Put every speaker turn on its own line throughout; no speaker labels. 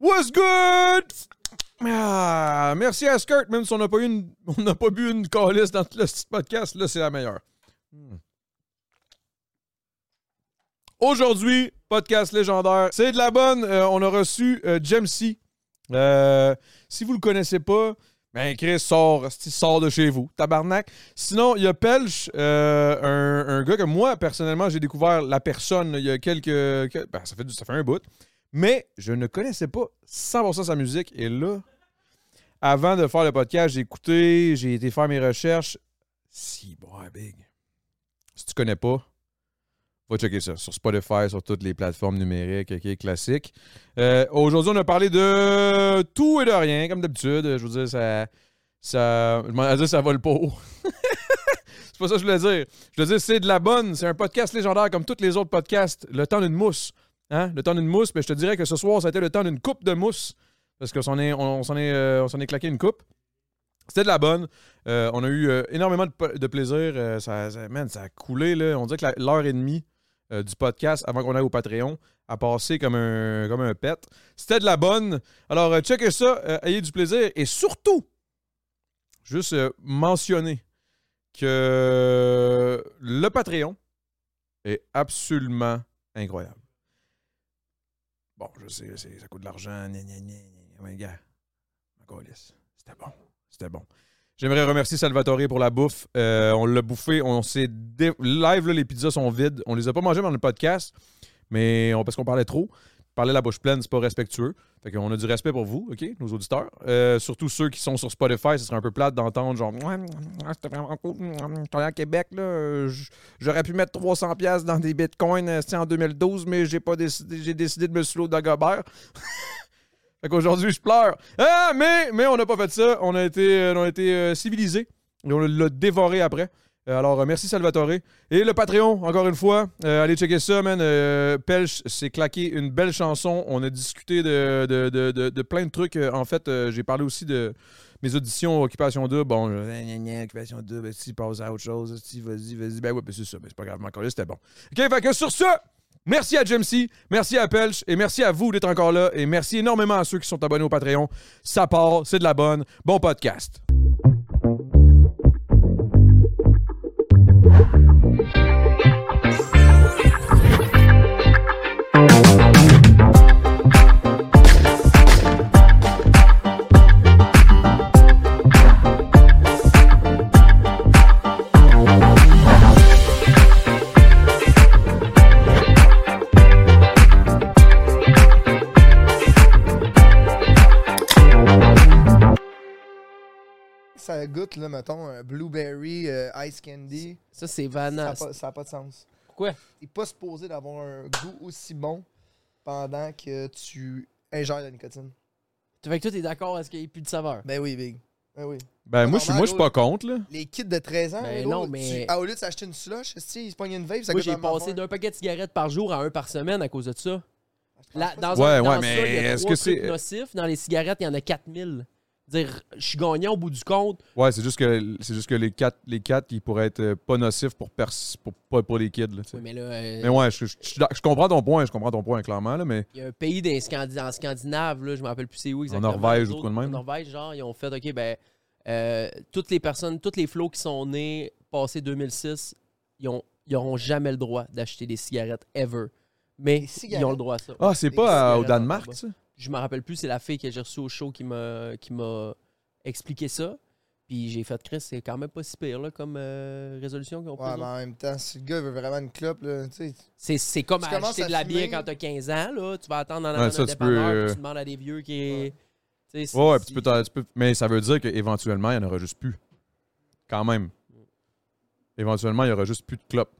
What's good? Ah, merci à Skirt, même si on n'a pas, eu une- on n'a pas bu une calice dans tout le petit podcast, là, c'est la meilleure. Hmm. Aujourd'hui, podcast légendaire. C'est de la bonne. Euh, on a reçu euh, Jamesy. Euh, si vous le connaissez pas, ben Chris sort, hostie, sort de chez vous, tabarnak. Sinon, il y a Pelch, euh, un, un gars que moi, personnellement, j'ai découvert la personne il y a quelques. que- ben, ça, fait, du- ça fait un bout. Mais je ne connaissais pas 100% sa musique. Et là, avant de faire le podcast, j'ai écouté, j'ai été faire mes recherches. Si, bon, hein, big. Si tu connais pas, va checker ça sur Spotify, sur toutes les plateformes numériques ok, classiques. Euh, Aujourd'hui, on a parlé de tout et de rien, comme d'habitude. Je veux dire, ça. ça je m'en allais dire, ça vole pas haut. c'est pas ça que je voulais dire. Je voulais dire, c'est de la bonne. C'est un podcast légendaire comme tous les autres podcasts. Le temps d'une mousse. Hein? Le temps d'une mousse. Mais je te dirais que ce soir, ça a été le temps d'une coupe de mousse. Parce qu'on s'en est, on, on s'en est, euh, on s'en est claqué une coupe. C'était de la bonne. Euh, on a eu euh, énormément de, p- de plaisir. Euh, ça, ça- man, ça a coulé. Là. On dirait que la- l'heure et demie euh, du podcast avant qu'on aille au Patreon a passé comme un, comme un pet. C'était de la bonne. Alors, euh, checkez ça. euh, ayez du plaisir. Et surtout, juste euh, mentionner que le Patreon est absolument incroyable. Bon, je sais, c'est- ça coûte de l'argent. gna, gna, gna, gna. Mais gars, ma câlisse, c'était bon. C'était bon. J'aimerais remercier Salvatore pour la bouffe. Euh, on l'a bouffé. On s'est dé- live, là, les pizzas sont vides. On les a pas mangées dans le podcast, mais on- parce qu'on parlait trop. Parler la bouche pleine, c'est pas respectueux. Fait qu'on a du respect pour vous, OK, nos auditeurs. Euh, surtout ceux qui sont sur Spotify, ce serait un peu plate d'entendre genre Ouais, ouais, c'était vraiment cool. J'étais allé à Québec, là. euh, j- J'aurais pu mettre 300$ piastres dans des bitcoins euh, c'est en 2012, mais j'ai pas décidé, j'ai décidé de me slow d'Agobert. Fait qu'aujourd'hui, je pleure. Ah, mais, mais on n'a pas fait ça. On a été, euh, on a été euh, civilisés. Et on l'a dévoré après. Euh, Alors, euh, merci Salvatore. Et le Patreon, encore une fois. Euh, allez checker ça, man. Euh, Pelch s'est claqué une belle chanson. On a discuté de, de, de- de- de plein de trucs. Euh, En fait, euh, j'ai parlé aussi de mes auditions Occupation Double. Bon, je- gna, gna, gna, Occupation Double, si, passe à autre chose. Si, vas-y, vas-y. Ben ouais, ben c'est ça. Mais c'est pas grave, encore là, c'était bon. OK, fait que sur ce... Merci à Jamesy, merci à Pelch et merci à vous d'être encore là et merci énormément à ceux qui sont abonnés au Patreon. Ça part, c'est de la bonne. Bon podcast.
Ça goûte, là, mettons, un blueberry euh, ice candy.
Ça, c'est
Ça
Vanna.
n'a pas de sens.
Pourquoi?
Il n'est pas supposé d'avoir un goût aussi bon pendant que tu ingères la nicotine.
Tu fait que toi, t'es d'accord à ce qu'il n'y ait plus de saveur.
Ben oui, Big. Ben oui.
Ben moi je suis moi, je suis pas contre là.
Les kits de 13 ans,
Ben
gros,
non,
tu-
mais-
ah, au lieu de s'acheter une slush, si ils se pognent une vape, ça
Moi,
goûte la
j'ai
même
passé
affaire. Ah,
d'un paquet de cigarettes par jour à un par semaine à cause de ça.
Je pense
Là,
pas
dans
Ouais,
un, dans
ouais,
ça,
mais
il y a
est-ce
trois
que c'est-
trucs nocifs. Dans les cigarettes, il y en a 4000. Dire, je suis gagnant au bout du compte.
Ouais, c'est juste que c'est juste que les quatre les quatre qui pourraient être euh, pas nocifs pour pers- pour pas pour les kids là, tu sais.
Oui, mais là, euh,
Mais ouais, je, je- je- je comprends ton point, je comprends ton point clairement là, mais
il y a un pays dans les Scandi- en Scandinave, là, je me rappelle plus c'est où exactement.
Norvège
Eux
ou de quoi
autres,
de même,
En
là.
Norvège, genre, ils ont fait, OK, ben, euh, toutes les personnes, tous les flots qui sont nés passé 2006, ils ont- ils n'auront jamais le droit d'acheter des cigarettes ever. Mais
Des
ils ont le droit à ça.
ah, c'est
Des
pas euh, au
cigarettes
Danemark
en
ça.
je me rappelle plus, c'est la fille que j'ai reçue au show qui m'a qui m'a expliqué ça. Puis j'ai fait Chris, c'est quand même pas si pire là, comme euh, résolution qu'on
Ouais, ben,
peut.
mais en même temps, si le gars veut vraiment une clope, là, tu sais,
C'est, c'est comme
Tu
à
commences
acheter
à
de la bière
fumer.
quand t'as 15 ans, là. Tu vas attendre en
Ouais,
avant
ça,
d'un
tu peux,
dépanneur, puis
euh,
tu demandes à des vieux qui.
Ouais.
tu sais, c'est-
Ouais, ouais, puis tu
c'est-
peux t'en- tu peux- mais ça veut dire qu'éventuellement, il y en aura juste plus. Quand même. Éventuellement, il y aura juste plus de clopes.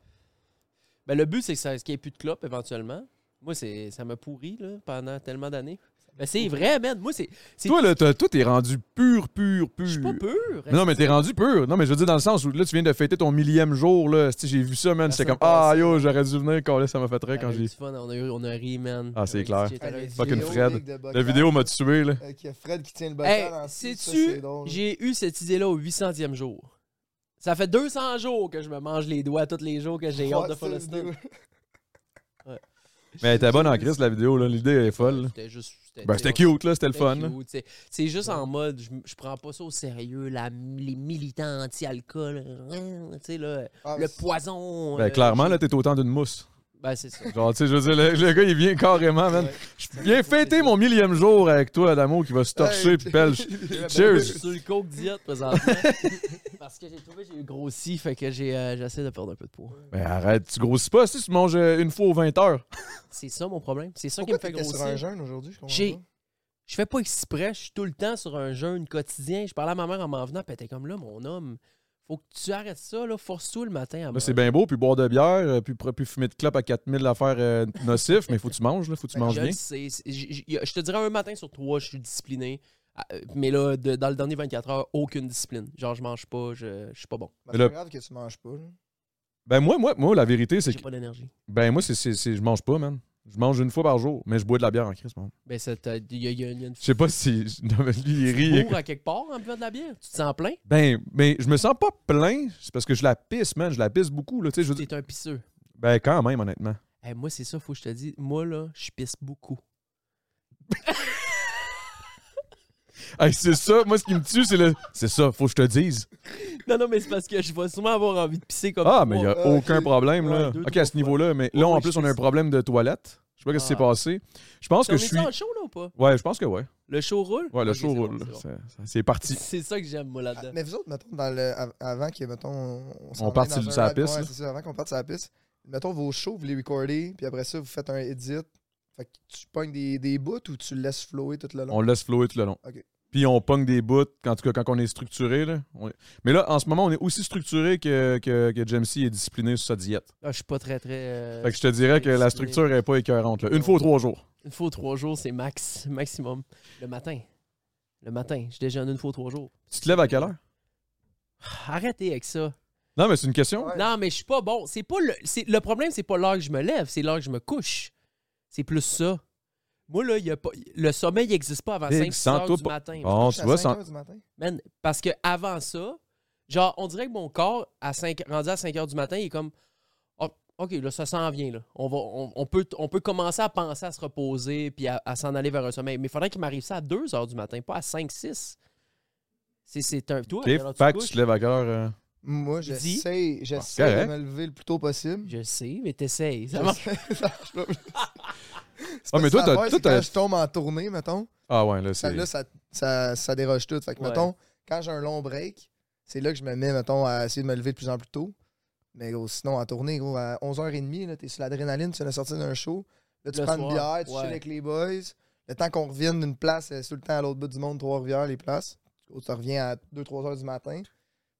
Ben, le but, c'est que ça, qu'il n'y ait plus de clopes éventuellement. Moi, c'est, ça m'a pourri là, pendant tellement d'années. Ben, c'est vrai, man. Moi, c'est. c'est
Toi là, t'as- toi t'es rendu pur pur pur.
je suis pas pur.
Mais non, mais t'es rendu pur. Non, mais je veux dire, dans le sens où là, tu viens de fêter ton millième jour, là. Si j'ai vu ça, man.
La
J'étais
semaine
comme, ah,
passée.
yo, j'aurais dû venir quand là, ça m'a fait rire
On
quand
a eu
j'ai.
du fun, on a, eu- on a ri, man.
Ah, c'est
Avec
clair.
DJ Tyler,
avec
c'est-
fucking
vidéo,
Fred.
Big, de Buck
La vidéo m'a tué, là.
Lab, euh, qu'il y a Fred qui tient le bottle
Hey,
en dessous, ça,
sais-tu,
c'est drôle.
j'ai eu cette idée-là au 800e jour. Ça fait 200 jours que je me mange les doigts tous les jours que j'ai hâte de
Ouais,
faire le
c'est une
stunt.
vidéo.
Mais elle était bonne en crise, la vidéo, là. L'idée est folle. là.
C'était juste, C'était
Ben, c'était cute, là, c'était le fun.
Thank
là.
you, tu sais. C'est juste en mode, je, je prends pas ça au sérieux, la- les militants anti-alcool, hein, tu sais, là,
Ah,
le
c'est-
poison.
Ben,
euh,
clairement,
j'ai-
là, t'es autant d'une mousse.
Ben, c'est ça.
Genre, tu sais, je veux dire, le, le gars, il vient carrément, man.
Ouais.
Je viens fêter mon millième jour avec toi, Adamo, qui va se torcher
Hey.
puis pelche.
Ben,
Cheers.
Je suis sur le coke diète présentement. parce que j'ai trouvé que j'ai grossi, fait que j'ai, euh, j'essaie de perdre un peu de poids.
Ben, arrête, tu grossis pas si tu manges euh, une fois aux 20 heures.
C'est ça mon problème. C'est ça
Pourquoi
qui me fait
t'étais sur un
grossir.
jeûne aujourd'hui? je comprends
J'ai-
pas.
Je fais pas exprès, je suis tout le temps sur un jeûne quotidien. Je parlais à ma mère en m'en venant, puis elle était comme là, mon homme, faut que tu arrêtes ça, là, force-toi le matin à
Là, c'est bien
manger.
beau, puis boire de bière, euh, puis, pr- puis fumer de clope à 4000 affaires euh, nocives, mais faut que tu manges, là, faut que tu
Ben,
manges
Je
bien.
le sais. c'est- j- j- y a- Je te dirais un matin sur trois, je suis discipliné. Ah, euh, Mais là, de- dans le dernier 24 heures, aucune discipline. Genre, je mange pas, je, je suis pas bon.
Mais
Ben, C'est
le-
pas grave que tu manges pas. là.
Ah,
Ben, moi, moi, moi, la vérité, c'est
J'ai
que.
pas d'énergie.
Ben, moi, c'est, c'est, c'est- je mange pas, man. Je mange une fois par jour, mais je bois de la bière en crise, man.
Ben, ça t'a- il y, a- il y a il y a une
Je sais pas si. Non, mais lui, il rit, il est
fourre à quelque part en buvant de la bière. Tu te sens plein?
Ben, mais je me sens pas plein, c'est parce que je la pisse, man. Je la pisse beaucoup, là. Tu sais, je veux dire-
T'es un pisseux.
Ben, quand même, honnêtement.
Eh, moi, c'est ça, faut que je te dise. Moi, là, je pisse beaucoup.
Hey, c'est ça, moi, ce qui me tue, c'est le. C'est ça, faut que je te dise.
Non, non, mais c'est parce que je vais souvent avoir envie de pisser comme
Ah, mais il y a
Ah, ok.
aucun problème, là.
Ouais, deux,
ok,
trois
à ce niveau-là, mais là,
Ouais,
en
ouais,
plus,
je
on a
sais
un problème de toilette. Je sais pas ce qui s'est
Ah.
passé. Je pense que je suis.
en show, là, ou pas?
Ouais, je pense que ouais.
Le show roule?
Ouais, le
Ok,
show
c'est bon,
roule.
c'est
là.
bon.
Ça- ça- C'est parti.
C'est ça que j'aime, moi, là-dedans.
Ah, Mais vous autres, mettons, dans le, av- avant que, mettons, on, s'en
On parte
aille dans
sur-
un
sur la
rap-
piste,
ouais,
là.
c'est ça, avant qu'on parte sur la piste, mettons vos shows, vous les recordez, puis après ça, vous faites un edit. Fait que tu pognes des, des bouts ou tu le laisses flower tout le long?
On le laisse flower tout le long.
Ok.
Puis on pogne des bouts, en tout cas, quand on est structuré. Là, on est- Mais là, en ce moment, on est aussi structuré que, que, que Jamesy est discipliné sur sa diète.
Ah, je suis pas très, très. euh,
Fait que je te dirais que la
discipliné.
structure n'est pas écœurante. là. Une fois ou trois jours.
Une fois ou trois jours, c'est max, maximum. Le matin. Le matin. Je déjeune une fois ou trois jours.
Tu te lèves à quelle heure?
Arrêtez avec ça.
Non, mais c'est une question.
Ouais.
Non, mais je suis pas bon. C'est pas le, c'est- le problème, c'est pas l'heure que je me lève, c'est l'heure que je me couche. C'est plus ça. Moi, là, y a pas, le sommeil n'existe pas avant
Big,
5 heures
sens-toi
du
pas- Ah,
matin.
Bon, tu
C'est à
vois,
5
sans-
heures du matin?
Man, parce que avant ça, genre, on dirait que mon corps, à 5, rendu à 5 heures du matin, il est comme Oh, OK, là, ça s'en vient. Là. On, va, on, on peut, on peut commencer à penser à se reposer puis à, à s'en aller vers un sommeil. Mais il faudrait qu'il m'arrive ça à 2 heures du matin, pas à 5, 6. C'est, c'est un. Toi,
Ok,
à quelle heure tu te
fait que tu
couches?
te lèves à quelle heure? euh?
Moi,
Dis.
j'essaie j'essaie
Ah, correct.
de me lever le plus tôt possible.
Je sais, mais t'essayes. Ça
Je
marche.
sais, ça marche pas.
Ah, mais toi,
C'est parce que
t'as-
l'affaire,
toi,
c'est
t'as-
Quand je tombe en tournée, mettons,
Ah ouais, là,
ça,
c'est...
là, ça, ça, ça déroge tout. Fait que,
Ouais.
mettons, quand j'ai un long break, c'est là que je me mets, mettons, à essayer de me lever de plus en plus tôt. Mais gros, sinon, en tournée, gros, à 11h30, là, t'es sur l'adrénaline, tu viens de sortir d'un show. Là, tu
Le
prends
soir,
une bière, tu
ouais.
chilles avec les boys. Le temps qu'on revienne d'une place, c'est tout le temps à l'autre bout du monde, Trois-Rivières, les places. Gros, tu reviens à 2-3h du matin.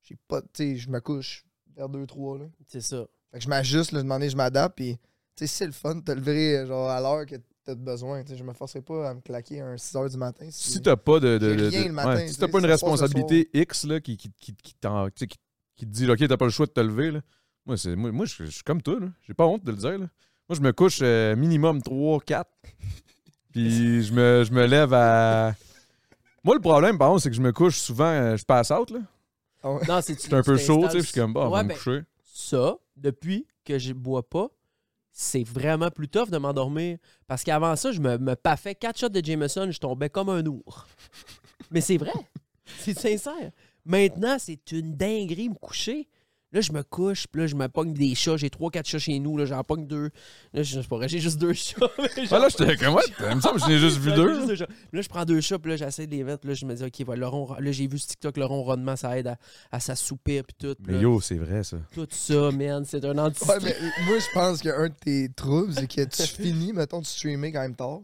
J'ai pas, tu sais, je me couche vers 2-3, là.
C'est ça.
Fait que je m'ajuste, là, je m'en ai, je m'adapte, puis tu sais, c'est le fun de te lever euh, genre à l'heure que t'as besoin. Tu sais, je me forcerai pas à me claquer à un 6 h du matin. si-
Si t'as pas de... de-
J'ai
de-
rien
de-
le matin,
ouais, si
tu
t'as
sais,
pas une
ça se passe le
responsabilité X, là, qui, qui, qui, qui t'en- tu sais, qui- qui te dit, là, OK, t'as pas le choix de te lever, là. Moi, c'est, moi, moi, je je suis comme toi, là. J'ai pas honte de le dire, là. Moi, je me couche euh, minimum 3, 4. Puis je me, je me lève à... Moi, le problème, par contre, c'est que je me couche souvent, euh, je passe out, là.
Non, c'est,
Je suis un peu chaud, tu sais, puis je suis comme, bah, on va
Ouais,
me
ben,
coucher.
ça, depuis que je bois pas, c'est vraiment plus tough de m'endormir. Parce qu'avant ça, je me, me paffais quatre shots de Jameson, je tombais comme un ours. Mais c'est vrai. C'est sincère. Maintenant, c'est une dinguerie me coucher. Là, je me couche, puis là, je me pogne des chats. J'ai trois, quatre chats chez nous. Là, j'en pogne deux. Là, je sais pas, j'ai juste deux chats.
ben,
Ah, là, j'étais comme, ouais, il me semble que je n'ai juste vu
J'en ai
deux.
juste deux chats. Puis Là, je prends deux chats, puis là, j'essaie de les mettre. puis Là, je me dis, OK, voilà, le ron- là, j'ai vu ce TikTok, le ronronnement, ça aide à, à s'assoupir, puis tout. puis
Mais
là,
yo, c'est vrai, ça.
tout ça, man, c'est un anti
Ouais, mais euh, moi, je pense qu'un de tes troubles, c'est que tu finis, mettons, de streamer quand même tard.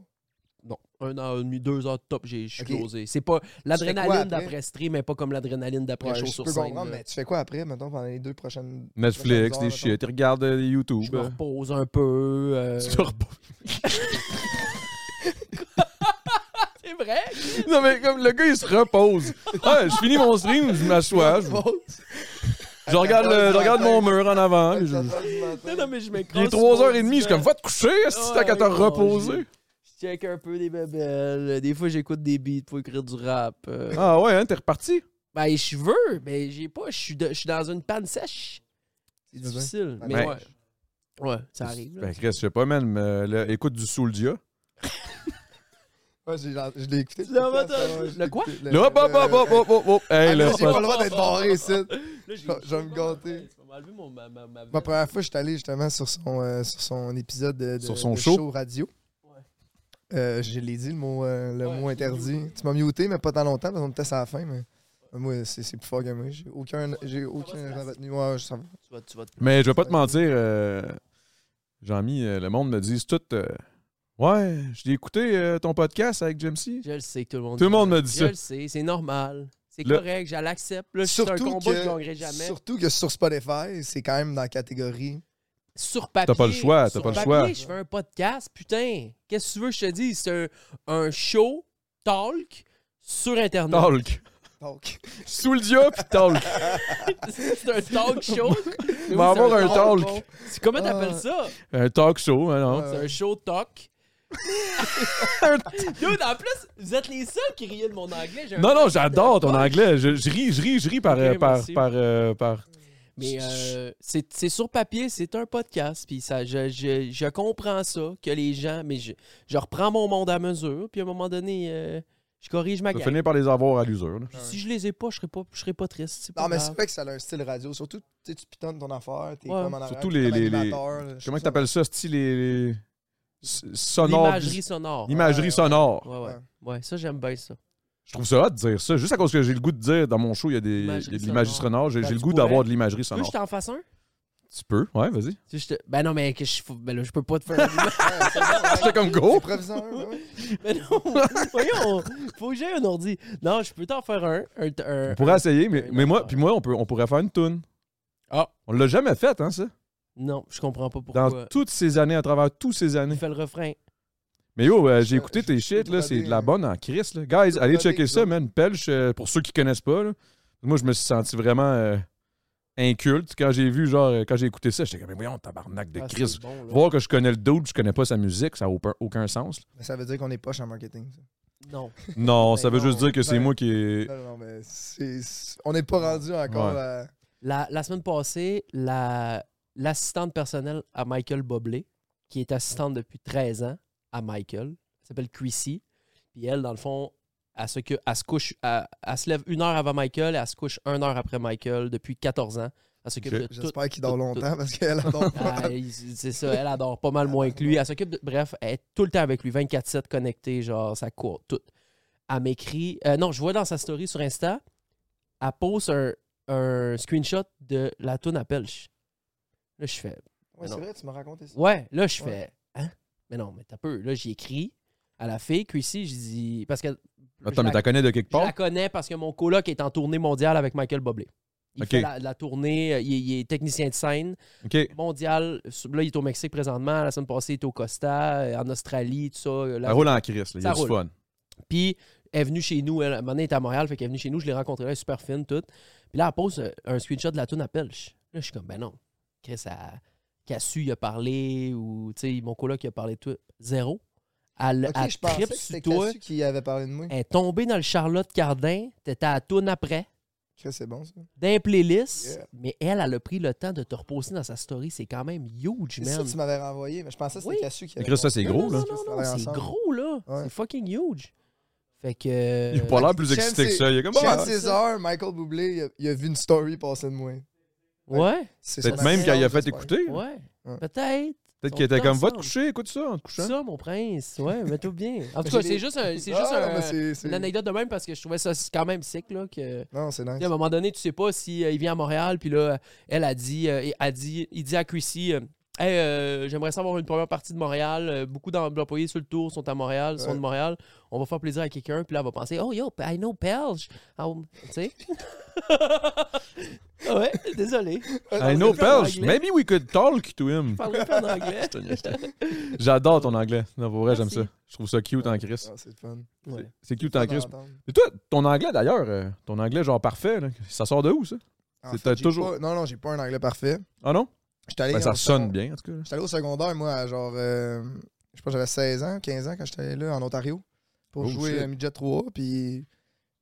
Non, un an et demi, deux heures top, j'ai- je suis
Ok.
closé. C'est pas
quoi
l'adrénaline
après?
d'après stream, mais pas comme l'adrénaline d'après
Ouais,
show
je
sur
peux
scène.
comprendre,
là.
mais tu fais quoi après, mettons, pendant les deux prochaines.
Netflix,
prochaines
des
heures,
shit, ils regardent euh, YouTube.
Je me repose un peu. euh,
Tu te reposes.
C'est vrai?
Non, mais comme le gars, il se repose. Ouais, je finis mon stream, je m'assois, je,
mettons.
je regarde, le- je regarde mon mur en avant. puis je-
Ah, Non, non, mais je m'écrase.
Il est 3h30, je suis comme, va te coucher, si t'as qu'à te
Ouais, non,
reposer.
Je check un peu des bébelles. Des fois, j'écoute des beats pour écrire du rap. euh.
Ah ouais, hein, t'es reparti?
Ben, je veux, mais j'ai pas. Je suis de- je suis dans une panne sèche. C'est
Vas-y.
difficile. Mais
Ben,
ouais. Ouais, ça arrive. là.
Ben, Chris, je sais pas, man, mais, là, écoute du Souldia.
Ouais, j'ai- je l'ai écouté.
Tu l'as
podcast,
entendu?
ouais, je
Le
l'ai
quoi?
écouté.
Là, hop, hop, hop, hop, hop, hop, hop. Hey,
Là,
là,
j'ai Ah, pas le droit d'être barré ici.
Là, j'ai-
Je- je vais me gâter.
Tu vas m'enlever mon- ma- ma- ma-
Ma première fois, je suis allé justement sur son, euh, sur son épisode de, de-
Sur son
de
show.
radio.
Ouais.
Euh, je l'ai dit, le mot, euh, le
Ouais,
mot
je t'ai
interdit.
muté.
Tu m'as muté, mais pas tant longtemps, parce qu'on était à la fin. Mais... Moi, c'est c'est plus fort que moi. J'ai aucun, j'ai
se
aucun
passer.
retenu. Ouais, je sens-
Tu vas, tu vas te-
Mais je vais pas te mentir, euh, Jean-Mi, euh, le monde me dit tout. euh, ouais, j'ai écouté euh, ton podcast avec Jim C.
Je le sais que tout le monde
Tout le monde me dit
Je
ça.
le sais, c'est normal. C'est
Le-
correct, je l'accepte. Là, c'est un combat que je gagnerai jamais. Sur,
surtout que sur Spotify, c'est quand même dans la catégorie.
papier.
T'as pas le choix, t'as
sur
pas le
papier,
choix.
je fais un podcast, putain. Qu'est-ce que tu veux que je te dise? C'est un, un show, talk, sur Internet.
Talk.
Donc,
Sous le dia, puis talk.
c'est un talk show. Mais
va
oui, c'est
avoir un talk.
bon. C'est- Comment t'appelles
Ah.
ça?
Un talk show, hein, non?
Ouais.
C'est un show talk. Yo, en plus, vous êtes les seuls qui riaient de mon anglais. J'ai un
Non, non,
problème
j'adore ton
de-
anglais. Je, je ris, je ris, je ris par.
Ok,
euh, par,
merci.
par, euh, par-
Mais euh, c'est c'est sur papier, c'est un podcast. Puis ça, je, je, je comprends ça, que les gens. Mais je, je reprends mon monde à mesure. Puis à un moment donné, euh, je corrige ma
Je vais
gueule.
finir par les avoir à l'usure. là.
Si je les ai pas, je serais pas, je serais pas triste. c'est pas
non, mais c'est
grave.
vrai que ça a un style radio. Surtout, tu sais, tu pitonnes ton affaire, t'es
Ouais.
comme en arrière,
Surtout
t'es
les-
comme
les- les-
animateur, là, je
Comment
trouve
tu
ça-
appelles ça, style les- les- s- sonore?
L'imagerie sonore.
L'imagerie
Ouais, ouais.
sonore.
Ah Ouais, ouais.
Ouais.
Ouais, ça, j'aime bien ça.
Je trouve ça hot de dire ça. Juste à cause que j'ai le goût de dire dans mon show, il y a, des,
Imagerie
il y a de l'imagerie sonore. J'ai
Ben,
j'ai le
tu
goût
pourrais.
d'avoir de l'imagerie
Tu veux que
sonore.
je t'en fasse un?
Tu peux, ouais, vas-y.
Tu veux que je te- Ben non, mais que je, fou- ben là, je peux pas te faire un image.
Ouais, c'est bon, ouais.
J'étais comme go.
C'est provisoire, ouais.
Ben non, voyons, faut que j'aie un ordi. Non, je peux t'en faire un. un, un-
On pourrait essayer, mais,
euh,
mais moi,
ouais.
puis moi, on, peut, on pourrait faire une toune.
Ah.
On l'a jamais faite, hein, ça?
Non, je comprends pas
Dans
pourquoi.
toutes ces années, à travers toutes ces
Il
années.
fait le refrain.
Mais yo, euh,
Je-
j'ai écouté
je
tes
peux
shit, là,
broder,
c'est de la
hein.
bonne en crise, là. Guys,
peux
allez
broder,
checker
vous
ça,
autres.
man. Pelche, euh, pour ceux qui connaissent pas, là. Moi, je me suis senti vraiment euh, inculte quand j'ai vu, genre, euh, quand j'ai écouté ça. J'étais comme, mais voyons, tabarnak de
Ah, c'est
Chris.
bon, là.
Voir que je connais le dude, je connais pas sa musique, ça n'a aucun, aucun sens.
Mais Ça veut dire qu'on est poche en marketing. ça.
Non.
Non, ça
Ben
veut
non,
juste dire que c'est
ben-
moi qui ai.
Non, non, mais c'est- c'est- on n'est pas rendu encore
Ouais.
à.
La, la semaine passée, la- l'assistante personnelle à Michael Boblé, qui est assistante depuis 13 ans à Michael, elle s'appelle Chrissy. Puis elle, dans le fond, elle se, que- elle se couche, elle, elle se lève une heure avant Michael et elle se couche une heure après Michael depuis 14 ans. Elle s'occupe
Ok.
de tout.
J'espère qu'il dort
tout-
longtemps parce qu'elle adore pas.
Ah, il- c'est ça, elle adore pas mal moins que lui. Elle s'occupe de- Bref, elle est tout le temps avec lui, 24-7 connectée, genre, ça court, tout. Elle m'écrit. euh, non, je vois dans sa story sur Insta, elle poste un, un screenshot de la toune à Pelch. Là, je fais.
Ouais, c'est
non.
vrai, tu m'as raconté ça.
Ouais, là, je
Ouais.
fais. Hein? Mais non, mais t'as peu. Là, j'y écris à la fille, Chrissy, je dis. Parce que.
Attends, mais
je la,
t'as connais de quelque
je la
part?
connais parce que mon coloc est en tournée mondiale avec Michael Boblé. Il
Ok.
fait la, la tournée, euh, il est- il est technicien de scène
Ok.
mondial. Là, il est au Mexique présentement. La semaine passée, il était au Costa, euh, en Australie, tout ça. euh,
Elle
là.
roule en crise, là. Il y a
Ça
du
roule.
fun.
Puis, elle est venue chez nous. Elle, à un moment donné, elle était à Montréal, fait qu'elle est venue chez nous. Je l'ai rencontrée, elle est super fine, tout. Puis là, elle pose euh, un screenshot de la toune à Pelch. Là, je suis comme, ben non. Chris, a, Cassu, il a parlé, ou, tu sais, mon coloc, il a parlé de tout. Zéro. Elle,
Ok,
elle
je pensais
trippe
que
sur
c'était
toi.
Cassu qui avait parlé de moi.
Elle est tombée dans le Charlotte Cardin. T'étais à la toune après,
Chris, C'est bon, ça.
d'un playlist.
Yeah.
Mais elle, elle a pris le temps de te reposer dans sa story. C'est quand même huge,
C'est
man.
ça que tu m'avais renvoyé, mais je pensais que c'était
Oui.
Cassu
Et
qui avait
Chris, ça, c'est
Non,
gros,
non,
là.
Non, non, non, c'est gros, là.
Ouais.
C'est fucking huge. Fait que.
Il a pas l'air plus
Chance,
excité que
c'est-
ça. Il est comme,
Chez
bah,
Chance,
César, Michael Bublé, il a, il a vu une story passer de moi.
Ouais,
C'est
peut-être
son
même
assistante,
qu'il a fait
j'espère.
écouter.
euh, ouais.
Ouais.
Peut-être.
Peut-être
Ils
qu'il
sont
était comme, va te
ensemble.
coucher, écoute ça en te couchant.
Ça, mon prince. Ouais, mais tout bien. En tout
J'ai
cas,
des-
c'est juste, un- c'est
Ah,
juste
non,
un-
mais c'est- c'est-
une anecdote de même parce que je trouvais ça quand même sick, là. Que...
Non, c'est nice.
Puis, à un moment donné, tu sais pas si euh, il vient à Montréal, puis là, elle a dit, euh, a dit il dit à Chrissy euh, Hey, euh, j'aimerais savoir une première partie de Montréal. Euh, Beaucoup d'em- d'employés sur le tour sont à Montréal, sont
Ouais.
de Montréal. On va faire plaisir à quelqu'un, puis là, elle va penser Oh yo, I know Belge. Ah, Tu sais Ouais, désolé.
I know Belge. Maybe we could talk to him.
Je parlerai pas en anglais.
J'adore ton anglais. Non, pour vrai, j'aime
Merci.
ça. Je trouve ça cute en Chris.
Ah, c'est fun.
Ouais.
C'est cute
Fun
en
à
Chris.
entendre.
Et toi, ton anglais d'ailleurs, euh, ton anglais genre parfait, là, ça sort de où ça?
En
C'est
fait,
un
Ah, j'ai
toujours-
pas- Non, non, j'ai pas un anglais parfait.
Ah non?
J'étais allé
Ben, ça
en-
sonne bien en tout cas. là.
J'étais allé au secondaire, moi, à genre. euh, je sais pas, j'avais 16 ans, 15 ans quand j'étais là en Ontario pour
Oh,
jouer
shit.
à Midget 3. euh, Puis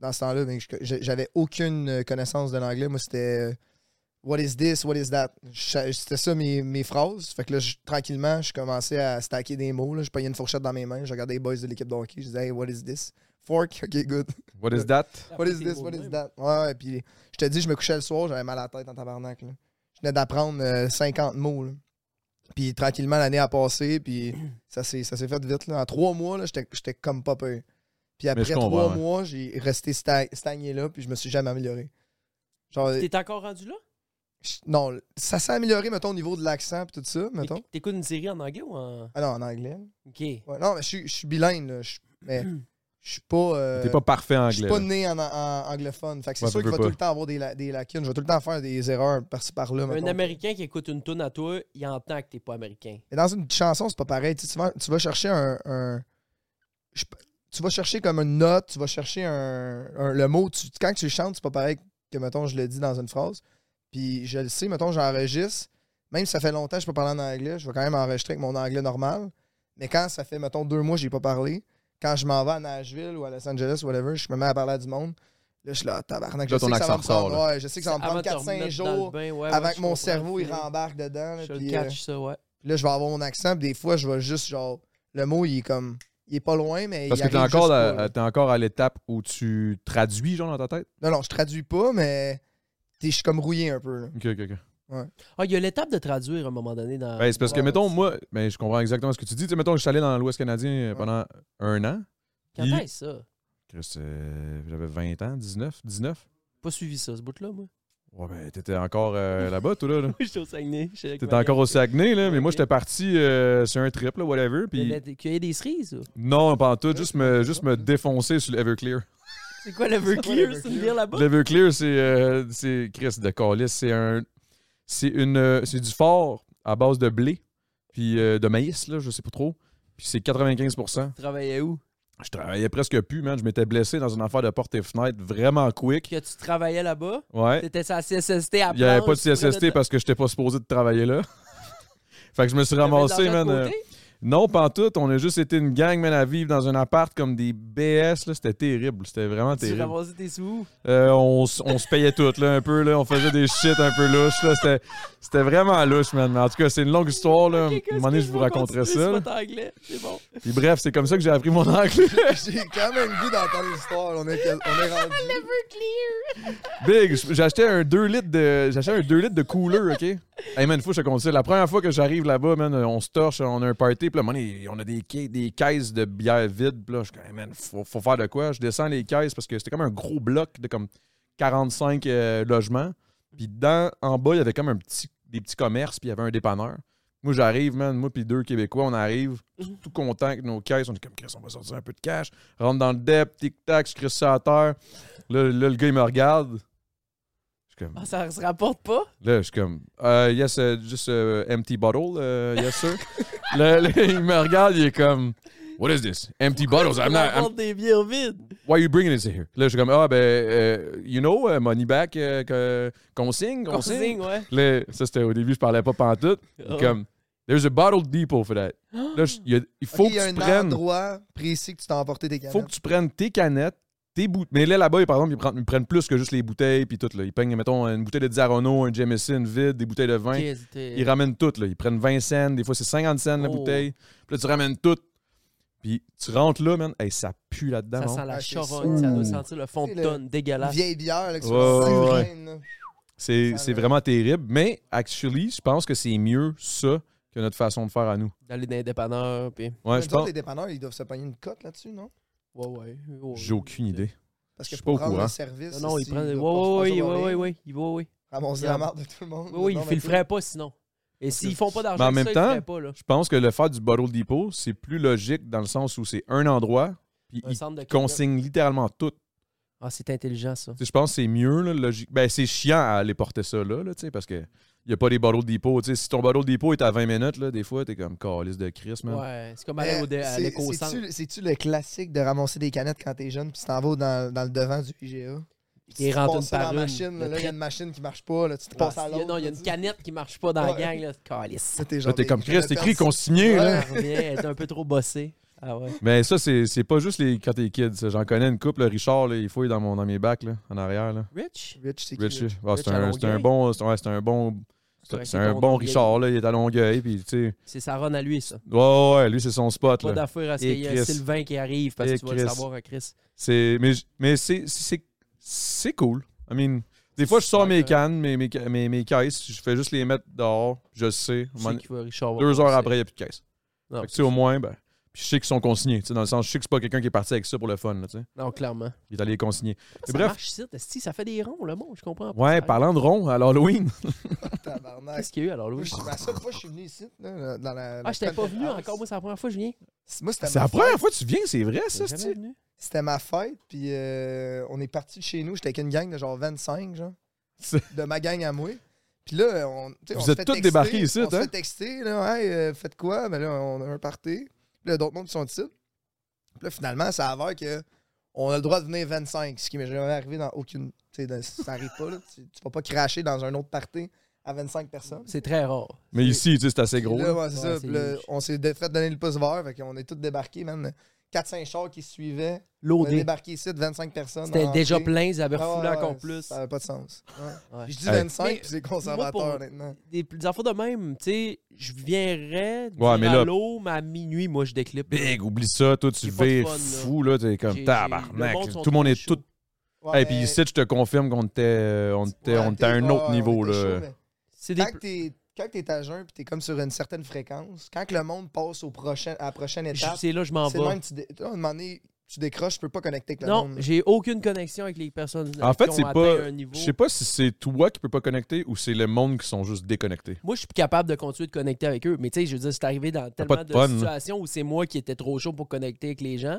dans ce temps-là, ben, je- j'avais aucune connaissance de l'anglais. Moi, c'était. What is this? What is that? Je- C'était ça mes, mes phrases. Fait que là, je- tranquillement, je commençais à stacker des mots. Là. Je payais une fourchette dans mes mains. Je regardais les boys de l'équipe de hockey. Je disais, hey, what is this? Fork, ok, good.
What
Euh,
is that?
What is this? What is that? Ouais, ouais, puis je te dis, je me couchais le soir, j'avais mal à la tête en tabarnak. là. Je venais d'apprendre euh, 50 mots. là. Puis tranquillement, l'année a passé, puis ça s'est ça s'est fait vite. Là. En trois mois, là, j'étais j'étais comme pas peur. Puis après
je
trois
comprends, ouais.
mois, j'ai resté sta- stagné là, puis je me suis jamais amélioré. Genre,
T'es encore rendu là?
je- non, ça s'est amélioré, mettons, au niveau de l'accent, puis tout ça, mettons.
T'éc- T'écoutes une série en anglais ou en.
Ah non, en anglais. là.
Ok.
Ouais, non, mais je suis- je suis bilingue, là. Je suis- mais je suis pas. euh,
T'es pas parfait en
Je suis
anglais.
pas
là.
né en, en- anglophone. Fait que c'est
Ouais,
sûr
tu
qu'il
peux
va
pas.
tout le temps avoir des, la- des lacunes. Je vais tout le temps faire des erreurs par-ci par-là.
Un
mettons.
Américain qui écoute une toune à toi, il entend que t'es pas américain.
Mais dans une chanson, c'est pas pareil. Tu, sais, tu vas, tu vas chercher un. un- je- tu vas chercher comme une note, tu vas chercher un. un- le mot. Tu, quand tu chantes, c'est pas pareil que, mettons, je le dis dans une phrase. Puis je le sais, mettons, j'enregistre. Même si ça fait longtemps que je peux parler en anglais, je vais quand même enregistrer avec mon anglais normal. Mais quand ça fait, mettons, deux mois que j'ai pas parlé, quand je m'en vais à Nashville ou à Los Angeles ou whatever, je me mets à parler à du monde. Là, je suis là, tabarnak.
Là,
je, sais
ton
que ça va me
accent ressort,
prendre, ouais, je sais que ça va me
Avant
prendre
de te
4-5
remettre dans le
jours
bain, ouais, ouais,
avant
je
que mon
comprends
cerveau
le
il
feeling.
rembarque dedans. là,
Je
puis,
le
euh,
catch, ça, ouais.
puis là, je vais avoir mon accent, puis des fois, je vais juste, genre, le mot, il est comme, il est pas loin, mais
Parce
il
que t'es
arrive
encore,
juste
à-
pas, là.
à- t'es encore à l'étape où tu traduis, genre, dans ta tête?
Non, non, je traduis pas, mais t'es- je suis comme rouillé un peu, là.
Ok, ok, ok.
Ah, il y a l'étape de traduire à un moment donné dans.
Ben, c'est parce que,
Euh, Ouais,
mettons,
ouais.
moi, ben, je comprends exactement ce que tu dis. Tu sais, mettons que je suis allé dans l'Ouest canadien euh,
Ouais.
pendant un an.
Quand
il-
est ça?
Chris, euh, J'avais 20 ans, 19, 19.
Pas suivi ça, ce bout-là, moi.
Ouais, ben, t'étais encore euh, là-bas, toi, là. là.
Moi, j'étais au Saguenay.
T'étais encore au Saguenay, là, mais moi,
Ok.
j'étais parti euh, sur un trip, là, whatever. Puis,
Qu'il y ait des cerises, ou?
non, pas en tout, juste me, juste me défoncer sur l'Everclear.
C'est quoi l'Everclear?
l'Everclear?
C'est une bière là-bas?
L'Everclear, c'est euh, c'est- Chris de Calis. C'est un. C'est une. euh, C'est du fort à base de blé. Puis euh, de maïs, là, je sais pas trop. Puis c'est 95
Tu travaillais où?
Je travaillais presque plus, man. Je m'étais blessé dans une affaire de porte et fenêtre vraiment quick.
Que tu travaillais là-bas?
Ouais.
T'étais sur la CSST à
Il n'y avait pas de
Planche, tu prenais
CSST parce que j'étais pas supposé de travailler là. fait que je me suis
t'avais de
ramassé,
l'argent
man.
de
euh,
côté?
Non, pantoute, on a juste été une gang, man, à vivre dans un appart comme des BS, là. C'était terrible. C'était vraiment
Tu
terrible.
ramassais tes sous?
Euh, on s- on se payait toutes, là, un peu, là. On faisait des shit un peu louches, là. C'était- C'était vraiment louche, man. Mais en tout cas, c'est une longue histoire, là.
Ok,
un moment donné,
qu'est-ce
je vous
que vais
raconterai
continuer
ça.
sur
là.
votre anglais? C'est bon.
Puis bref, c'est comme ça que j'ai appris mon anglais.
J'ai quand même le goût d'entendre l'histoire, on est, on est rendu.
Big, j'ai acheté un 2 litres de j'ai acheté un 2 litres de cooler, OK Hey man, faut que je te compte ça. La première fois que j'arrive là-bas, man, on se torche, on a un party, puis là, à un moment donné, on a des, ca- des caisses de bière vide, puis là, je suis comme, hey man, faut, faut faire de quoi Je descends les caisses parce que c'était comme un gros bloc de comme 45 euh, logements. Puis dans en bas, il y avait comme un petit des petits commerces, puis il y avait un dépanneur. Moi, j'arrive, man, moi puis deux Québécois, on arrive tout, tout content que nos caisses, on est comme Chris, on va sortir un peu de cash, rentre dans le dep, tic tac, je crisse ça à terre. Là, là, le gars, il me regarde. Je suis comme,
Ah, ça se rapporte pas?
Là, je suis comme, Euh, yes, uh, just uh, empty bottle, uh, yes, sir. là, là, il me regarde, il est comme, what is this? Empty bottles, I'm not,
Ça
I'm-
rapporte des bières vides.
why are you bringing this here? Là, je suis comme, ah, ben, euh, you know, uh, money back, euh, que- consigne, consigne.
Consigne, ouais.
Là, ça, c'était au début, je parlais pas pantoute. Il est
Ah.
comme, there's a bottle depot for that. Là, je- il y a- il faut
Ok, il y
que
a
tu
un
prennes
endroit précis que tu t'as emporté tes canettes.
faut que tu prennes tes canettes, tes bouteilles. Mais là, là-bas, par exemple, ils prennent, ils prennent plus que juste les bouteilles, puis tout. Là. Ils peignent, mettons, une bouteille de Disaronno, un Jameson vide, des bouteilles de vin.
Ok, c'était-
Ils ramènent tout. Là. Ils prennent 20 cents, des fois, c'est 50 cents la
Oh.
bouteille. Puis là, tu ramènes tout. Puis tu rentres là, man. Hey, ça pue là-dedans.
Ça
non?
sent la
Ah, c'est
charogne, ça
sûr.
doit sentir le fond de
C'est le-
tonne,
Une
dégueulasse.
vieille bière, là, que tu
Ouais,
vas
ouais, ouais.
draine, là.
C'est
Ça
c'est
va.
vraiment terrible. Mais, actually, je pense que c'est mieux ça que notre façon de faire à nous.
D'aller dans les dépanneurs, puis...
Ouais, je
Mais nous autres,
pense.
les dépanneurs, ils doivent se pogner une cote là-dessus, non?
Ouais, ouais. ouais.
J'ai aucune idée.
Parce
Je
que
suis
pour
pas au
rendre
courant.
le service,
Non, non, il
aussi,
prend... Ouais,
doivent
ouais,
pas se
ouais,
faire
ouais, ouais,
soirrer,
ouais, il va, ouais.
Ramasser la marde de tout le monde.
Oui, oui,
Non,
ils
mais-
filtreraient pas sinon. Et s'ils font pas d'argent,
Mais en même
avec ça,
temps-
ils le feraient pas, là.
Je pense que le faire du bottle depot, c'est plus logique dans le sens où c'est un endroit, puis
Un
ils
centre de
consignent littéralement tout.
Ah, c'est intelligent, ça.
Tu sais, Je pense que c'est mieux, là, logique. Ben, c'est chiant à aller porter ça là, là, tu sais, parce que il n'y a pas des bottles dépôt. Tu sais, Si ton bottle dépôt est à 20 minutes, là, des fois, t'es comme calice de Chris, man.
Ouais, c'est comme aller au dé- à
Euh, C'est-
l'éco-centre.
c'est-tu- C'est-tu le classique de ramasser des canettes quand t'es jeune, puis tu t'en vas dans, dans le devant du IGA? Puis
Il
tu
rentre
passes
une
ça
par
dans la
une,
machine,
le
là, il y
train.
a une machine qui marche pas, là, tu te
Ah,
passes à
il y a-
l'autre.
non, il y a
là,
une
tu-
canette qui marche pas dans la
Ouais.
gang, là. Calice. Ah,
Là, t'es
Là,
genre
t'es
des
comme Chris,
canettes
t'écris
percées.
consigné, là.
Elle revient, elle est un peu trop bossée. Ah ouais.
Mais ça, c'est c'est pas juste les, quand t'es kid. ça. J'en connais une couple. là. Richard, là, il fouille dans, mon, dans mes bacs, là, en arrière. Là.
Rich?
Rich, c'est qui?
Rich, là.
Rich?
Ah, c'est
Rich à
un, c'est un
Longueuil.
bon. C'est ouais, c'est un bon.
correct,
C'est un
ton-
bon
ton
Richard, là. Il est à Longueuil. Puis, tu sais.
C'est sa run à lui, ça.
Ouais, ouais, ouais, lui, c'est son spot,
Pas
là.
d'affaire à ce qu'il y
Et
ait un
Chris.
Sylvain qui arrive parce
Et
que tu vas le
Chris.
savoir à Chris.
C'est, mais j- mais c'est, c'est, c'est cool. I mean, des fois, je sors
Ouais,
mes
correct.
cannes, mes, mes, ca- mes, mes caisses, je fais juste les mettre dehors, je le sais.
Tu
Mon-
sais qu'il va Richard va
deux heures
passer.
après, il n'y a plus de caisse.
Non,
Fait que, tu sais, au moins, ben, puis je sais qu'ils sont consignés. tu sais, Dans le sens, je sais que c'est pas quelqu'un qui est parti avec ça pour le fun. Là, tu sais.
non, clairement.
il est allé les consigner.
Ça
bref.
marche ici, esti, ça fait des ronds, le monde, je comprends pas.
Ouais,
Ça arrive.
parlant de rond, à l'Halloween.
Tabarnak.
Qu'est-ce qu'il y a eu alors,
Moi,
Louis?
je- La seule fois que je suis venu ici, là, dans la.
Ah, j'étais pas venu
House.
encore, moi, c'est la première fois que je viens.
Moi, c'était
C'est
ma
la
fête.
première fois que tu viens, c'est vrai, ça,
T'es jamais
c'est
venu?
C'était ma fête, puis euh, on est parti de chez nous. J'étais avec une gang de genre 25, genre.
C'est-
De ma gang à moi. Puis là, on. tu sais,
Vous
on se
êtes
fait
tous
texter,
débarqués ici,
On se
hein?
fait texter, là. Hey, euh, faites quoi? Ben là, on a un party. Puis là, d'autres mondes sont ici. Puis là, finalement, ça avère que on a le droit de venir 25, ce qui m'est jamais arrivé dans aucune. Tu sais, dans- ça arrive pas, là. Tu, tu vas pas cracher dans un autre party à 25 personnes.
C'est très rare.
Mais
C'est-
ici, tu sais, c'est assez gros.
Là,
là.
ouais, c'est
Ouais,
ça.
c'est
Puis là,
huge.
on s'est dé- fait donner le pouce vert, fait qu'on est tous débarqués, man. 4-5 chars qui se suivaient. On a
L'audé.
débarqué ici de 25 personnes.
C'était
en
déjà
entrée.
plein, ils avaient
Ah ouais,
refoulé
ouais,
encore plus.
Ça n'avait pas de sens. Ouais.
Ouais.
Puis Je dis
Hey.
25,
Mais
puis c'est conservateur,
moi, pour-
honnêtement.
Des, des affaires de même, tu sais, je viendrais dire
Ouais, mais là-
à l'eau, mais à minuit, moi, je déclippe.
Big, oublie ça, toi, tu
J'ai pas de
vires
fun, là.
fou, là, t'es
J'ai-
comme
j'ai-
tabarnak.
le monde sont
Tout le monde
trop
est tout.
chauds.
Ouais,
Et puis
mais-
ici, je te confirme qu'on était, euh, on était,
ouais,
on était
t'es-
à un
ouais,
autre
on
niveau,
était chaud,
là.
mais
C'est des
Quand t'es quand t'es à jeun, puis t'es comme sur une certaine fréquence, quand que le monde passe au prochain, à la prochaine
Je-
étape,
C'est là je m'en
c'est le
vais.
même, tu, dé... là, à un moment donné, tu décroches, tu peux pas connecter avec le
Non,
monde.
j'ai aucune connexion avec les personnes
En fait,
qui ont
c'est
atteint
pas-
un niveau.
Je sais pas si c'est toi qui peux pas connecter ou c'est le monde qui sont juste déconnectés.
Moi, je suis plus capable de continuer de connecter avec eux. Mais tu sais, je veux dire, c'est arrivé dans
pas
tellement
de
de,
fun, hein. là.
situations où c'est moi qui étais trop chaud pour connecter avec les gens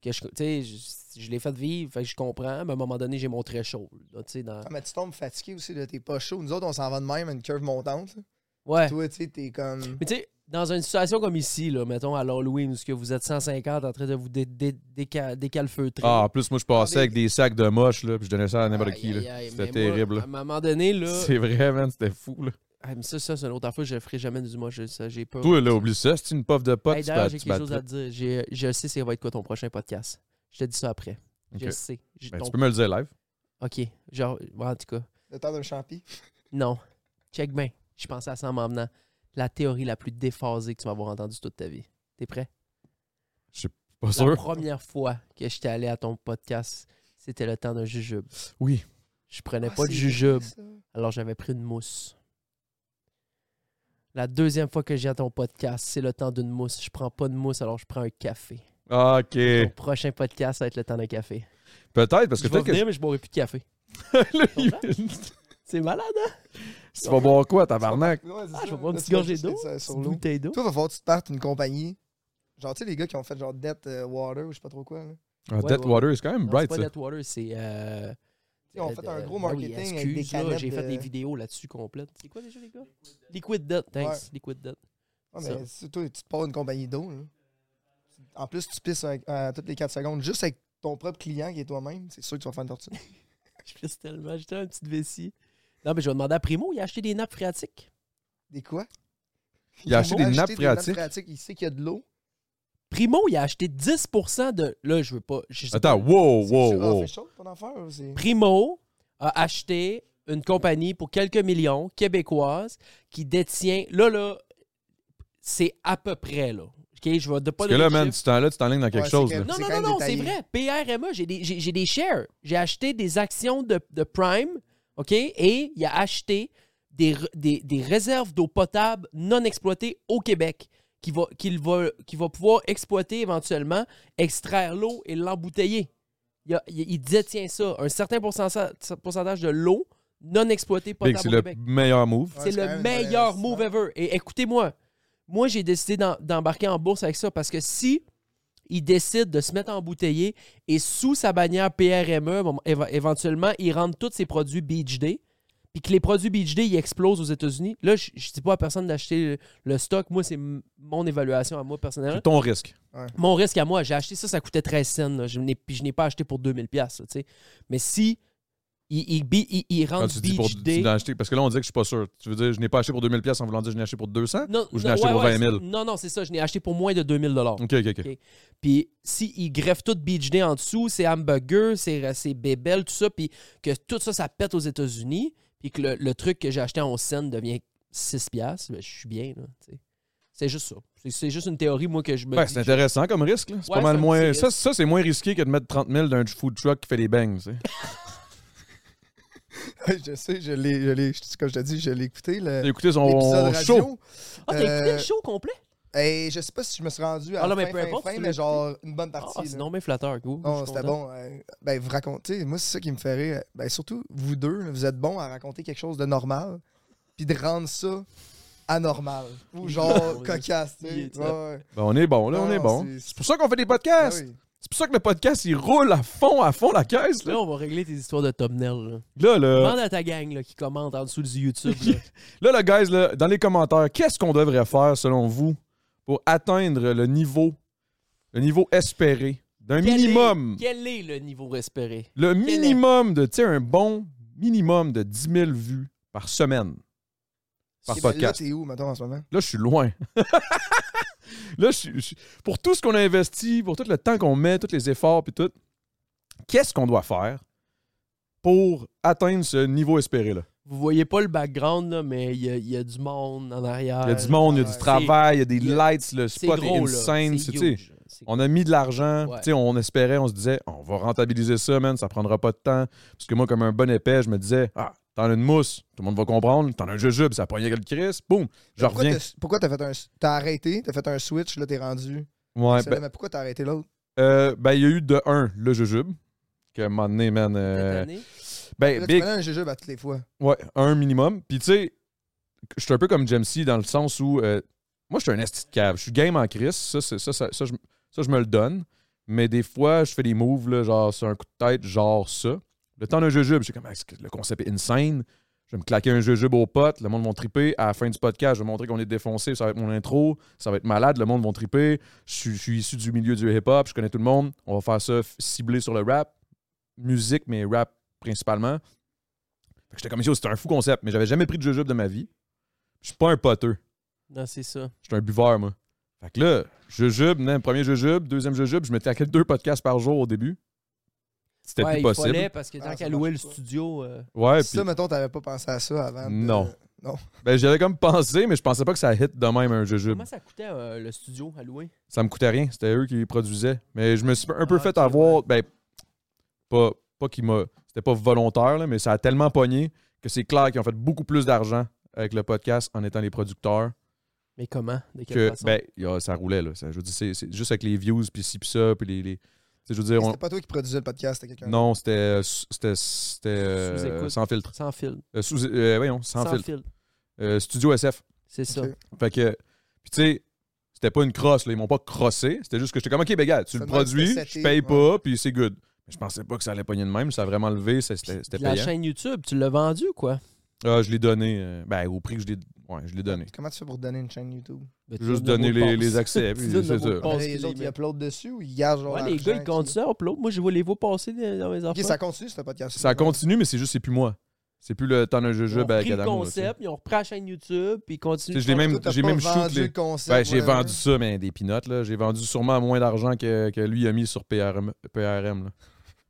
que je, tu sais, je, je l'ai fait vivre. Fait que je comprends. Mais à un moment donné, j'ai mon très chaud. là, tu sais, dans-
Ah, mais tu tombes fatigué aussi, là, t'es pas chaud. Nous autres, on s'en va de même à une curve montante. là.
Ouais.
Toi, tu sais, t'es comme.
Mais tu sais, dans une situation comme ici, là, mettons à l'Halloween, où ce que vous êtes 150 en train de vous dé- dé- déca- décalfeutrer.
Ah, en plus, moi, je passais
Ah,
avec des sacs de moche, là, puis je donnais ça à n'importe
Aïe,
qui, là.
aïe, aïe,
C'était
mais
terrible,
moi,
là.
À un moment donné, là.
C'est vrai, man, c'était fou, là.
Ah, mais ça, ça c'est une autre affaire. Je ferai jamais du moi. je- ça, J'ai peur.
Toi, là, oublie ça, c'est une puff de pote,
Hey,
tu
D'ailleurs,
bats-
j'ai
tu
quelque chose
bats-
à te dire. J'ai- Je sais c'est va être quoi ton prochain podcast. Je te dis ça après. Je
Ok.
le sais. J'ai
Ben,
ton-
Tu peux me le dire live.
Ok. Genre, bon, en tout cas,
Le temps d'un champi.
non. Check bien. Je pensais à ça en m'emmenant. La théorie la plus déphasée que tu vas avoir entendue toute ta vie. T'es prêt?
Pas
La
sûr?
première fois que j'étais allé à ton podcast, c'était le temps d'un jujube.
Oui.
Je prenais
Ah,
pas de
c'est
jujube,
vrai, ça.
alors j'avais pris une mousse. La deuxième fois que j'ai à ton podcast, c'est le temps d'une mousse. Je prends pas de mousse, alors je prends un café.
Ah, Ok.
Ton prochain podcast, ça va être le temps d'un café.
Peut-être, parce que
je vais
peut-être que.
venir, mais je boirai plus de café.
Là, il-
C'est malade, hein?
Tu vas boire quoi, tabarnak?
Ouais, c'est
Ah,
ça.
je vais prendre
Là,
une
tu
petite gorgée
vas jeter
d'eau,
ça sur
Petite
l'eau.
bouteille d'eau.
Toi, va falloir que tu te partes une compagnie. Genre, tu sais, les gars qui ont fait genre Death euh, Water ou je sais pas trop quoi. Là.
Ah,
Ouais,
Deathwater,
ouais.
c'est quand même
Non,
bright,
c'est
ça.
pas Deadwater, c'est. euh,
Ils ont
euh,
fait
de-
un gros
ben oui,
marketing avec des
excuse, là,
canettes
J'ai fait
de-
des vidéos là-dessus complètes. C'est quoi déjà, les gars Liquid Death, thanks.
Ouais.
Liquid Death.
Ouais,
Ça.
mais si toi, tu te pars une compagnie d'eau. là. En plus, tu pisses avec- à toutes les 4 secondes juste avec ton propre client qui est toi-même. C'est sûr que tu vas faire une tortue.
Je pisse tellement. J'étais une petite vessie. Non, mais je vais demander à Primo, il a acheté des nappes phréatiques.
Des quoi?
Il a acheté des nappes phréatiques.
Il sait qu'il y a de l'eau.
Primo, il a acheté 10% de. Là, je veux pas. je sais
Attends,
pas.
wow,
C'est-
wow,
c'est- ah,
wow.
fait chaud ton affaire. ou c'est-
Primo a acheté une compagnie pour quelques millions québécoise qui détient. Là, là, c'est à peu près, là. OK, je vais de pas
Parce que
donner
là,
de
man,
chiffres.
tu t'en là, tu t'enlignes dans quelque
Ouais, c'est
chose,
que-
là.
Non,
E. C'est
non,
quand
non,
même
non, c'est
détaillé.
vrai. PRMA, E, j'ai des, j'ai- j'ai des shares. J'ai acheté des actions de, de Prime, OK? Et il a acheté des, re- des, des réserves d'eau potable non exploitées au Québec qu'il va, qu'il va, qu'il va pouvoir exploiter éventuellement, extraire l'eau et l'embouteiller. Il, a- il- il détient ça, un certain pourcentage, pourcentage de l'eau non exploitée
Big,
potable
c'est
au
le
Québec.
meilleur move.
Ouais,
C'est
quand même
le
un
meilleur
investissement.
move ever. Et écoutez-moi, moi, j'ai décidé d'en- d'embarquer en bourse avec ça parce que si il décide de se mettre embouteillé et sous sa bannière PRME, E, bon, éve- éventuellement, il rentre tous ses produits Beach Day, puis que les produits Beach Day, ils explosent aux États-Unis. Là, je je dis pas à personne d'acheter le, le stock. Moi, c'est m- mon évaluation à moi personnellement.
C'est ton risque.
Mon risque à moi, j'ai acheté ça, ça coûtait 13 cents. là. Je n'ai- Puis je n'ai pas acheté pour 2000$. piastres, là, tu sais. Mais si Il, il, bi- il, il rentre
Quand Ah, tu dis pour
beach day.
tu l'as acheté, parce que là, on dit que je suis pas sûr. Tu veux dire, je n'ai pas acheté pour 2000 pièces en voulant dire je n'ai acheté pour 200?
Non,
ou je
non,
l'ai acheté
ouais,
pour
ouais,
20 000?
c'est- Non, non, c'est ça. Je l'ai acheté pour moins de 2000
OK, OK, OK.
ben,
Puis s'ils greffent tout Beach Day en dessous, c'est hamburger, c'est c'est bébel, tout ça, puis que tout ça, ça pète aux États-Unis, puis que le, le truc que j'ai acheté en 11 cents devient 6 piastres, ben, je suis bien, là, tu sais. C'est juste ça. C'est- C'est juste une théorie, moi, que je me
Ouais,
dis-
Ben, c'est intéressant comme risque. là. C'est
Ouais,
pas mal
c'est un
moins.
petit
Ça, ça c'est moins risqué que de mettre 30 000 d'un food truck qui fait des bangs. tu sais.
je sais, je l'ai, je l'ai, je- comme je te dis, je l'ai écouté, le,
Écoutez, son
l'épisode radio.
show.
Ah, t'as écouté
euh,
le show complet?
Et je sais pas si je me suis rendu à
Ah,
la
non, mais
fin,
peu
fin,
importe,
fin,
tu l'as
mais genre une bonne
Ah,
partie. là.
c'est non, mais flatteur. cool, je
Non,
suis
c'était
content.
bon. euh, ben, vous racontez. Moi, c'est ça qui me ferait. euh, Ben, surtout, vous deux, là, vous êtes bons à raconter quelque chose de normal, puis de rendre ça anormal. Ou genre
Oui.
cocasse, tu sais.
Il est
Ouais, ouais.
Ben, on est bon, là, on
Non,
est bon.
Ah, c'est-
C'est pour ça qu'on fait des
Ben
podcasts.
oui.
C'est pour ça que le podcast, il roule à fond, à fond la caisse. Là,
Là, on va régler tes histoires de thumbnail. Là.
là, là,
Demande à ta gang là, qui commente en dessous du YouTube. là.
là, là, guys, là, dans les commentaires, qu'est-ce qu'on devrait faire selon vous pour atteindre le niveau, le niveau espéré d'un
Quel est-
minimum?
Quel est le niveau espéré?
Le
est-
minimum de, tu sais, un bon minimum de 10 000 vues par semaine. Par
Ok, ben
podcast.
Là, t'es où, maintenant en ce moment?
Là, je suis loin. là, je suis- je- pour tout ce qu'on a investi, pour tout le temps qu'on met, tous les efforts, puis tout, qu'est-ce qu'on doit faire pour atteindre ce niveau espéré-là?
Vous voyez pas le background, là, mais il y, a- il y a du monde en arrière.
Il y a du monde, il y a
ouais.
du travail, il y a des
C'est-
lights, le
Euh, C'est
spot est
gros, là.
insane.
C'est
c'est- tu sais,
huge. C'est-
On a mis de l'argent,
Ouais.
tu sais, on espérait, on se disait, on va rentabiliser ça, man, ça prendra pas de temps. Parce que moi, comme un bon épais, je me disais, ah, t'en as une mousse, tout le monde va comprendre, t'en as un jujube, ça pognait que le Chris, boum,
Ben,
je
Pourquoi
reviens.
t'as- Pourquoi t'as fait un. T'as arrêté, t'as fait un switch, là, t'es rendu.
Ouais,
C'est
ben,
là, mais pourquoi t'as arrêté l'autre?
euh, ben, il y a eu de un, le jujube, que à un moment donné, man, euh,
Cette année,
ben,
Là, tu
big,
prenais un jujube à toutes les fois.
ouais, un minimum. Puis tu sais, je suis un peu comme Jamesy dans le sens où, euh, moi, je suis un esti de cave, je suis game en Chris, ça, c'est- ça, ça, ça, je, ça, je me le donne. Mais des fois, je fais des moves, là, genre, sur un coup de tête, genre ça. Le temps d'un jujube, j'ai comme, Ah, c'est que le concept est insane. Je vais me claquer un jujube aux potes, le monde va triper. À la fin du podcast, je vais montrer qu'on est défoncé, ça va être mon intro, ça va être malade, le monde va triper. Je suis, je suis issu du milieu du hip-hop, je connais tout le monde. On va faire ça f- ciblé sur le rap, musique, mais rap principalement. Fait que J'étais comme, Yo, c'était un fou concept, mais j'avais jamais pris de jujube de ma vie. Je suis pas un poteux,
Non, c'est ça.
je suis un buveur, moi. Fait que là, jujube, non, premier jujube, deuxième jujube, je me taquais deux podcasts par jour au début. C'était
Ouais,
plus
il
possible.
fallait parce que tant
Ah, ça
qu'à louer le
marche pas.
studio, euh,
Ouais,
ça,
puis-
mettons, t'avais pas pensé à ça avant. de-
Non.
Non.
Ben, j'avais comme pensé, mais je pensais pas que ça hit de même un jujube.
comment ça coûtait euh, le studio à louer?
Ça me coûtait rien, c'était eux qui les produisaient. Mais je me suis un peu
Ah,
fait
ok,
avoir, ben, pas, pas qu'il m'a. C'était pas volontaire, là, mais ça a tellement pogné que c'est clair qu'ils ont fait beaucoup plus d'argent avec le podcast en étant les producteurs
Mais comment? De quelle
que,
façon?
ben, y a- ça roulait, là. Ça, je veux dire, c'est, c'est juste avec les views, puis ci, puis ça, puis les. les- tu sais, je veux dire,
Mais
on-
C'était pas toi qui produisais le podcast, c'était quelqu'un.
non, c'était. euh, C'était. c'était euh,
Sous-écoute.
sans filtre.
Sans fil.
Euh, sous, euh, voyons, sans,
Sans,
filtre.
fil.
Euh, Studio SF.
C'est ça.
Ok.
Fait que, puis tu sais, c'était pas une crosse, là. Ils m'ont pas crossé. C'était juste que j'étais comme, OK, ben, gars, tu le
Ça demande
produis,
de setter,
je paye
ouais.
pas, puis c'est good. Mais je pensais pas que ça allait pogner de même. Ça a vraiment levé, ça- c'était c'était
Puis La
payant.
chaîne YouTube, tu l'as vendue, quoi?
Ah, je l'ai donné, euh, ben, au prix que je l'ai ouais, je l'ai donné.
Comment tu fais pour donner une chaîne YouTube?
Ben, tu
Juste
donnes le
donner
mot de
les,
passe.
les accès,
Tu
puis
donnes le
c'est
mot de
ça.
passe. pense
Mais
qu'il
les autres,
les
ils uploadent dessus ou ils gardent genre
Ouais, les
l'argent
gars, ils comptent
qui-
ça, hop, là. Moi, je vois les vois passer dans dans
Ok,
mes affaires.
ça continue, ce podcast.
Ça continue, mais c'est juste, c'est plus moi. C'est plus le temps d'un
Ils ont
jeu-jeu avec
repris le
Adamo. là, tu sais.
concept, ils ont repris la chaîne YouTube, puis
Tu
ils continuent.
sais, je l'ai même,
Toi, t'as
j'ai
pas
même shoot
vendu
les-
le concept.
Ben, j'ai
whatever.
vendu ça, mais des pinottes, là. J'ai vendu sûrement à moins d'argent que, que lui a mis sur PRM, PRM là.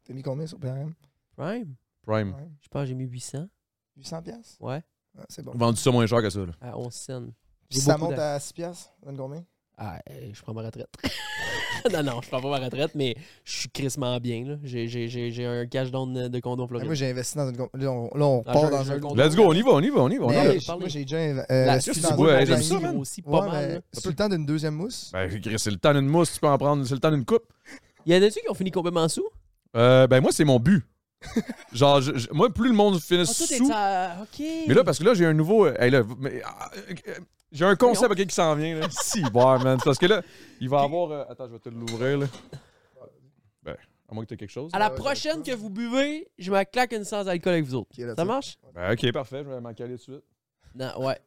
T'as mis combien sur PRM?
Prime.
Prime.
Ouais,
Je pense que j'ai mis 800.
800 piastres?
Ouais,
Ah, c'est bon.
Vendu ça moins cher que ça, là.
à 11 cents.
Puis
j'ai
ça
beaucoup
monte
d'a-
à 6 piastres? Ça donne combien?
Ah, euh, je prends ma retraite. non, non, je prends pas ma retraite, mais je suis crissement bien. là. J'ai- J'ai j'ai- j'ai un cash down de de condo en
Ah,
Floride.
Moi, j'ai investi dans une... com- Là, on, là, on Ben,
Ah,
part
j'ai-
dans
j'ai
un...
un compte-
Let's go, on y va, on y va, on y va. on y
Mais,
va.
a-
hey,
parlé.
moi, j'ai déjà euh,
La
investi
Suisse,
dans
c'est
un
beau,
ouais,
la
j'aime
compagnie
ça, man.
grossit pas
Ouais,
mal.
mais
là.
c'est le temps d'une deuxième mousse.
Ben, Chris, c'est le temps d'une mousse, tu peux en prendre, c'est le temps d'une coupe.
Il y en a-tu qui ont fini complètement sous?
Euh, ben, moi, c'est mon but. Genre, je- je- moi, plus le monde finit
Ah, toi, t'es
sous.
à- OK.
Mais là, parce que là, j'ai un nouveau. euh, hey, là, vous- mais, ah, euh, euh, j'ai un concept ok, qui s'en vient, là. si, bon, man. c'est Parce que là, il va avoir. euh, attends, je vais te l'ouvrir, là. Ben, à moins que t'aies quelque chose.
À la
ouais,
prochaine que vous buvez, je me claque une sans alcool avec vous autres.
Ok, là,
Ça
tu-
marche?
Ben, ok, parfait, je vais m'en caler tout de suite.
Non, ouais.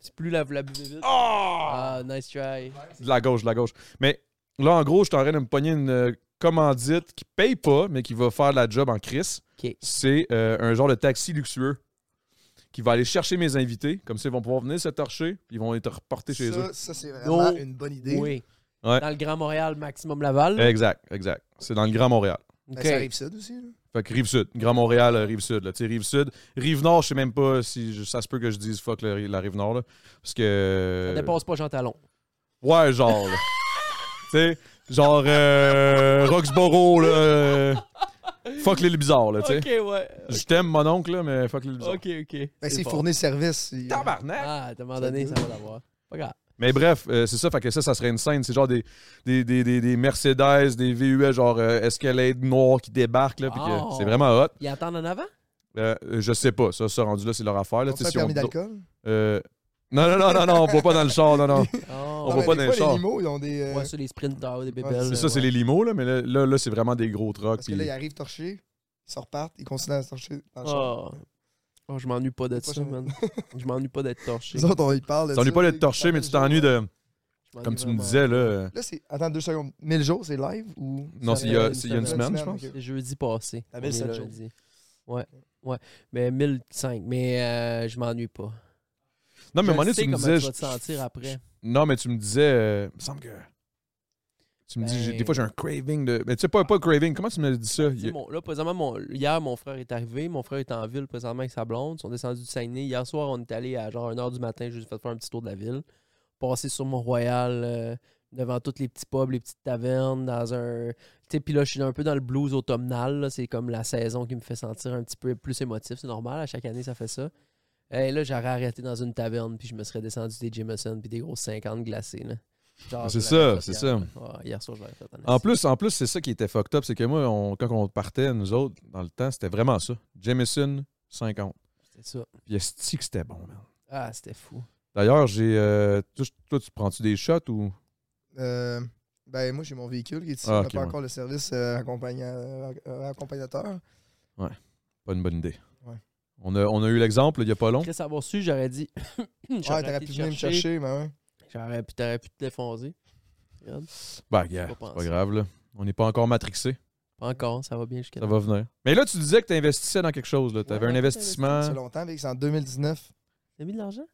C'est plus la, vous la buvez vite.
Oh!
Ah, nice try.
De la gauche, de la gauche. Mais là, en gros, je suis en train de me pogner une euh, commandite qui paye pas, mais qui va faire la job en crise.
OK.
C'est euh, un genre de taxi luxueux qui va aller chercher mes invités. Comme ça, ils vont pouvoir venir se torcher, puis ils vont être reportés chez eux.
Ça, ça, c'est vraiment
Non.
une bonne idée.
Oui.
Ouais.
Dans le Grand Montréal, maximum Laval.
Exact, exact. C'est dans le Grand Montréal.
Ben,
OK.
Ça arrive ça aussi. là. Ben,
Fait que Rive-Sud, Grand Montréal, euh, Rive-Sud. Rive-Sud. Rive-Nord, je sais même pas si je- ça se peut que je dise fuck le- la Rive-Nord. là, Parce que...
Ça dépasse pas Jean Talon.
Ouais, genre. là. tu sais, genre euh, Roxborough, là. euh, Fuck l'île bizarre,
ben,
là, tu sais.
ouais.
Je t'aime, mon oncle, là, mais fuck l'île bizarre.
OK, OK.
Fait que
Ben, C'est
c'est
bon.
fourni le service. il-
Tabarnak!
Ah, à un moment donné, ça va l'avoir. Pas grave.
Mais bref, euh, c'est ça, fait que ça, ça serait une scène. C'est genre des, des, des, des, des Mercedes, des VUS, genre euh, Escalade noire qui débarquent, là, puis que
Oh.
c'est vraiment hot.
Ils attendent en avant?
Euh, je sais pas, ça, ça rendu là, c'est leur affaire, là.
On
tu
fait
sais,
un
si on-
permis d'alcool.
Euh, non, non, non, non, non, on boit pas dans le char, non, non.
Oh,
On
Non,
va
mais
pas
des
dans
fois,
les chars.
Les animaux, ils ont des. euh,
Ouais, sur les sprinters, des bébelles.
c'est
Ah C'est ça, c'est les
ouais.
limos, là, mais là, là, là, c'est vraiment des gros trucks.
Parce que là,
puis-
ils arrivent torchés, ils se repartent, ils continuent à se torcher dans le char.
Oh. Oh, je m'ennuie pas de ça,
Prochaine.
man. Je m'ennuie pas d'être torché.
Les autres, on y parle. de
T'ennuies
ça,
pas
ils
d'être torché, mais
parlent
tu
de
t'ennuies
ça.
de.
Je m'ennuie
Comme tu me
vraiment.
disais, là. euh,
Là, c'est. Attends deux secondes. 1000 jours, c'est live ou.
Non,
Ça
c'est il y a,
fait
c'est il y a une
une
semaine,
semaine,
je pense.
ok.
C'est jeudi passé.
La belle
On est
sept
là
jours.
jeudi. Ouais, ouais. Mais 1005. Mais euh, je m'ennuie pas.
Non, mais à un
Je
moment donné,
sais
tu me
comment
disais.
tu vas te
je-
sentir après.
Non, mais tu me disais. euh, Il me semble que. Tu me dis, j'ai- des
Ben-
fois, j'ai un craving de. Mais tu sais, pas, pas craving. Comment tu me dis ça?
Tu sais,
Il-
mon- là, présentement, mon- hier, mon frère est arrivé. Mon frère est en ville présentement avec sa blonde. Ils sont descendus du Saguenay. Hier soir, on est allé à genre 1h du matin, juste fait faire un petit tour de la ville. Passer sur Mont-Royal, euh, devant tous les petits pubs, les petites tavernes, dans un. Tu sais, puis là, je suis un peu dans le blues automnal. là. C'est comme la saison qui me fait sentir un petit peu plus émotif. C'est normal, à chaque année, ça fait ça. Et là, j'aurais arrêté dans une taverne, puis je me serais descendu des Jameson, puis des grosses 50 glacés. là. Genre,
C'est
je l'aurais
ça,
fait
c'est
hier.
ça.
Ouais, hier soir, je l'aurais fait.
En
esti.
plus, en plus c'est ça qui était fucked up. C'est que moi, on- quand on partait, nous autres, dans le temps, c'était vraiment ça. Jameson 50.
C'est ça.
Puis esti que c'était bon, man.
Ah, c'était fou.
D'ailleurs, j'ai. euh, toi, toi, tu prends-tu des shots ou.
Euh, ben, moi, j'ai mon véhicule qui est ici.
Ah,
on n'a
ok,
pas
ouais.
encore le service euh, accompagna- euh, accompagnateur.
Pas une bonne idée.
Ouais.
On, a, on a eu l'exemple il y a pas long.
Chris avoir su, j'aurais dit.
Ouais, t'aurais pu venir me chercher, mais ouais.
J'aurais pu, t'aurais pu te défoncer. Regarde,
Bah, gars,
pas
c'est pas
pensé.
grave, là. On n'est pas encore matrixé.
pas encore, ça va bien jusqu'à
Ça va venir. Mais là, tu disais que tu investissais dans quelque chose. Tu avais
Ouais,
un
j'ai
investissement.
Ça fait longtemps, Vic, c'est en 2019,
T'as mis de l'argent?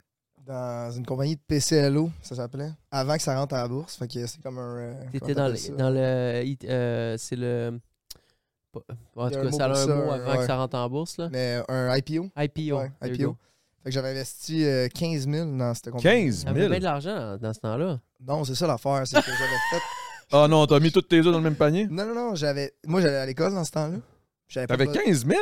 dans une compagnie de PCLO, ça s'appelait. Avant que ça rentre à la bourse, fait que c'est comme un. euh, comment
T'étais dans,
t'appelles
le-
ça?
dans le. it- euh, c'est le. pas- En
Il y
tout
a un
cas,
mot
ça a
pour
un
ça,
mot
un-
avant que
ouais.
ça rentre en bourse, là.
Mais euh, un IPO.
IPO.
ouais,
there you
IPO.
go.
Fait que j'avais investi euh, 15 000 dans cette compagnie.
15
T'avais
000.
bien de l'argent dans, dans ce temps-là.
Non, c'est ça l'affaire, c'est que j'avais fait.
Ah non, t'as mis toutes tes œufs dans le même panier?
Non, non, non, j'avais. Moi, j'allais à l'école dans ce temps-là. J'avais pas
T'avais
de-
15 000?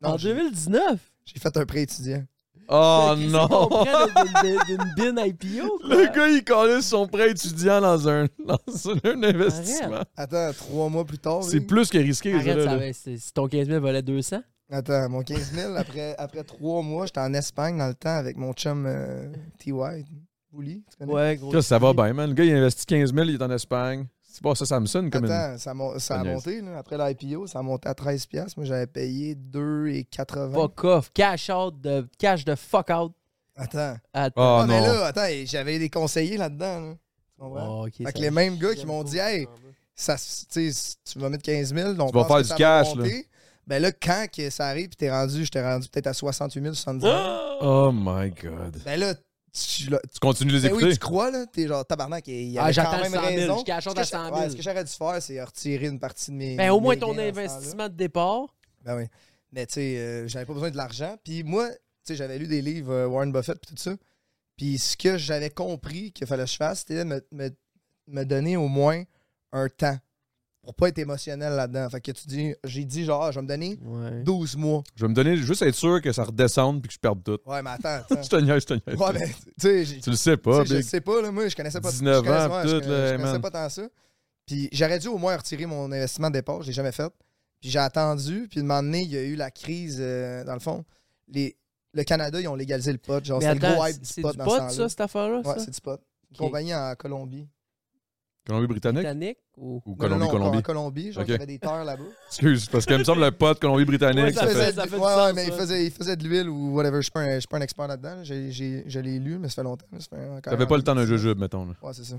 Non,
en
j'ai-
2019!
J'ai fait un prêt étudiant.
Oh
Fait que c'est qu'on
non!
prend de- d'une- D'une d'une bin IPO, quoi.
Le gars, il collait son prêt étudiant dans un, dans un investissement.
Attends, trois mois plus tard.
C'est
Vic.
plus que risqué. ça,
Arrête,
là,
ça
là.
va, c'est- si ton 15 000 valait 200,
Attends, mon 15 000, après, après trois mois, j'étais en Espagne dans le temps avec mon chum euh, T.Y. Bouli, tu connais?
ouais, gros.
Chris, ça va bien, man. Le gars, il investit 15 000, il est en Espagne. C'est pas ça, ça me sonne comme une.
Attends, ça, mon- ça a
Punaise.
monté, là. après l'IPO, ça a monté à 13 piastres. Moi, j'avais payé 2,80.
Fuck off. Cash out de. Cash de fuck out.
Attends.
à-
Oh
ah, mais
non. Ah,
là, attends, et j'avais des conseillers là-dedans. Là. Tu comprends?
Oh, ok,
Fait
ça-
que les mêmes gars qui
j'aime
m'ont
pas
dit,
ça.
hey, ça, se- tu sais, tu vas mettre 15 000, donc
Tu vas faire du cash, là.
Ben là, quand que ça arrive, puis t'es rendu, je t'ai rendu peut-être à 68 000, 70 000.
Ah!
Oh my god.
Ben là, tu, là,
Tu continues de les
Ben oui,
écouter?
tu crois, là? T'es genre tabarnak. Il y
Ah,
avait
j'attends
quand même
le 100 000,
raison.
je cache
Ce que
à 100 000.
ouais, ce que j'aurais dû faire, c'est retirer une partie de mes.
Ben, au moins
mes
ton
gains dans ce
investissement de départ.
temps-là. Ben oui. Mais tu sais, euh, j'avais pas besoin de l'argent. Puis moi, tu sais, j'avais lu des livres euh, Warren Buffett puis tout ça. Puis ce que j'avais compris qu'il fallait que je fasse, c'était me, me, me donner au moins un temps pour pas être émotionnel là-dedans. Fait que tu dis, j'ai dit genre, ah, je vais me donner 12 mois.
Je vais me donner juste être sûr que ça redescende puis que je perde tout.
Ouais, mais attends, attends.
Je te niaise, je te niaise.
ouais, ben, mais tu sais, j'ai-
Tu le sais
Tu
pas,
sais, je
Big.
sais pas, là, moi, je connaissais pas
19
je connaissais-
ans,
ouais,
pis
je
tout,
connais-
là,
je connaissais
man.
pas tant ça. Puis j'aurais dû au moins retirer mon investissement de départ, je l'ai jamais fait. Puis j'ai attendu, puis de moment donné, il y a eu la crise, euh, dans le fond. Les, le Canada, ils ont légalisé le pot. Genre,
Mais
c'était le
attends,
gros hype du
c'est du
pot dans
pot,
ce temps-là.
ça, cette affaire-là?
Ouais,
ça?
c'est du pot. Une
Ok.
compagnie en Colombie.
Colombie-Britannique
Britannique ou.
ou
Non, non, non, encore
Colombie-Colombie?
En Colombie, genre,
Ok.
il y avait des terres là-bas.
Excuse, parce qu'il me semble le pote Colombie-Britannique,
Ouais,
ça
fait-
fait...
ça fait du
ouais, ouais,
sens,
mais il
ça.
faisait, il faisait de l'huile ou whatever. Je suis pas un, je suis pas un expert là-dedans. là. J'ai- j'ai- Je l'ai lu, mais ça fait longtemps. là, ça fait encore-
T'avais pas le temps d'un jujube, mettons. là.
Ouais, c'est ça.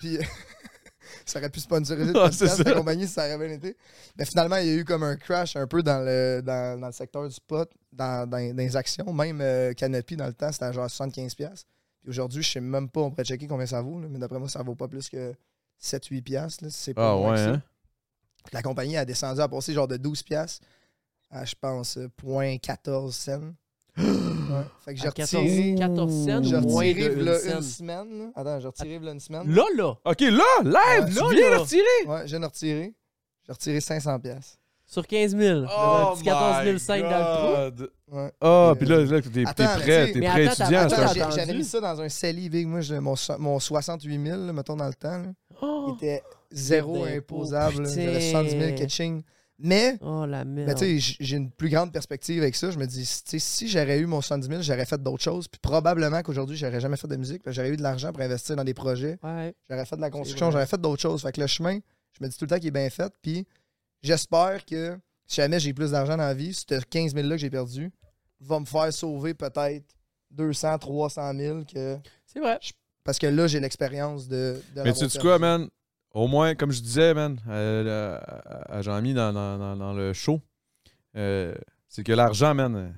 Puis, euh, ça aurait pu sponsoriser le
Ah,
podcast,
c'est ça.
la compagnie, si ça aurait bien été. Mais finalement, il y a eu comme un crash un peu dans le, dans, dans le secteur du pot, dans, dans, dans les actions. Même euh, Canopy, dans le temps, c'était à genre 75$. Puis aujourd'hui, je sais même pas, on pourrait checker combien ça vaut, là, mais d'après moi, ça vaut pas plus que 7-8$. piastres, là, si c'est pas
Ah
moins que
ouais,
ça.
hein?
Puis La compagnie a descendu à passer genre de 12$ piastres à, je pense, euh, 0.14 cents. Ouais. Fait que j'ai
À 14,
retiré...
14 cents
J'ai
ou moins de
retiré
une
v'là
scène.
une semaine. là. Attends, j'ai retiré v'là une semaine.
Là, là,
OK, là, live,
Ouais.
tu
Là,
viens
là.
de retirer.
Ouais, j'ai retiré. J'ai retiré 500 pièces.
sur 15 000. j'avais
Oh
un petit 14 500 dans le trou.
Ouais.
Oh Ah,
Euh,
puis là, là, t'es t'es
attends, mais tu
prêt,
sais-
t'es
Mais
prêt
attends,
étudiant.
attends,
ça.
Attends, j'ai-
entendu.
j'avais mis ça dans un CELI big. Moi, j'ai mon, so- mon 68 000, là, mettons, dans le temps. là,
Oh,
était zéro
d'impôt,
imposable. là.
putain.
J'avais 70 000 catching. Mais,
oh, la merde.
mais Ben, tu sais, j- j'ai une plus grande perspective avec ça. Je me dis, tu sais, si j'aurais eu mon 70 000, j'aurais fait d'autres choses. Puis probablement qu'aujourd'hui, j'aurais jamais fait de musique. parce que J'aurais eu de l'argent pour investir dans des projets.
ouais.
J'aurais fait de la
vrai.
construction, j'aurais fait d'autres choses. Fait que le chemin, je me dis tout le temps qu'il est bien fait. Puis j'espère que si jamais j'ai plus d'argent dans la vie, ce 15 000 là que j'ai perdu va me faire sauver peut-être 200, 300 000. Que...
C'est vrai.
Parce que là, j'ai l'expérience de, de
Mais
l'avoir
tu sais
perdu.
quoi, man? Au moins, comme je disais, man, euh, à, à Jean-Mi dans, dans- dans- dans le show, euh, c'est que l'argent, man, euh,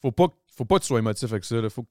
faut pas, que- faut pas que tu sois émotif avec ça. là. Faut,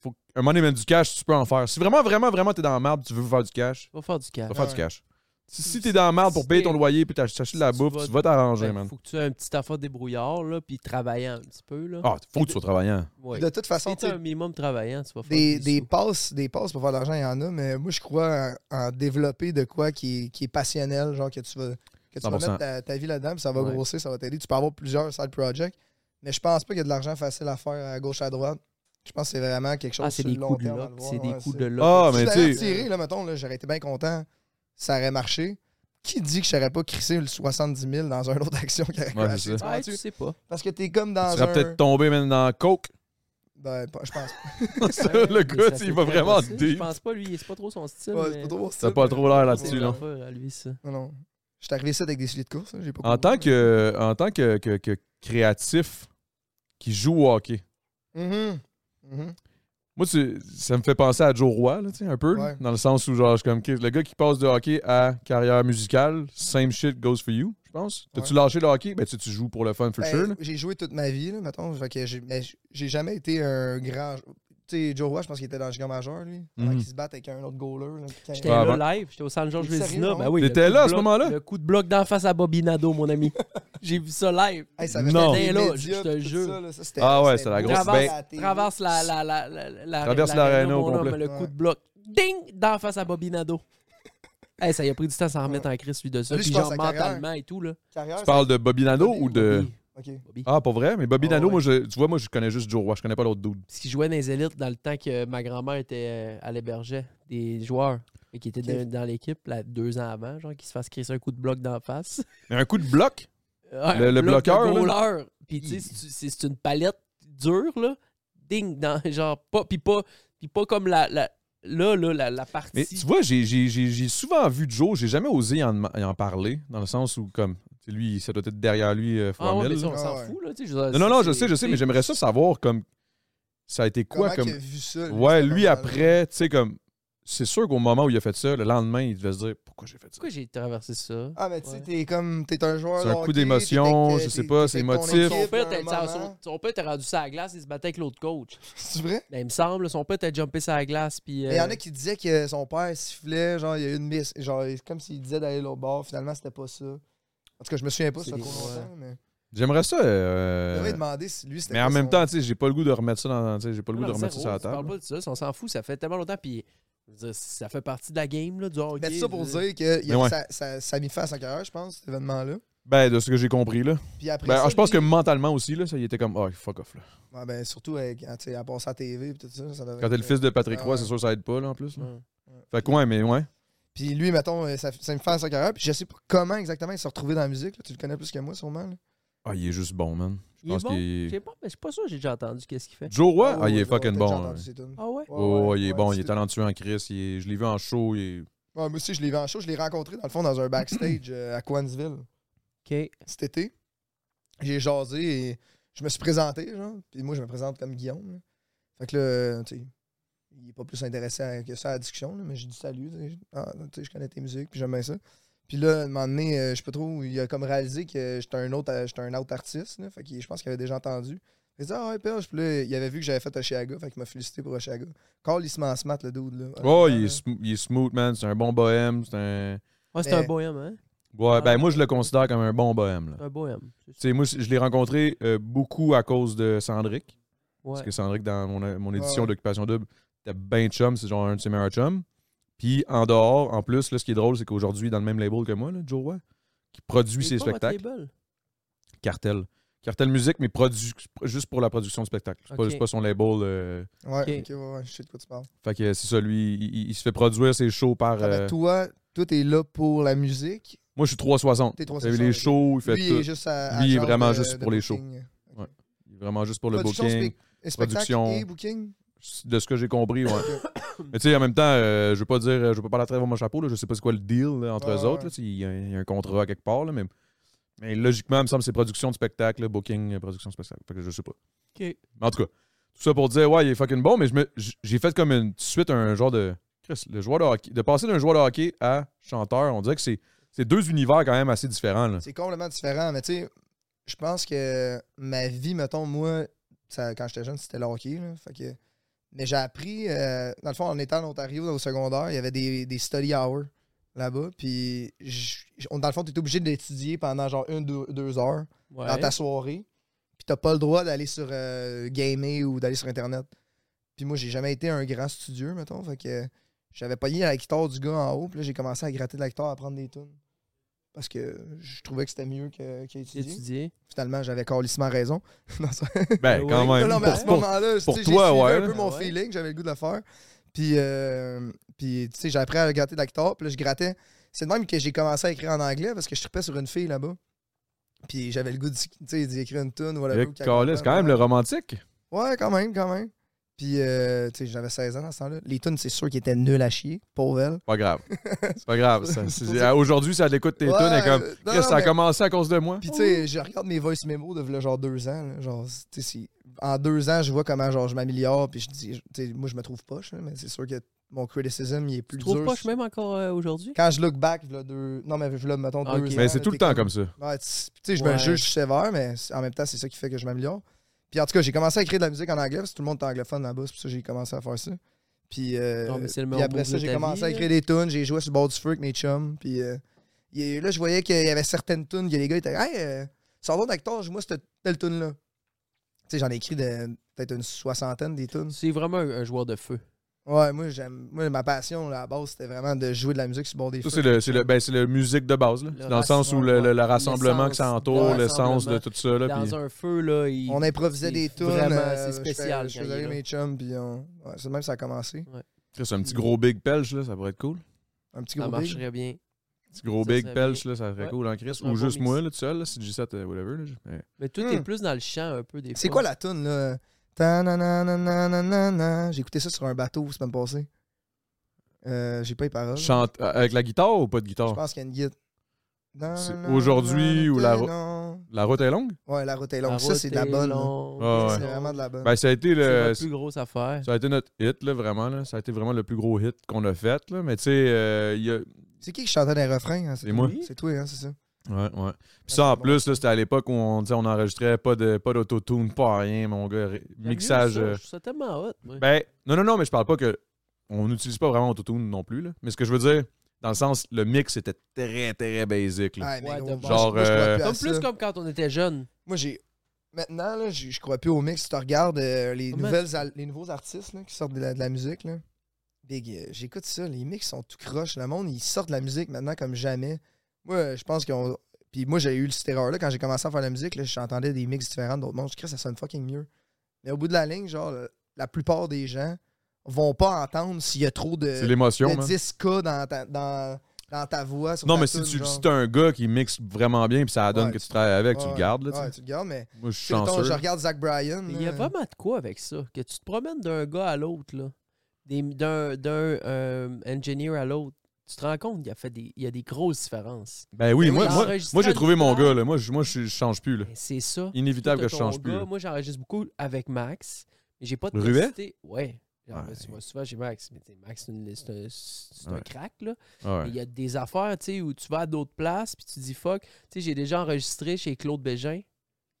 faut, un moment donné, man, du cash, tu peux en faire. Si vraiment, vraiment, vraiment, t'es dans la merde, tu veux faire du cash,
Va faire du cash.
va faire du
Ouais.
cash. Si, si t'es dans la merde pour payer ton loyer puis t'ach- t'acheter de la
Tu
bouffe,
vas-
tu vas t'arranger,
ben,
Fait
man.
que Ben, Faut que tu aies un petit affaire débrouillard, là, puis travaillant un petit peu, là.
Ah, faut que tu sois travaillant.
Ouais.
De toute façon,
Si
tu
t'as
sais,
un minimum travaillant, tu vas faire
des,
des
des
sous.
passes, des passes pour faire de l'argent, il y en a, mais moi, je crois en, en développer de quoi qui est, qui est passionnel, genre que tu vas, que tu vas
100%.
mettre ta, ta vie là-dedans, puis ça va
Ouais.
grossir, ça va t'aider. Tu peux avoir plusieurs side projects, mais je pense pas qu'il y a de l'argent facile à faire à gauche, à droite. Je pense que c'est vraiment quelque chose
Ah, c'est
sur le
des
long
coups de
terme. à
loc.
le voir,
C'est des
ouais,
coups de
c'est-
loc.
Ah,
Si
mais
je
tu sais-
l'avais retiré, là, mettons, là, j'aurais été bien content, ça aurait marché. Qui dit que je n'aurais pas crissé le 70 000 dans une autre action qui aurait
Ouais,
crashé,
c'est
tu
ça.
Ouais,
vois-tu?
tu sais pas.
Parce que t'es comme dans
Tu
un...
serais peut-être tombé, man, dans Coke.
Ben, pas- je pense pas.
Ça, le
Mais
gars,
ça
tu sais,
peut
il va
être
vraiment
possible. Je
deep.
pense pas, lui. C'est pas trop son style.
Ouais, c'est
mais
pas trop
T'as
ça,
pas
mais-
trop l'air
C'est
là-dessus,
une
là.
affaire à lui, ça.
Non, non. Je suis arrivé ici avec des souliers de course. hein, J'ai pas
En tant que, en tant que, que- que créatif qui joue au hockey,
Mhm. Mhm.
moi, tu- ça me fait penser à Joe Roy, là, tu sais, un peu, là,
Ouais.
dans le sens où, genre, je suis comme, OK, le gars qui passe de hockey à carrière musicale, same shit goes for you, je pense. T'as-tu lâché le hockey? Ben, tu sais, tu joues pour le fun, for
Ben,
sure. là.
J'ai joué toute ma vie, là, mettons. Fait que j'ai- mais j- j'ai jamais été un grand. Tu sais, Joe Roy, je pense qu'il était dans le giga majeur, lui. Avant
Mhm.
qu'il se batte avec un autre goaler. là, puis quand-
J'étais
Ah,
là
avant-
live, j'étais au San Georges
T'es sérieux,
Vézina.
non?
Ben oui,
T'étais là
le coup
à
de
ce
bloc-
moment-là?
Le coup de bloc d'en face à Bobinado, mon ami. J'ai vu ça live.
Hey, ça avait
Non.
fait des
T'es là,
médias,
je te
puis tout
jure.
ça, là, ça, c'était-
Ah ouais,
c'était
c'est la
beau,
grosse
c'était à
bête.
télé.
Traverse la. la, la, la, la
Traverse
la-
l'aréna au
mon homme,
complet.
Le coup de bloc. Ding! D'en face à Bobinado. Hey, ça y a pris du temps à s'en remettre en crise, lui, de ça.
Lui,
Puis
je pense
genre
à carrière.
mentalement et tout, là.
Carrière,
Tu parles de Bobby Nano ou de.
Bobby,
ça- ok.
Bobby.
Ah, pas vrai? Mais Bobby
Ah,
Nano,
ouais.
moi, je, tu vois, moi, je connais juste Joe Roy, je connais pas l'autre dude.
Parce qu'il jouait dans les élites dans le temps que ma grand-mère était euh, à l'héberget des joueurs et qui était
Ok.
dans, dans l'équipe là, deux ans avant, genre, qu'il se fasse crisser un coup de bloc d'en face.
Mais un coup de bloc?
Ouais,
Le-
un
le
bloc de
bloqueur, là.
goaler. Puis tu sais, c'est- c'est c'est une palette dure, là. Ding, dans, genre, pas, puis pas, puis pas comme la, la, là, là, la, la partie.
Mais tu vois, j'ai- j'ai j'ai- j'ai souvent vu Joe, j'ai jamais osé en, en parler, dans le sens où, comme, tu sais, lui, ça doit être derrière lui, euh, fois
ah, ouais,
mille,
mais ça,
là.
on s'en
Ah ouais.
fout, là. tu sais, je veux dire,
Non, non, non,
c'est-
je sais, je sais,
c'est-
mais j'aimerais ça savoir, comme, ça a été quoi,
Comment
comme.
qu'il a vu ça?
Ouais,
c'était
lui,
normal.
après, tu sais, comme, c'est sûr qu'au moment où il a fait ça, le lendemain, il devait se dire, pourquoi j'ai fait ça?
Pourquoi j'ai traversé ça?
Ah, mais tu sais,
Ouais.
t'es comme. T'es un joueur.
C'est un
de
coup
hockey,
d'émotion,
t'es avec, euh,
je sais
t'es-
pas,
t'es
c'est
avec ton
émotif.
équipe,
Son père, était-
un moment.
son, son père était rendu sur la glace, il se battait avec l'autre coach.
C'est vrai?
Ben, il me semble, son père était jumpé sur la glace, puis.
Mais il y en
euh,
a qui disaient que son père sifflait, genre, il y a eu une miss. Genre, c'est comme s'il disait d'aller au bord, finalement, c'était pas ça. En tout cas, je me souviens pas,
C'est
ça
des-
trop longtemps, mais.
J'aimerais ça. euh,
Il avait demandé si lui, c'était.
mais
quoi
en même
son-
temps, tu sais, j'ai pas le goût de remettre ça dans. Tu sais, j'ai pas le goût
non,
de remettre ça
zéro,
sur la
tu parles
table.
pas de ça, on s'en fout, ça fait tellement longtemps, puis. je veux dire, Ça fait partie de la game, là, du hockey.
Mais tout Ben, ça pour
je veux
dire
dire.
que il y a-
Mais ouais.
ça, ça, ça a mis fin à sa carrière, je pense, cet événement-là.
Ben, de ce que j'ai compris, là.
Puis après.
Ben,
ça,
ah, je pense que
lui-
mentalement aussi, là, ça, il était comme, oh, fuck off, là.
Ouais, ben, surtout, avec, tu sais, à passer à la TV et tout ça. ça devait
Quand t'es le
être-
fils de Patrick
Ah
Roy,
ouais.
c'est sûr, ça aide pas, là, en plus. là.
Ouais.
Fait que, ouais, mais ouais.
Puis lui, mettons, euh, ça, ça a mis fin à sa carrière. Puis je sais pas comment exactement il s'est retrouvé dans la musique. là. Tu le connais plus que moi, sûrement. là.
Ah, il est juste bon, man. Je
Il est
pense
bon? Je
qu'il.
sais pas, mais je suis pas sûr, j'ai déjà entendu qu'est-ce qu'il fait.
Joe Roy,
Ah,
ah, il est
ouais,
fucking
t'as déjà
bon.
entendu
hein.
ces tunes.
Ah ouais?
Ouais,
Oh,
ouais,
il est
ouais,
bon, il
c'est-
est talentueux en Chris. il est- Je l'ai vu en show. il est-
Ouais, moi aussi, je l'ai vu en show. Je l'ai rencontré, dans le fond, dans un backstage euh, à Quansville.
Ok.
cet été, j'ai jasé et je me suis présenté, genre. Puis moi, je me présente comme Guillaume. là. Fait que là, tu sais, il est pas plus intéressé à- que ça à la discussion, là, mais j'ai dit salut, tu sais, je- ah, tu sais, je connais tes musiques, puis j'aime bien ça. Puis là, à un moment donné, euh, je sais pas trop, il a comme réalisé que j'étais un autre, euh, j'étais un autre artiste, là, fait qu'il- je pense qu'il avait déjà entendu. Il a dit, ah ouais, Pelge, puis là, il avait vu que j'avais fait Oshiaga, fait qu'il m'a félicité pour Oshiaga. Call, il se met en smart, le dude, là.
Oh, il
Honnêtement,
est, sm- il est smooth, man. C'est un bon bohème. C'est un.
Ouais, c'est
Mais-
un bohème, hein?
Ouais, ben
Ah.
moi, je le considère comme un bon bohème. Là.
C'est un bohème.
Tu sais, moi, je l'ai rencontré euh, beaucoup à cause de Cendric.
Ouais.
Parce que Cendric, dans mon, mon édition
Ouais.
d'Occupation Double, t'as ben chum, c'est genre un de ses meilleurs chums. Puis en dehors, en plus, là, ce qui est drôle, c'est qu'aujourd'hui, dans le même label que moi, là, Joe Roy, qui produit
Il est
ses
pas votre
spectacles,
label.
Cartel. Cartel Musique, mais produit, juste pour la production de spectacle. C'est pas-
Ok.
c'est pas, son label. euh,
Ouais,
Ok.
ok, ouais, ouais, je sais de quoi tu parles.
Fait que c'est ça, lui, il, il- il se fait produire ses shows par.
Fait que
euh,
Toi, toi, t'es là pour la musique.
Moi, je suis 360.
T'es
T'as vu
360,
les
ok.
shows, il fait
Lui,
tout.
il est juste à- à
Lui, il est
genre
vraiment
de-
juste
de
pour les shows.
booking.
Il est Vraiment juste pour le
Production,
booking.
spec- euh, spectacle
production.
et booking.
De ce que j'ai compris, ouais. Mais tu sais, en même temps, euh, je veux pas dire, euh, je veux pas parler à travers mon chapeau, là, je sais pas c'est quoi le deal là, entre
Ouais,
eux
ouais.
autres. là, tu sais, Il y, a un- il y a un contrat à quelque part, là, mais, mais logiquement, il me semble que c'est production de spectacle, là, booking, euh, production de spectacle. Fait que je sais pas.
Ok.
Mais en tout cas, tout ça pour dire, ouais, il est fucking bon, mais je me- j- j'ai fait comme une tout de suite un genre de. Chris, le joueur de hockey. De passer d'un joueur de hockey à chanteur, on dirait que c'est c'est deux univers quand même assez différents. Là.
C'est complètement différent, mais tu sais, je pense que ma vie, mettons, moi, ça- quand j'étais jeune, c'était le hockey. là, fait que- mais j'ai appris, euh, dans le fond, en étant en Ontario, au secondaire, il y avait des, des study hours là-bas. Puis, j- j- on- dans le fond, tu étais obligé d'étudier pendant genre une, deux, deux heures
Ouais.
dans ta soirée. Puis, t'as pas le droit d'aller sur euh, gamer ou d'aller sur Internet. Puis, moi, j'ai jamais été un grand studieux, mettons. Fait que j'avais pogné la guitare du gars en haut. Puis là, j'ai commencé à gratter de la guitare, à prendre des tunes. Parce que je trouvais que c'était mieux que- qu'à
J'ai
étudier.
étudié.
Finalement, j'avais carlissement raison. Non, ça-
Ben,
Ouais.
quand même.
non, non, mais à
Pour-
ce
pour-
moment-là, tu
pour
sais, j'ai
toi,
suivi
ouais.
un peu mon
Ah ouais.
feeling, j'avais le goût de le faire. Puis, euh, puis tu sais, j'ai appris à gratter de la guitare, puis là, je grattais. C'est de même que j'ai commencé à écrire en anglais parce que je tripais sur une fille là-bas. Puis j'avais le goût d'y- tu sais, d'y écrire une tune. Voilà,
Eric Carlis, quand même le romantique.
Ouais, quand même, quand même. Puis, euh, tu sais, j'avais 16 ans à ce temps-là. Les tunes, c'est sûr qu'ils étaient nuls à chier, pauvre elle.
Pas grave. C'est pas grave. ça.
C'est
C'est-
pour ça-
Aujourd'hui, ça l'écoute tes tunes
Ouais,
et comme.
euh, non,
Chris,
non,
ça a
mais-
commencé à cause de moi.
Puis tu sais, je regarde mes voice memos de v'là genre deux ans. là. genre, tu sais, si- en deux ans, je vois comment genre je m'améliore. Puis je dis, tu sais, moi je me trouve poche, là, mais c'est sûr que mon criticism il est
Tu
plus
trouves
dur.
pas que je même encore euh, aujourd'hui?
Quand je look back, v'là deux, non mais v'là, mettons
Ok.
deux ans.
Mais c'est
là,
tout le
euh, t'es
temps comme ça.
Ouais, tu tu sais, je me
Ouais.
juge sévère, mais c- en même temps, c'est ça qui fait que je m'améliore. Puis en tout cas, j'ai commencé à écrire de la musique en anglais parce que tout le monde est anglophone là-bas, c'est pour ça que j'ai commencé à faire ça. Puis, euh,
Non, mais c'est le
puis
meilleur
après
move
ça,
de
j'ai
ta
commencé
vie,
à écrire des tunes, j'ai joué sur le bord du feu avec mes chums. Puis euh, il- là, je voyais qu'il y avait certaines tunes que les gars étaient Hey, euh, sors donc d'acteur, joue-moi cette telle tune-là. Tu sais, j'en ai écrit de- peut-être une soixantaine des tunes.
C'est vraiment un, un joueur de feu.
Ouais, moi, j'aime. Moi, ma passion là, à la base, c'était vraiment de jouer de la musique sur le bord des
Ça,
feux.
c'est le, c'est le, ben, c'est le musique de base, là.
Le
dans le sens où le, le- le
rassemblement,
rassemblement qui
l'essence
s'entoure,
de
l'essence de
rassemblement.
tout ça. Là,
Dans
puis-
un feu, là, il...
On improvisait
c'est
des tunes.
vraiment-
euh,
c'est spécial
Je
quand il
faisais
est là.
mes chums, puis on... ouais, c'est de même ça a commencé.
Chris, un petit gros big pelge, là, ça pourrait être cool.
Un petit
ça
gros big.
marcherait bien.
Un petit gros
Ça
big
serait
pelge, là, ça serait
Ouais.
cool en Chris.
serait
Ou
un bon
juste
mix.
moi, là, tout seul, là, CG7, euh, whatever. là, je- ouais.
Mais tout est
Hmm.
plus dans le champ un peu des
C'est
fois.
quoi la toune là Ta-na-na-na-na-na-na. J'ai écouté ça sur un bateau la semaine passée. Euh, j'ai pas les paroles.
Chante euh, avec la guitare ou pas de
Je
guitare?
pense qu'il y a une guide. Na-
C'est
na-
aujourd'hui
na-
ou la
na-
ro-
na-
La route est longue?
Ouais, la route est
La
longue. Ça,
route
c'est de la
est
bonne. hein? là.
longue,
Ah ouais.
C'est vraiment de la bonne.
Ben, ça a été
C'est
le.
notre plus grosse affaire.
Ça a été notre hit, là, vraiment. Là. Ça a été vraiment le plus gros hit qu'on a fait. Là. Mais tu sais, euh, il y a...
C'est qui qui chantait les refrains hein?
C'est
toi.
moi.
C'est toi, hein, c'est ça.
Ouais, ouais. Puis ça, en plus, là, c'était à l'époque où on, tu sais, on enregistrait pas de pas d'autotune, pas rien, mon gars. Ré-
J'aime
Mixage.
mieux ça,
euh,
Je trouve ça tellement hot. moi.
Ben, non, non, non, mais je parle pas que. On n'utilise pas vraiment autotune non plus, là. Mais ce que je veux dire, dans le sens, le mix était très, très basic, là.
Ah, mais
Ouais,
gros,
de
moi,
genre,
je- moi, je crois
euh,
plus à
comme plus
ça.
comme quand on était jeune.
Moi, j'ai. Maintenant, là, je je crois plus au mix. Si tu regardes euh, les,
Comment-
nouvelles al- les nouveaux artistes là, qui sortent de la, de la musique, là. Big, euh, j'écoute ça. Les mix sont tout croche. Le monde, ils sortent de la musique maintenant comme jamais. Moi, euh, je pense qu'on. Puis moi, j'ai eu cette erreur-là. Quand j'ai commencé à faire de la musique, là, j'entendais des mix différents d'autres mondes. Je crée ça sonne fucking mieux. Mais au bout de la ligne, genre, le- la plupart des gens vont pas entendre s'il y a trop de,
C'est l'émotion,
de
man.
10K dans ta, dans, dans ta voix. sur
Non,
ta
mais si
tune,
tu
genre.
si t'as un gars qui mixe vraiment bien, puis ça donne
Ouais,
que tu travailles avec, tu
ouais,
le gardes, là, tu sais.
Ouais, tu le gardes, mais.
Moi, je suis
Tu sais, mettons,
chanceux.
je regarde Zach Bryan. euh,
Mais Il y a
là.
vraiment de quoi avec ça? Que tu te promènes d'un gars à l'autre, là. Des- D'un d'un, euh, engineer à l'autre. Tu te rends compte qu'il y a fait des- il y a des grosses différences.
Ben oui,
Mais
moi,
oui,
moi,
enregistrer
moi, j'ai
à
trouvé mon
l'hôpital.
gars, là. Moi, je, moi, je je change plus, là.
Ben, C'est ça.
Inévitable
Toi,
que
t'as
je
ton
change plus.
gars.
là.
Moi, j'enregistre beaucoup avec Max. Mais j'ai pas de
Ruet?
capacité- Ouais. Ah, Genre,
Ouais.
Tu vois, souvent chez Max, mais tu sais, Max, c'est une- c'est un, c'est un
Ouais.
crack, là.
Ah Ouais.
Mais Il y a des affaires, tu sais, où tu vas à d'autres places, puis tu dis fuck. Tu sais, j'ai déjà enregistré chez Claude Bégin.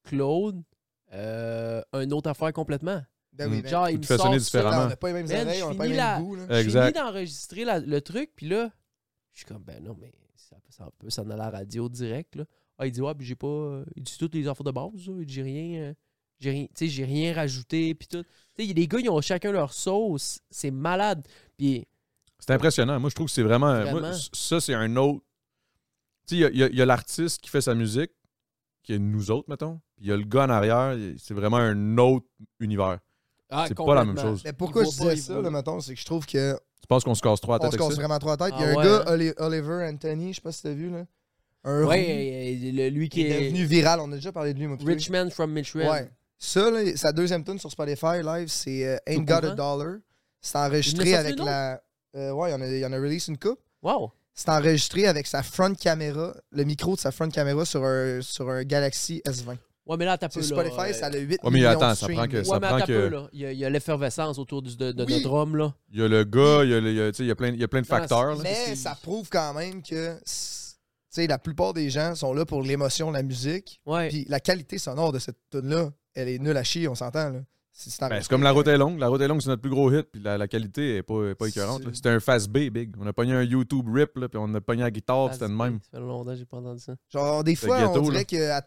Claude, euh, une autre affaire complètement.
Ben oui,
Mm.
ben,
Genre, il
Tout
me
fait sonner
sort
putain,
différemment.
on n'a pas les mêmes oreilles,
Man, Ben, je
on n'a pas les
finis
mêmes
la-
goûts. là.
Euh,
J'ai
Exact.
mis d'enregistrer la- le truc, puis là, je suis comme, ben non, mais ça, ça peut s'en aller à la radio direct, là. Ah, il dit, ouais, puis j'ai pas. euh, Il dit toutes les infos de base, là. Il dit, j'ai rien. euh, j'ai rien, tu sais, j'ai rien rajouté, puis tout. Tu sais, les gars, ils ont chacun leur sauce. C'est malade. Puis,
C'est impressionnant. Moi, je trouve que c'est vraiment. moi,
Vraiment.
ça, c'est un autre. Tu sais, il y a- il y a, il y a l'artiste qui fait sa musique, qui est nous autres, mettons. Puis il y a le gars en arrière, il- c'est vraiment un autre univers.
ah,
c'est pas la même
complètement.
chose.
Mais pourquoi
Il
je
vaut pas,
disais
il
ça,
vaut.
là, mettons, c'est que je trouve que
Tu penses qu'on se casse trois à
on
tête
se
avec
casse
ça?
vraiment trop la tête. Il y a
Ah
un
ouais,
gars,
hein?
Oli- Oliver Anthony, je sais pas si t'as vu, là. Un roux
Ouais, euh, le- lui
qui
qui
est
est.
devenu viral. On a déjà parlé de lui, moi. puis toi.
Rich Man from Michel.
Ouais. Ça, là, sa deuxième tune sur Spotify live, c'est euh, Ain't
Tout
Got a
courant.
Dollar. C'est
Il
enregistré
en a sorti
avec
une
la. euh, ouais, il y en a, il y en a release une coupe.
Wow.
C'est enregistré avec sa front caméra, le micro de sa front caméra sur un, sur un Galaxy S20.
Ouais, mais Oh là, t'as peu.
Sur
là,
Spotify,
euh,
ça a le 8
Ouais, mais
millions
attends,
de
ça
streams,
prend que-
là.
ça
Ouais, mais
prend
attends
que-
peu, là. Il y a- il y a l'effervescence autour du- de, de
Oui.
notre homme, là.
Il y a le gars, il y a, le- il y a- tu sais, il y a plein, il y a plein de
Non,
facteurs. là.
parce que-
Mais ça prouve quand même que c'est- tu sais, la plupart des gens sont là pour l'émotion, la musique.
Ouais.
Puis la qualité sonore de cette tune-là, elle est nulle à chier, on s'entend. là. C'est c'est
Ben,
enregistré
c'est comme La Route est longue. La Route est longue, c'est notre plus gros hit. Puis la, la qualité est pas, est pas écœurante.
C'est-
là. C'était un fast B, big. On a pogné un YouTube rip, là, puis on a pogné la guitare, puis Oh, c'était le même.
Ça fait longtemps que j'ai pas entendu ça.
Genre, des fois,
ghetto,
on
là.
dirait qu'à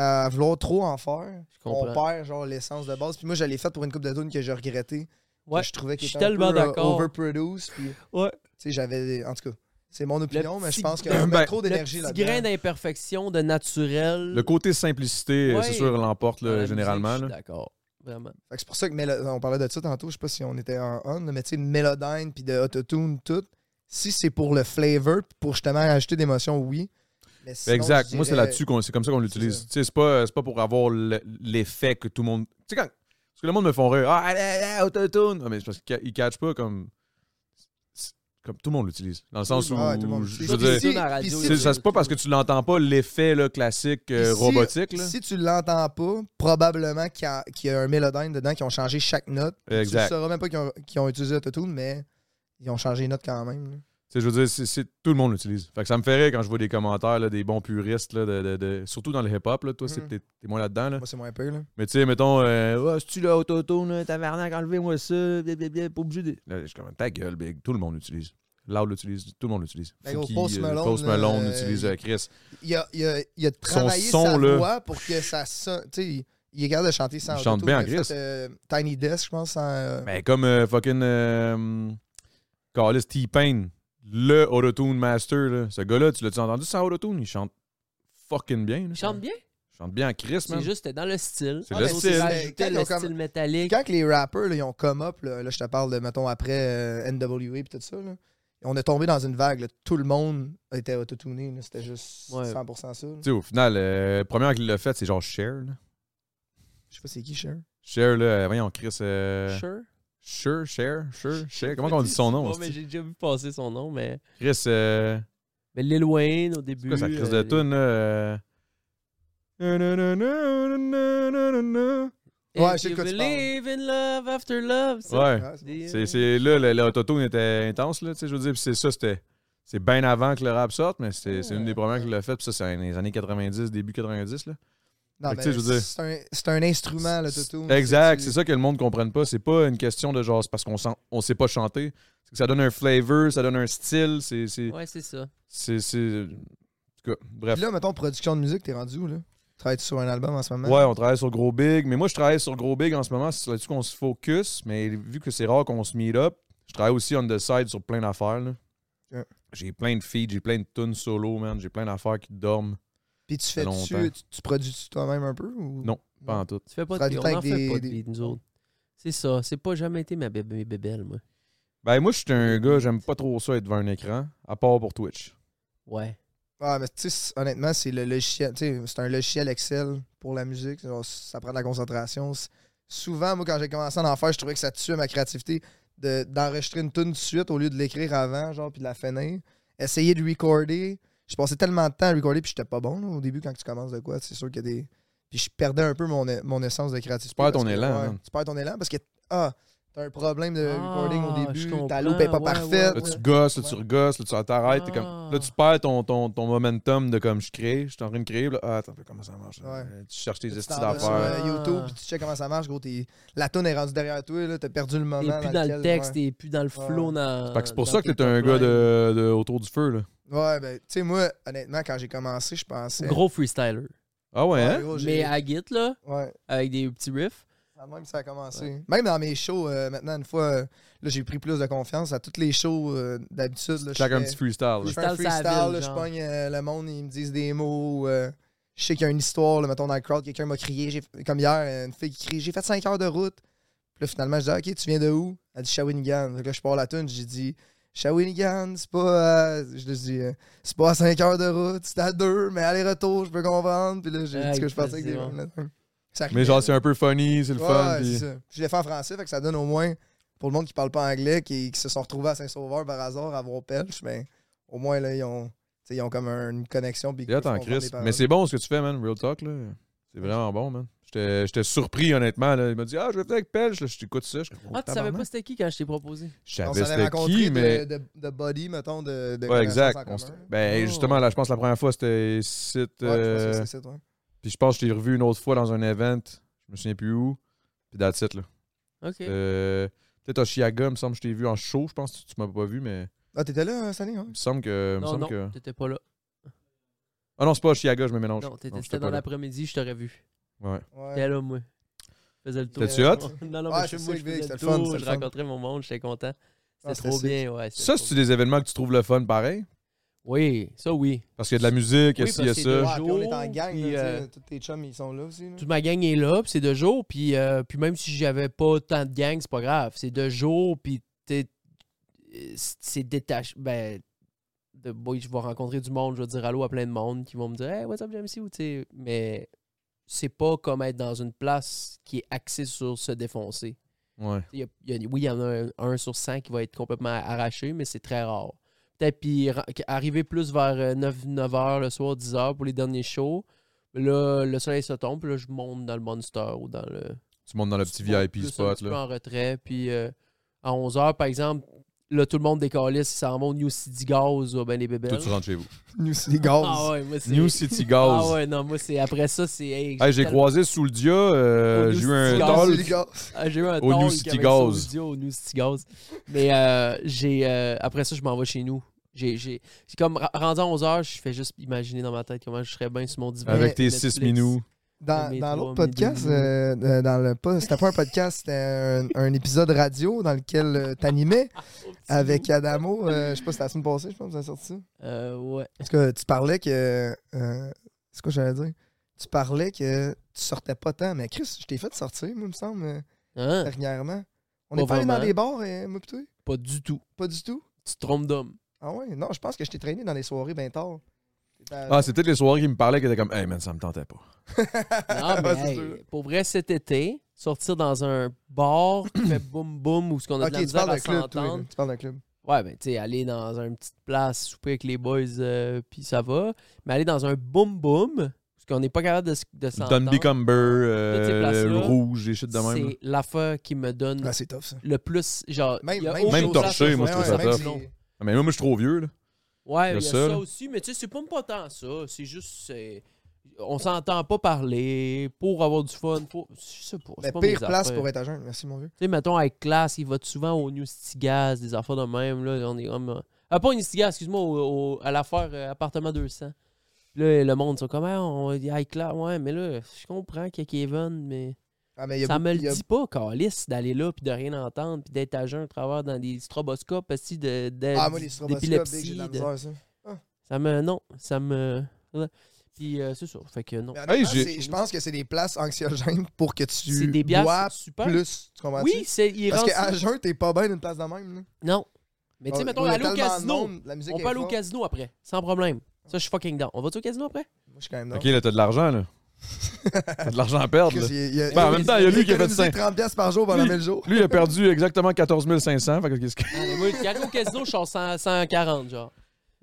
à vouloir trop en faire,
Je
on
comprends.
perd genre l'essence de base. Puis moi, je l'ai faite pour une coupe de tunes que j'ai regretté.
Ouais,
que je trouvais qu'elle
je suis
était un
tellement
peu, euh,
d'accord.
overproduced. Puis,
Ouais.
tu sais, j'avais. En tout cas, c'est mon opinion, mais
petit-
je pense que
Ben,
on met trop d'énergie
Le petit
là-dedans.
grain d'imperfection, de naturel.
Le côté simplicité, euh,
Ouais.
c'est sûr, l'emporte
dans
là,
la musique,
généralement.
Je
là.
suis d'accord. Vraiment.
Fait que C'est pour ça que Mélo- on parlait de ça tantôt, je sais pas si on était en on, mais tu sais, Melodyne puis de Autotune, tout. Si c'est pour le flavor, puis pour justement ajouter d'émotion, oui. Mais sinon,
exact.
je
Moi, c'est
dirais-
là-dessus qu'on, c'est comme ça qu'on l'utilise.
ça.
Tu sais, c'est pas, c'est pas pour avoir le- l'effet que tout le monde. Tu sais, quand. Parce que le monde me font rire. Ah, allez, allez, autotune. Ah, mais c'est parce qu'ils ca- ils catchent pas comme. c'est- Comme tout le monde l'utilise. Dans le sens où.
Ouais, Ah, tout le monde.
je
Puis
veux
si-
dire.
Ici, à la radio,
puis
c'est- ça, c'est pas parce que tu l'entends pas l'effet là, classique euh,
Puis si-
robotique. Là.
Si tu l'entends pas, probablement qu'il y a- qu'il y, a un mélodine dedans qui ont changé chaque note.
exact.
Tu ne sauras même pas qu'ils ont, qu'ils ont utilisé Autotune, mais ils ont changé les notes quand même. là.
Tu sais, je veux dire, c'est, c'est- tout le monde l'utilise. Fait que ça me fait rire quand je vois des commentaires là, des bons puristes, là, de, de- de- surtout dans le hip-hop. Là, toi, c'est,
Mhm.
t'es, t'es moins là-dedans. Là.
Moi, c'est moins peu. Là.
Mais tu sais, mettons, euh, Ah, c'est-tu le autotone, là, tabarnak, enlevez-moi ça, blablabla, pas obligé de. Là, je suis comme, ta gueule, big, tout le monde l'utilise. Loud l'utilise, tout le monde l'utilise.
Ben, gros,
Fouki,
Post
euh,
Malone,
Post Malone
euh,
l'utilise, euh, Chris.
Il a, il a, il a travaillé
son,
sa
là.
voix pour que ça sonne. Tu sais, il- il est capable de chanter sans
Il chante
autotune.
bien en
Il a
gris.
fait, euh, Tiny Desk, je pense, sans. euh,
Ben, comme euh, fucking. Euh, Carlis T-Pain, le autotune master, là. Ce gars-là, tu l'as-tu entendu sans autotune? Il chante fucking bien. là.
Il chante bien.
Il chante bien en Chris, man.
C'est juste c'était dans le style.
C'est
Ah,
le
mais
style.
Ils ont
c'est-
rajouté
quand
le
ils ont
style métallique.
Quand que les rappers là, ils ont come up, là, là, je te parle de, mettons, après euh, NWA et tout ça, là, on est tombé dans une vague. là, tout le monde était autotuné. là, C'était juste
Ouais.
100% ça. là.
Tu sais, au final, euh, première qu'il l'a fait, c'est genre Cher, là.
Je sais pas c'est qui, Cher.
Cher, là, euh, voyons, Chris. Euh,
Sure.
Cher, Cher, Cher, Cher. Comment on dit son nom?
Ouais, mais j'ai déjà vu passer son nom, mais.
Chris, euh,
Mais Lil Wayne au début.
c'est quoi sa crise de
euh,
tune là? euh?
If
Ouais, je sais de
you
quoi tu
believe in love after love. ça.
Ouais,
Ah, c'est bon.
Des-
c'est c'est- là, le- l'autotune était intense, là, tu sais, je veux dire, puis c'est ça, c'était... C'est bien avant que le rap sorte, mais c'est c'est une des premières qu'il l'a fait, puis ça, c'est dans les années 90, début 90, là.
Non,
Fait que, tu
mais
sais, je veux dire-
c'est un- c'est un, instrument, l'autotune.
Exact,
Tu-
c'est ça que le monde ne comprenne pas. C'est pas une question de genre, c'est parce qu'on sent, on sait pas chanter. C'est que ça donne un flavor, ça donne un style. C'est. c'est-
Ouais, c'est ça.
c'est- c'est- En tout cas, bref.
Puis là, mettons, production de musique, t'es rendu où, là? Travailles-tu sur un album en ce moment?
Ouais, on travaille sur Gros Big. Mais moi, je travaille sur Gros Big en ce moment. C'est là-dessus qu'on se focus. Mais vu que c'est rare qu'on se meet up, je travaille aussi on the side sur plein d'affaires. là.
Ok.
J'ai plein de feeds, j'ai plein de tunes solo, man. J'ai plein d'affaires qui dorment.
Puis tu
fait
fais
longtemps.
tu, tu produis toi-même un peu? Ou...
Non. Pas en tout.
Tu fais pas
Ça a
de
du
beat.
temps
On en
avec
fait
des-
pas de
des-
beat, nous autres. C'est ça. C'est pas jamais été ma bé- mes bébelles, moi.
Ben, moi, je suis un gars, j'aime pas trop ça être devant un écran, à part pour Twitch.
Ouais.
Ah, mais tu sais, c'est- honnêtement, c'est le logiciel. Tu sais, c'est un logiciel Excel pour la musique. Genre, ça prend de la concentration. C'est- Souvent, moi, quand j'ai commencé à en faire, je trouvais que ça tuait ma créativité de- d'enregistrer une tune de suite au lieu de l'écrire avant, genre, puis de la finir. Essayer de recorder. Je passais tellement de temps à recorder, puis j'étais pas bon là, au début quand tu commences de quoi. C'est sûr qu'il y a des. Puis je perdais un peu mon, mon essence de
Tu
créativité.
perds
parce
ton
que,
élan, hein.
ouais,
man.
tu perds ton élan parce que. Ah, t'as T'as un problème de recording
Ah,
au
je
début,
comprends,
ta loupe est pas
ouais,
Là,
parfaite.
ouais.
tu gosses, là, tu regosses, là, tu t'arrêtes. t'es Comme... Là, tu perds ton, ton, ton momentum de comme je crée, je suis en train de créer. là, ah, attends, comment ça marche? là?
Ouais.
Euh, Tu cherches tes
Tu
estis
t'en vas sur
d'affaires.
Ah.
euh, YouTube, puis tu sais comment ça marche, gros. t'es- La toune est rendue derrière toi, là, t'as perdu le moment.
T'es plus
dans
dans le
lequel-
texte,
ouais.
t'es plus dans le flow.
Ouais.
dans-
Fait que c'est pour
Euh,
dans
ça que
tes
t'es un
top
gars
lines.
de, de- autour du feu, là.
Ouais, ben, tu sais, moi, honnêtement, quand j'ai commencé, je pensais.
Gros freestyler.
Ah ouais,
Ouais,
hein?
gros, Oh, j'ai-
Mais euh, à Git, là,
Ouais,
avec des petits riffs.
à même que ça a commencé. Même dans mes shows, euh, maintenant, une fois, euh, là, j'ai pris plus de confiance. À toutes les shows, euh, d'habitude, là, je
Claque un
fais-
petit freestyle.
Je
là.
fais un
Freestyle, ça
freestyle,
avale,
là, je
genre.
pogne euh, le monde, ils me disent des mots. euh, je sais qu'il y a une histoire, là, mettons, dans le crowd, quelqu'un m'a crié, j'ai- comme hier, euh, une fille qui crie J'ai fait 5 heures de route. Puis là, finalement, je dis Ok, tu viens de où Elle dit Shawinigan. Donc là, je pars la tune, j'ai dit Shawinigan, c'est pas. à- Je lui dis euh, C'est pas à 5 heures de route, c'est à 2, mais aller-retour, je peux comprendre. Puis là, j'ai
Ah,
dit ce que je pensais
c'est
avec des
bon.
mots, là. Ça arrivait,
Mais genre,
là.
c'est un peu funny, c'est le fun.
Ouais,
puis-
c'est ça. Je l'ai fait en français, fait que ça donne au moins, pour le monde qui parle pas anglais, qui, qui se sont retrouvés à Saint-Sauveur par hasard à Vaux-Pelche, ben, au moins, là, ils ont, tu sais, ils ont comme un- une connexion. puis
Et
ils peuvent
attends,
comprendre
Chris.
les paroles.
Mais c'est bon ce que tu fais, man. Real talk, là. C'est vraiment bon, man. J'étais j'étais surpris, honnêtement. Là. Il m'a dit, ah, je vais faire avec Pelch. Là, je t'écoute ça. Je oh,
Ah, tu savais pas c'était qui quand je t'ai proposé?
Je
On
savais
s'en avait
c'était
rencontré
qui,
de-
mais.
de, de body, mettons, de, de
Ouais,
connaissances
exact.
en
On
commun.
s'était- ben,
Oh.
justement, là, je pense la première fois, c'était site.
Ouais, je pense que
euh,
c'est ça, toi.
Puis je pense que je t'ai revu une autre fois dans un event. Je me souviens plus où. Puis that's it, là.
OK.
Euh, Peut-être à Chiaga, il me semble que je t'ai vu en show. Je pense que tu m'as pas vu, mais
Ah, t'étais là hein, cette année, hein?
il me semble que. il me
non,
semble
non,
que...
t'étais pas là.
Ah non, c'est pas à Chiaga, je me mélange.
Non, t'étais
Non,
c'était
j'étais
dans
pas là.
l'après-midi, je t'aurais vu.
Ouais.
Ouais.
T'étais là, moi. Je faisais le tour.
T'étais-tu hot?
Non, non,
Ouais,
mais
c'est
je,
ça,
moi,
le
je
gars,
faisais
c'était
le
le fun,
tour,
c'était
je
le fun.
rencontrais mon monde, j'étais content.
Ah,
C'était
c'était
trop
sick.
bien, ouais. c'était
Ça,
trop
c'est des événements que tu trouves le fun, pareil.
bien. Oui, ça, oui.
Parce qu'il y a de la musique,
Oui,
il y a
parce que
ça.
c'est
Ouais, puis on est en
jour,
gang,
puis,
là, tu sais,
euh,
tous tes chums, ils sont là aussi. là.
Toute ma gang est là, puis c'est de jour, puis, euh, puis même si j'avais pas tant de gang, c'est pas grave. C'est de jour, puis t'es- euh, c'est détaché. Ben, de, boy, je vais rencontrer du monde, je vais dire allô à plein de monde qui vont me dire Hey, what's up, JMC? Ou, tu sais, mais c'est pas comme être dans une place qui est axée sur se défoncer.
Ouais.
Il y a- il y a- oui, il y en a un, un sur 100 qui va être complètement arraché, mais c'est très rare. Peut-être puis ra- qu- arriver plus vers euh, 9, 9h le soir, 10h pour les derniers shows. Là, le soleil se tombe, puis là, je monte dans le Monster ou dans le.
Tu montes dans le petit
je monte
VIP
plus un
spot,
petit peu
là.
en retrait. Puis euh, à 11h, par exemple, là, tout le monde décalisse, ils s'en vont au New City Gaz ou ben les bébés.
Toi, tu rentres chez vous.
Nous, c'est des gaz.
Ah ouais, moi, c'est.
New City Gaz.
Ah ouais, non, moi, c'est. Après ça, c'est. hey,
Hey, j'ai
tellement-
croisé sous le dia, euh,
Au
j'ai eu
New
un
City
Gaz,
tol.
c'est des gaz.
Ah, j'ai eu un
Au
talk
New City
avec
Gaz.
son audio au New City Gaz. Mais euh, j'ai, euh, après ça, je m'en vais chez nous. J'ai, j'ai, j'ai comme ra- rendu à 11h, je fais juste imaginer dans ma tête comment je serais bien sur mon divan.
Avec tes
Netflix.
six minous.
Dans,
Mes
dans
trois,
l'autre
mes
podcast,
deux
euh,
minutes.
euh, dans le pas- c'était pas un podcast, c'était un, un épisode radio dans lequel euh, t'animais avec Adamo. euh, je sais pas, c'était la semaine passée, je pense, que vous avez sorti ça.
Euh, ouais.
Parce que tu parlais que. euh, c'est quoi que j'allais dire? Tu parlais que tu sortais pas tant, mais Chris, je t'ai fait sortir, moi, il me semble, euh,
Hein?
dernièrement. On
Pas
est pas allé dans
vraiment.
des bars, euh, moi, pis toi?
Pas du tout.
Pas du tout.
Tu te trompes d'homme.
Ah ouais? Non, je pense que je t'ai traîné dans des soirées bien tard.
Ah, c'est peut-être les soirées qui me parlaient qui étaient comme, hey man, ça me tentait pas.
Ouais,
Non, mais
c'est
Ah, ben, hey,
sûr.
pour vrai, cet été, sortir dans un bar qui fait boum boum ou ce qu'on a
Ok,
de la
tu
misère
parles
à
d'un club, toi.
s'entendre.
là. Tu parles d'un club.
Ouais, ben, tu sais, aller dans une petite place, souper avec les boys, euh, puis ça va. Mais aller dans un boum boum, parce qu'on n'est pas capable de, s- de
Le
s'entendre.
Dundee Cumber, euh,
Toutes ces places-là,
le rouge, des shit de même. là.
C'est l'affaire qui me donne
Ah, c'est tough, ça.
le plus. Genre,
Même-
il y a
même-
aucune
Même
chose
torché,
à faire.
moi, je trouve ça
Ouais,
tough.
ouais,
même
non.
si-
Ah, Mais moi, moi, je suis trop vieux, là.
Ouais, il y a
ça,
ça,
là.
aussi, mais tu sais, c'est pas, pas tant ça. C'est juste. c'est- On s'entend pas parler pour avoir du fun. Pour... Je sais pas. c'est
Mais
pas
pire
mes
place
affaires.
pour être à jeun. Merci, mon vieux.
Tu sais, mettons, avec classe, il va souvent au New City Gas, des affaires de même. Là, on est comme. euh, Ah, pas au New City Gas, excuse-moi, au- au- à l'affaire euh, appartement 200. Puis Là, le monde, ils sont comme, ah, on dit, ah, classe, ouais, mais là, je comprends qu'il y a Kevin, mais.
Ah, mais il y a
Ça
beaucoup-
me le
il y a-
dit pas, Calis, d'aller là puis de rien entendre, puis d'être à jeun à travers dans des stroboscopes aussi de, de-
Ah, moi, les stroboscopes, dès que j'ai
d'épilepsie.
de la
de-
misère, ça.
Ça me. Non, ça me. Puis euh, c'est ça. Fait que non.
Mais
Hey,
honnêtement,
j'ai-
c'est- je pense que c'est des places anxiogènes pour que
C'est
tu
des bières
bois
super.
plus. Tu comprends?
Oui, c'est. Il
Parce ah,
rentre-
qu'à jeun, t'es pas bien d'une place de même. Là.
Non. Mais tu sais,
Ah,
mettons,
il y a
aller au
tellement de
casino.
monde, la musique
On
est
peut aller au
forte.
casino après, sans problème. Ça, je suis fucking down. On va-tu au casino après?
Moi, je suis quand
Ah
même
Ok, là, t'as de l'argent, là. T'as de l'argent à perdre, là. Ben, en même temps, il y a lui qui a fait ça.
30 pièces par jour pendant
Lui-
1000 jours.
Lui, il a perdu exactement 14 500. Fait que qu'est-ce que.
Ah, mais moi, quand au casino, je suis en 100 140, genre.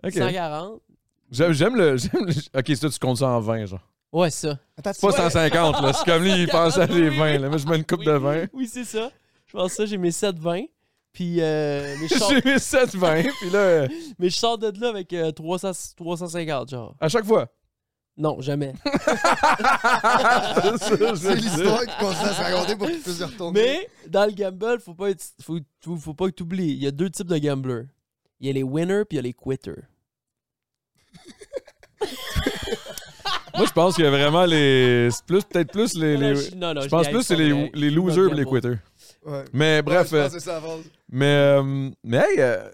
Ok.
140.
J'aime j'aime le. j'aime le- Ok, ça, tu comptes ça en 20, genre.
Ouais, ça.
Attends,
C'est pas
tu vois,
150, là. C'est comme lui, il pensait à des 20, là. Moi, je mets une coupe
Oui,
de 20.
Oui, c'est ça. Je pense ça, j'ai mes 7,20. Puis, euh, mais, je sors,
J'ai mis 720, puis là, euh,
mais je sors de là avec euh, 300, 350, genre.
à chaque fois.
Non, jamais. Ah,
C'est ça, je veux dire.
C'est l'histoire qu'on se laisse raconter pour qu'il puisse y retourner.
Mais dans le gamble, faut pas être- faut, faut, faut pas que tu oublies. Il y a deux types de gamblers. Il y a les winners puis il y a les quitters.
Moi, je pense qu'il y a vraiment les. c'est plus- Peut-être plus les. les-
Non, je- non, non,
Je pense
dis,
plus
hey,
c'est
pas
les,
vrai.
les losers et les
Gamble.
quitters.
Ouais.
Mais bref,
Ouais, je
euh,
pense que c'est la phrase.
mais, euh, mais hey, euh,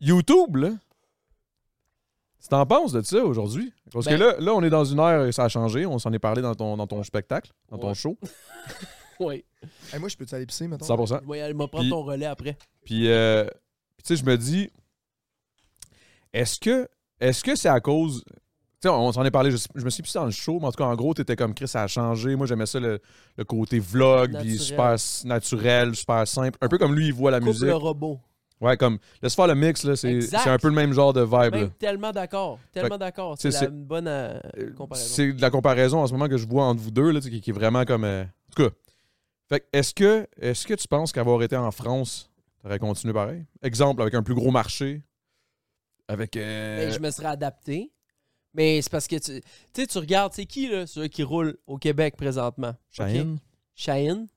YouTube, là, tu t'en penses de ça aujourd'hui? Parce
Ben-
que là, là, on est dans une ère et ça a changé. On s'en est parlé dans ton, dans ton spectacle, dans ton
Ouais.
show,
Oui.
Hey, moi, je peux-tu aller pisser maintenant?
100%.
Je vais aller me prendre
Puis-
ton relais après.
Puis, euh, puis tu sais, je me dis, est-ce que est-ce que c'est à cause. Tu sais, on s'en est parlé, je, sais- je me suis plus dans le show, mais en tout cas, en gros, t'étais comme Chris, ça a changé. Moi, j'aimais ça, le, le côté vlog, puis
Naturel.
super s- naturel, super simple. Un peu comme lui, il voit la
Coupe
musique.
le robot.
Ouais, comme, laisse faire le mix, là, c'est
Exact.
c'est un peu le même genre de vibe. là.
Même Ben, tellement d'accord. Tellement d'accord.
tu sais,
C'est la
c'est-
une bonne euh,
Euh,
comparaison.
C'est de la comparaison en ce moment que je vois entre vous deux, là, tu sais, qui, qui est vraiment comme. euh, En tout cas, Fait que, est-ce que, est que tu penses qu'avoir été en France, tu aurais continué pareil? Exemple, avec un plus gros marché, avec. euh,
Ben, je me serais adapté. Mais c'est parce que tu, tu sais, tu regardes, c'est qui là, ceux qui roulent au Québec présentement?
Cheyenne?
Cheyenne.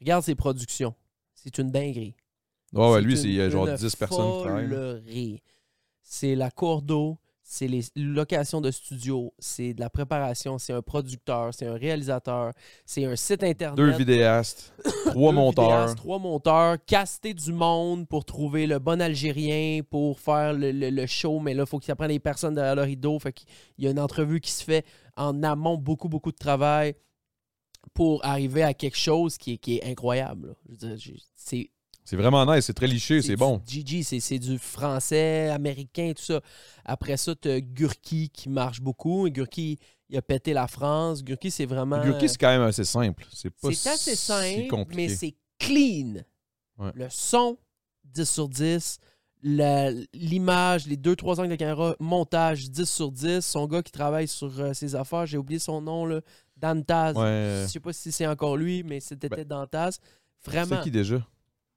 Regarde ses productions. C'est une dinguerie.
Ouais, ouais, lui,
une-
c'est euh, genre
une
10 personnes qui travaillent. là.
folerie. C'est la cour d'eau, c'est les locations de studio, c'est de la préparation, c'est un producteur, c'est un réalisateur, c'est un site internet.
Deux vidéastes, trois
deux
monteurs.
vidéastes, trois monteurs, caster du monde pour trouver le bon Algérien, pour faire le, le- le show, mais là, il faut qu'ils apprennent les personnes derrière le rideau. Fait qu'il y a une entrevue qui se fait en amont, beaucoup, beaucoup de travail pour arriver à quelque chose qui est, qui est incroyable. là. Je veux dire, j'ai- c'est
C'est vraiment nice, c'est très liché, c'est
du
bon.
Gigi, c'est c'est du français, américain, tout ça. Après ça, tu Gurki qui marche beaucoup. Gurki, il a pété la France. Gurki, c'est vraiment.
Gurki, c'est quand même assez simple. C'est pas
C'est assez
si
simple, mais
compliqué.
c'est clean.
Ouais.
Le son, 10 sur 10. La- L'image, les 2-3 angles de caméra, montage, 10 sur 10. Son gars qui travaille sur euh, ses affaires, j'ai oublié son nom, là, Dantaz.
Ouais. euh,
Je sais pas si c'est encore lui, mais c'était
Ben,
Dantaz. Vraiment.
C'est qui déjà?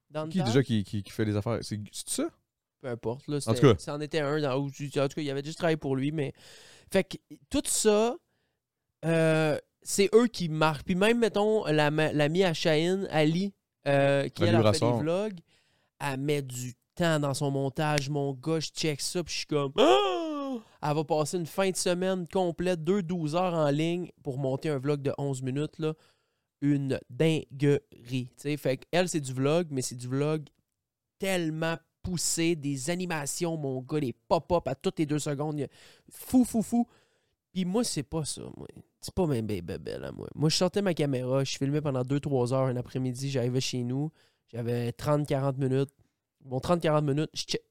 Dantaz?
Qui déjà qui, qui- qui fait les affaires? C'est c'est ça?
peu importe. Là,
En
c'était-
tout cas.
c'en était un. Dans, ou- en tout cas, il y avait juste travaillé pour lui. Mais... Fait que tout ça, euh, c'est eux qui marquent. Puis même, mettons, la, ma- l'amie à Chahine, Ali, euh, qui
Ali
elle, a fait des
Brassard.
vlogs, elle met du temps dans son montage. Mon gars, je check ça, puis je suis comme... Ah! Elle va passer une fin de semaine complète, 2-12 heures en ligne pour monter un vlog de 11 minutes, là. Une dinguerie. tu sais. Fait que elle, c'est du vlog, mais c'est du vlog tellement poussé, des animations, mon gars, des pop-up à toutes les deux secondes. il y a- Fou, fou, fou. Puis moi, c'est pas ça, moi. C'est pas même bébé belle à moi. Moi, je sortais ma caméra, je filmais pendant 2-3 heures un après-midi, j'arrivais chez nous, j'avais 30-40 minutes. Bon, 30-40 minutes, je check.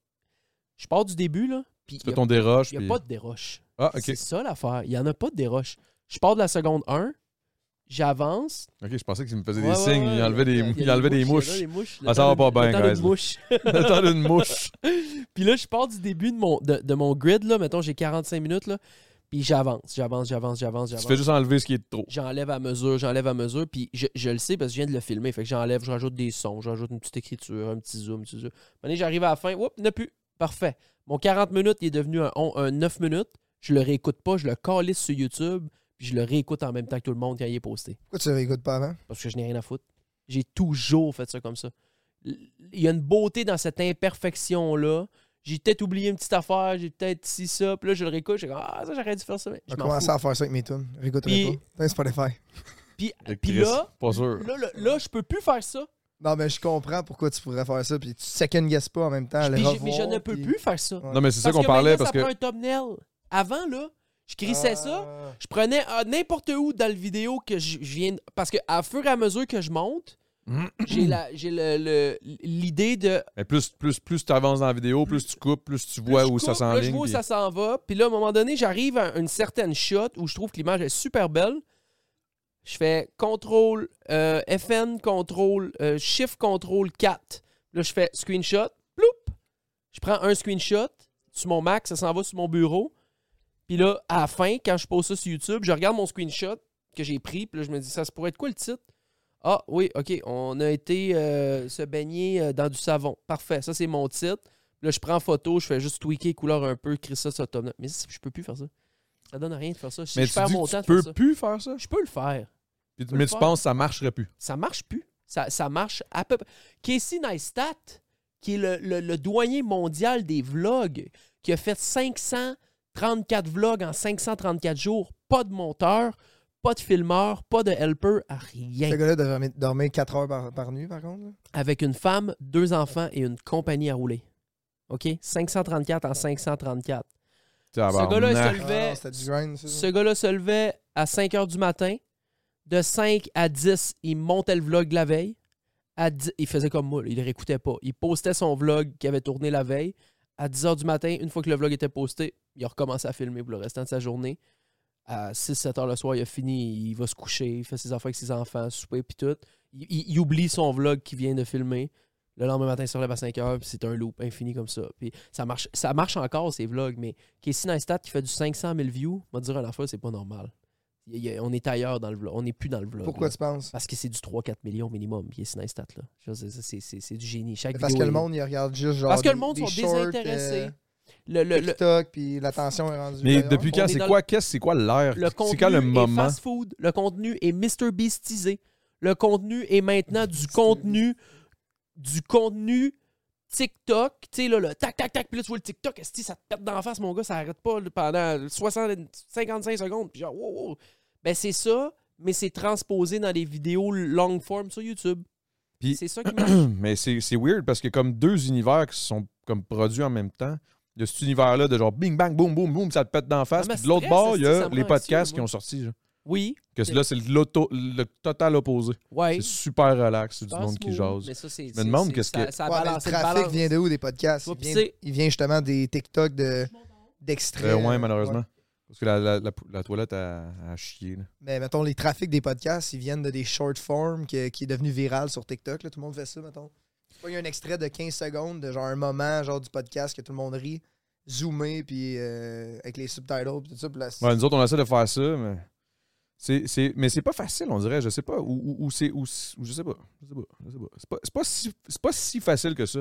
Je pars du début, là. Puis
Tu
il y
fais
a
ton déroche.
il n'y
puis-
a pas de déroche.
Ah, ok.
C'est ça l'affaire. Il n'y en a pas de déroche. Je pars de la seconde 1, j'avance.
Ok, je pensais que tu me faisais des
Ouais, ouais,
signes,
ouais,
il enlevait des, il
y a
enlevait des mouches.
il y en a des mouches.
Ah, ça va
Le temps
pas bien,
d'une- le temps d'une
guys.
mouche.
Le temps d'une mouche.
Puis là, je pars du début de mon, de, de mon grid, là. Mettons, j'ai 45 minutes, là. Puis j'avance, j'avance, j'avance, j'avance,
Tu
j'avance.
fais juste enlever ce qui est de trop.
J'enlève à mesure, j'enlève à mesure. Puis je, je le sais parce que je viens de le filmer. Fait que j'enlève, je rajoute des sons, je rajoute une petite écriture, un petit zoom, un petit zoom. Maintenant, j'arrive à la fin. Oups, n'a plus. Parfait. Mon 40 minutes, il est devenu un, on- un 9 minutes. Je le réécoute pas, je le calisse sur YouTube. Puis je le réécoute en même temps que tout le monde quand il est posté.
Pourquoi tu ne réécoutes pas avant?
Parce que je n'ai rien à foutre. J'ai toujours fait ça comme ça. Il y a une beauté dans cette imperfection-là. J'ai peut-être oublié une petite affaire, j'ai peut-être ci, ça. Puis là, je le réécoute. Je dis, ah, ça, j'aurais dû faire ça. Mais
Je
je m'en fous.
commencé à faire ça avec mes tunes. Réécouterai
Puis-
pas. Putain, Spotify.
Puis,
Et
puis
Chris,
là,
Pas sûr.
Là, là, là, je peux plus faire ça.
Non, mais je comprends pourquoi tu pourrais faire ça. Puis tu second guess pas en même temps.
Puis
le
j'ai- mais
revoir,
je ne peux
puis-
plus faire ça.
Ouais.
Non, mais c'est ça
Parce
qu'on
que
parlait
maintenant,
parce
ça
que.
prend un thumbnail. Avant, là, je crissais ça.
Ah.
Je prenais euh, n'importe où dans le vidéo que je je viens. de- Parce que à fur et à mesure que je monte,
Hum.
j'ai la- j'ai le- le- l'idée de.
Mais plus, plus, plus tu avances dans la vidéo, plus tu coupes, plus tu
plus
vois
je
où ça
coupe, là, je
s'enligne.
vois où
puis-
ça s'en va. Puis là, à un moment donné, j'arrive à une certaine shot où je trouve que l'image est super belle. Je fais CTRL euh, FN, CTRL euh, Shift, CTRL 4. Là, je fais screenshot. Ploup! Je prends un screenshot sur mon Mac, ça s'en va sur mon bureau. Puis là, à la fin, quand je pose ça sur YouTube, je regarde mon screenshot que j'ai pris. Puis là, je me dis, ça se pourrait être quoi le titre? Ah oui, OK, on a été euh, se baigner euh, dans du savon. Parfait, ça c'est mon titre. Là, je prends photo, je fais juste tweaker les couleurs un peu, écrire ça sur le top note. Mais si je peux plus faire ça. Ça donne rien de faire ça. Si
mais
je
tu
perds
dis
mon
que
temps
tu
de faire
peux
ça,
plus faire ça.
je peux le faire.
Puis-
peux le
mais tu
faire.
penses que ça marcherait plus.
Ça marche plus. Ça, ça marche à peu près. Casey Neistat, qui est le, le- le douanier mondial des vlogs, qui a fait 534 vlogs en 534 jours, pas de monteur, pas de filmeur, pas de helper, rien.
Ce gars-là devait dormir 4 heures par, par nuit, par contre. là.
avec une femme, deux enfants et une compagnie à rouler. OK? 534 en 534.
Tabarnak.
gars-là, il se-
Ah,
Levait-
non, C'était du grind, ça.
Ce gars-là se levait à 5 heures du matin. De 5 à 10, il montait le vlog de la veille. À 10 il faisait comme moi, là, il ne réécoutait pas. Il postait son vlog qu'il avait tourné la veille. À 10 heures du matin, une fois que le vlog était posté, il a recommencé à filmer pour le restant de sa journée. À 6-7 heures le soir, il a fini, il va se coucher, il fait ses affaires avec ses enfants, souper, puis tout. Il, il- il oublie son vlog qu'il vient de filmer. Le lendemain matin, il se relève à 5 heures, puis c'est un loop infini comme ça. Puis ça marche, ça marche encore, ces vlogs, mais Casey Neistat qui fait du 500 000 views, m'a dire la fois, c'est pas normal. Il- il- on est ailleurs dans le vlog. On n'est plus dans le vlog.
Pourquoi
là.
tu penses?
Parce que c'est du 3-4 millions minimum, Casey Neistat. Là. Je veux dire, ça, c'est- C'est c'est du génie. Chaque
Parce que
vidéo
le
est-
monde, il regarde juste genre.
Parce que
des-
le monde
des
sont
shorts,
désintéressés.
euh,
Le, le, le,
TikTok, puis l'attention est rendue.
Mais
ailleurs.
depuis
On
quand
est
c'est
dans
quoi qu'est-ce c'est quoi l'air
le
C'est
contenu
quand le
est
moment
fast food. Le contenu est Mr. Beastisé. Le contenu est maintenant du contenu du contenu TikTok. Tu sais, là, le tac, tac, tac. Puis là, tu vois le TikTok, esti, ça te pète d'en face, mon gars. Ça arrête pas là, pendant 60, 55 secondes. Puis genre, wow, wow. Ben, c'est ça, mais c'est transposé dans les vidéos long form sur YouTube.
Puis-
C'est ça qui marche.
mais c'est c'est weird parce que comme deux univers qui sont comme produits en même temps, il y a cet univers-là de genre bing bang boum boum boum, ça te pète d'en face.
Ah, mais
Puis de l'autre
stress,
bord, il y
ça,
a
ça me
les
rend
podcasts
anxieux,
qui
moi.
ont sorti. genre.
Oui,
Que
C'est-
là, c'est l'auto- le total opposé.
ouais.
C'est super relax, c'est du
Passe
monde qui
mot,
jase.
Mais ça, c'est.
me demande qu'est-ce
ça,
que-
Ça a
Ouais, mais
balancé,
le
Ah, le
trafic
balance.
vient de où des podcasts?
Toi,
Il
puis
vient,
c'est-
il vient justement des TikTok de-
Euh,
d'extraits.
ouais,
euh,
malheureusement.
ouais.
Parce que la, la- la- la toilette a, a chié. là.
Mais mettons, les trafics des podcasts, ils viennent de des short forms que- qui est devenu viral sur TikTok. là. Tout le monde fait ça, mettons. Tu vois, Il y a un extrait de 15 secondes de genre un moment genre du podcast que tout le monde rit, zoomé, puis euh, avec les subtitles, puis tout ça. puis là, c'est-
Ouais, nous autres, on essaie de faire ça, mais c'est, c'est- mais c'est pas facile, on dirait. Je sais pas. Ou, ou- ou c'est. Ou, ou je sais pas. Je sais pas. je sais pas. C'est, pas, c'est pas si, c'est pas si facile que ça.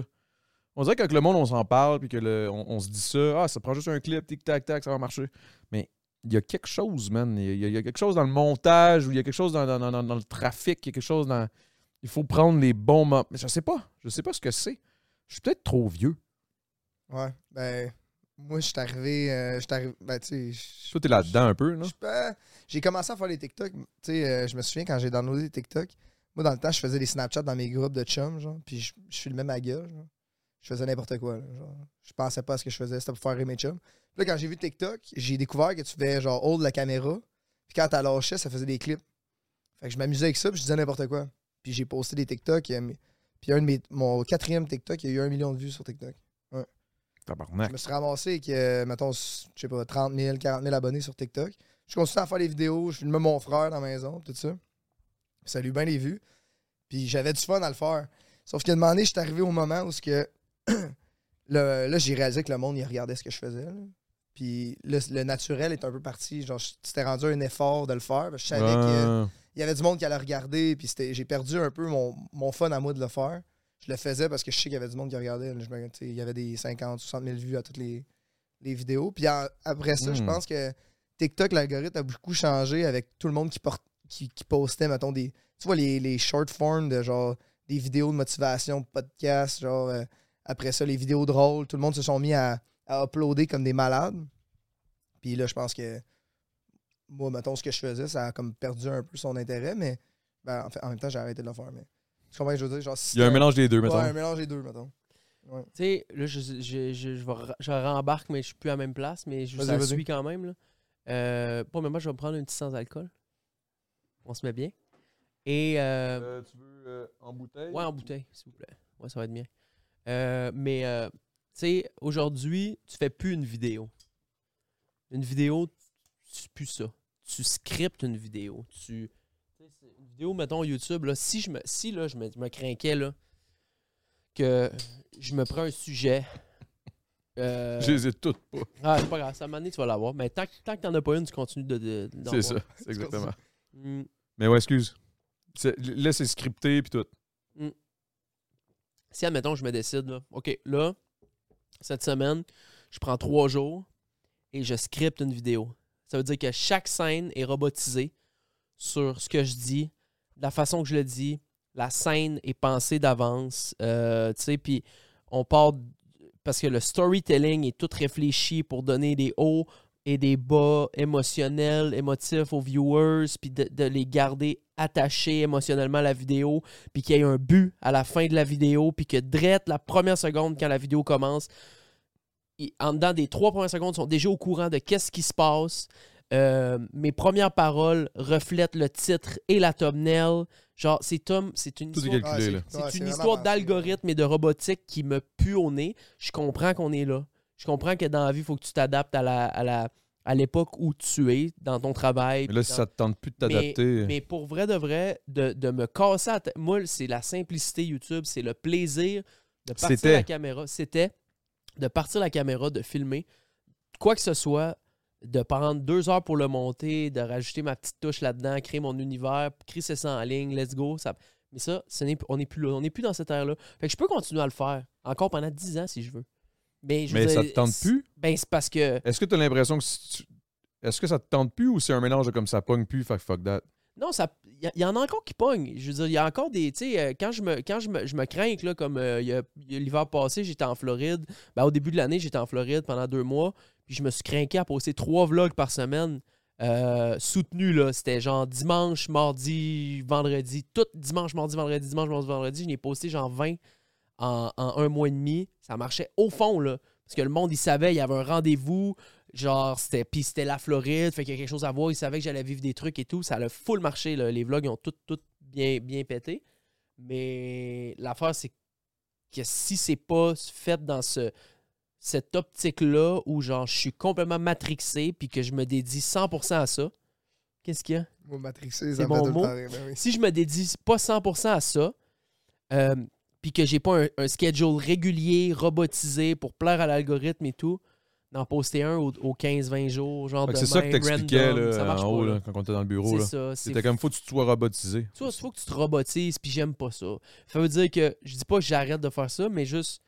On dirait que quand le monde, on s'en parle, puis que le- on, on se dit ça. Ah, ça prend juste un clip, tic-tac-tac, ça va marcher. Mais il y a quelque chose, man. Il y a- il y, a- il y a quelque chose dans le montage, ou il y a quelque chose dans, dans- dans- dans- dans le trafic, il y a quelque chose dans. Il faut prendre les bons moments. Mais je sais pas. Je sais pas ce que c'est. Je suis peut-être trop vieux.
Ouais, ben, moi, je suis arrivé. euh, je suis arrivé. Ben, tu sais. je-
Toi, t'es là-dedans un peu,
je
non?
suis pas- J'ai commencé à faire les TikTok. Tu sais, euh, je me souviens quand j'ai downloadé les TikTok. Moi, dans le temps, je faisais des Snapchats dans mes groupes de chums, genre. Puis je, je filmais ma gueule, genre. Je faisais n'importe quoi, là, genre. Je pensais pas à ce que je faisais. C'était pour faire rire mes chums. Puis là, quand j'ai vu TikTok, j'ai découvert que tu fais genre hold la caméra. Puis quand t'as lâché, ça faisait des clips. Fait que je m'amusais avec ça, puis je disais n'importe quoi. Puis j'ai posté des TikTok. euh, mais- Puis un de mes, mon quatrième TikTok, il y a eu un million de vues sur TikTok.
Tabarnak.
Je me suis ramassé avec, euh, mettons, s- je sais pas, 30 000, 40 000 abonnés sur TikTok. Je continue à faire des vidéos, je filmais mon frère dans la maison, tout ça. Ça lui bien les vues. Puis j'avais du fun à le faire. Sauf qu'à un moment donné, j'étais arrivé au moment où ce que. le- là, j'ai réalisé que le monde, il regardait ce que je faisais. là. Puis le, le naturel est un peu parti. Genre, je- c'était rendu un effort de le faire. parce que Je savais que
Ouais.
il y avait du monde qui allait regarder, puis c'était- j'ai perdu un peu mon, mon fun à moi de le faire. Je le faisais parce que je sais qu'il y avait du monde qui regardait. Je me- tu sais, il y avait des 50, 60 000 vues à toutes les, les vidéos. Puis en- après ça, je
Hmm.
pense que TikTok, l'algorithme a beaucoup changé avec tout le monde qui, porte, qui, qui postait, mettons, des, tu vois, les, les short forms de genre des vidéos de motivation, podcast, genre euh, après ça, les vidéos drôles. Tout le monde se sont mis à, à uploader comme des malades. Puis là, je pense que moi, mettons, ce que je faisais, ça a comme perdu un peu son intérêt, mais ben, en, fait, en même temps, j'ai arrêté de le faire. Mais tu comprends ce que je veux dire? Genre, si
Il y a un
c'était-
mélange des deux,
Ouais,
mettons.
un mélange des deux, mettons.
Tu sais, là, je, je, je, je, vais re- je rembarque, mais je suis plus à la même place, mais je
Vas-y,
ça
vas-y.
suit quand même. Là. Euh, bon, mais moi, je vais me prendre une petite sans alcool. On se met bien. Et. euh,
tu veux en bouteille?
ouais, en bouteille, s'il vous plaît. Ouais, ça va être bien. Euh, mais, euh, tu sais, aujourd'hui, tu fais plus une vidéo. Une vidéo, c'est plus ça. Tu scriptes une vidéo. Tu. tu sais, c'est Une vidéo, mettons, YouTube, là, si je me, si, là, je me, je me crainquais, là, que je me prends un sujet. euh,
J'hésite toutes pas.
ah, c'est pas grave, ça m'a donné, tu vas l'avoir. Mais tant, que- tant que t'en as pas une, tu continues de. de- d'en
C'est ça,
voir.
c'est exactement.
Mm.
Mais ouais, excuse. C'est- Là, c'est scripté puis tout.
Si, admettons, je me décide, là, OK, là, cette semaine, je prends trois jours et je scripte une vidéo. Ça veut dire que chaque scène est robotisée sur ce que je dis, la façon que je le dis, la scène est pensée d'avance, euh, tu sais, puis on part d- parce que le storytelling est tout réfléchi pour donner des hauts et des bas émotionnels, émotifs aux viewers, puis de, de les garder attachés émotionnellement à la vidéo, puis qu'il y ait un but à la fin de la vidéo, puis que drette la première seconde quand la vidéo commence, ils- en dedans des trois premières secondes, ils sont déjà au courant de qu'est-ce qui se passe. Euh, mes premières paroles reflètent le titre et la thumbnail. Genre, c'est Tom, c'est une
Tout est
histoire
calculé, là.
Ah, ouais,
c'est une
vraiment
histoire
pensé.
d'algorithme et de robotique qui me pue au nez. Je comprends qu'on est là. Je comprends que dans la vie, il faut que tu t'adaptes à la, à la à l'époque où tu es dans ton travail.
Mais
puis
là, si
dans-
ça te tente plus de
Mais-
t'adapter.
mais pour vrai de vrai, de, de me casser la tête- Moi, c'est la simplicité YouTube, c'est le plaisir de partir
C'était.
la caméra. C'était de partir la caméra, de filmer quoi que ce soit, de prendre deux heures pour le monter, de rajouter ma petite touche là-dedans, créer mon univers, crisser ça en ligne, let's go. Ça... Mais ça, ce n'est- on n'est plus là. On n'est plus dans cette ère-là. Fait que je peux continuer à le faire encore pendant 10 ans si je veux. Mais, je veux
Mais
dire,
ça te tente
c'est-
plus?
Ben, c'est parce que.
Est-ce que tu as l'impression que si tu- est-ce que ça te tente plus ou c'est un mélange de comme ça pogne plus, fuck fuck that?
Non, ça, il y, y en a encore qui pognent. Je veux dire, il y a encore des, tu sais, euh, quand je me, quand je me, je me crains que là, comme euh, il y a- il y a l'hiver passé, j'étais en Floride. Ben, au début de l'année, j'étais en Floride pendant deux mois, puis je me suis craqué à poster trois vlogs par semaine. euh, soutenus. là, c'était genre dimanche, mardi, vendredi, tout dimanche, mardi, vendredi, dimanche, mardi, vendredi, je n'ai posté genre 20 en, en un mois et demi. Ça marchait au fond, là. Parce que le monde, il savait, il y avait un rendez-vous. Genre, c'était. Puis c'était la Floride, fait qu'il y a quelque chose à voir. Ils savaient que j'allais vivre des trucs et tout. Ça a full marché, là. Les vlogs, ils ont tout, tout bien, bien pété. Mais l'affaire, c'est que si c'est pas fait dans ce. Cette optique-là où genre je suis complètement matrixé puis que je me dédie 100% à ça, qu'est-ce qu'il y a?
Moi, matrixé,
C'est
ça me
mon
fait tout
mot.
le temps rire, ben oui.
si je me dédie pas 100% à ça, euh, puis que j'ai pas un, un schedule régulier, robotisé pour plaire à l'algorithme et tout, d'en poster un aux 15-20 jours, genre
Fait
de
que C'est ça que
même,
t'expliquais
random, ça
là,
marche
en haut
pas, là.
là, quand on était dans le bureau.
C'est
là.
ça. c'est
C'était comme faut que tu te sois robotisé.
tu vois, faut que tu te robotises, puis j'aime pas ça. Ça veut dire que je dis pas que j'arrête de faire ça, mais juste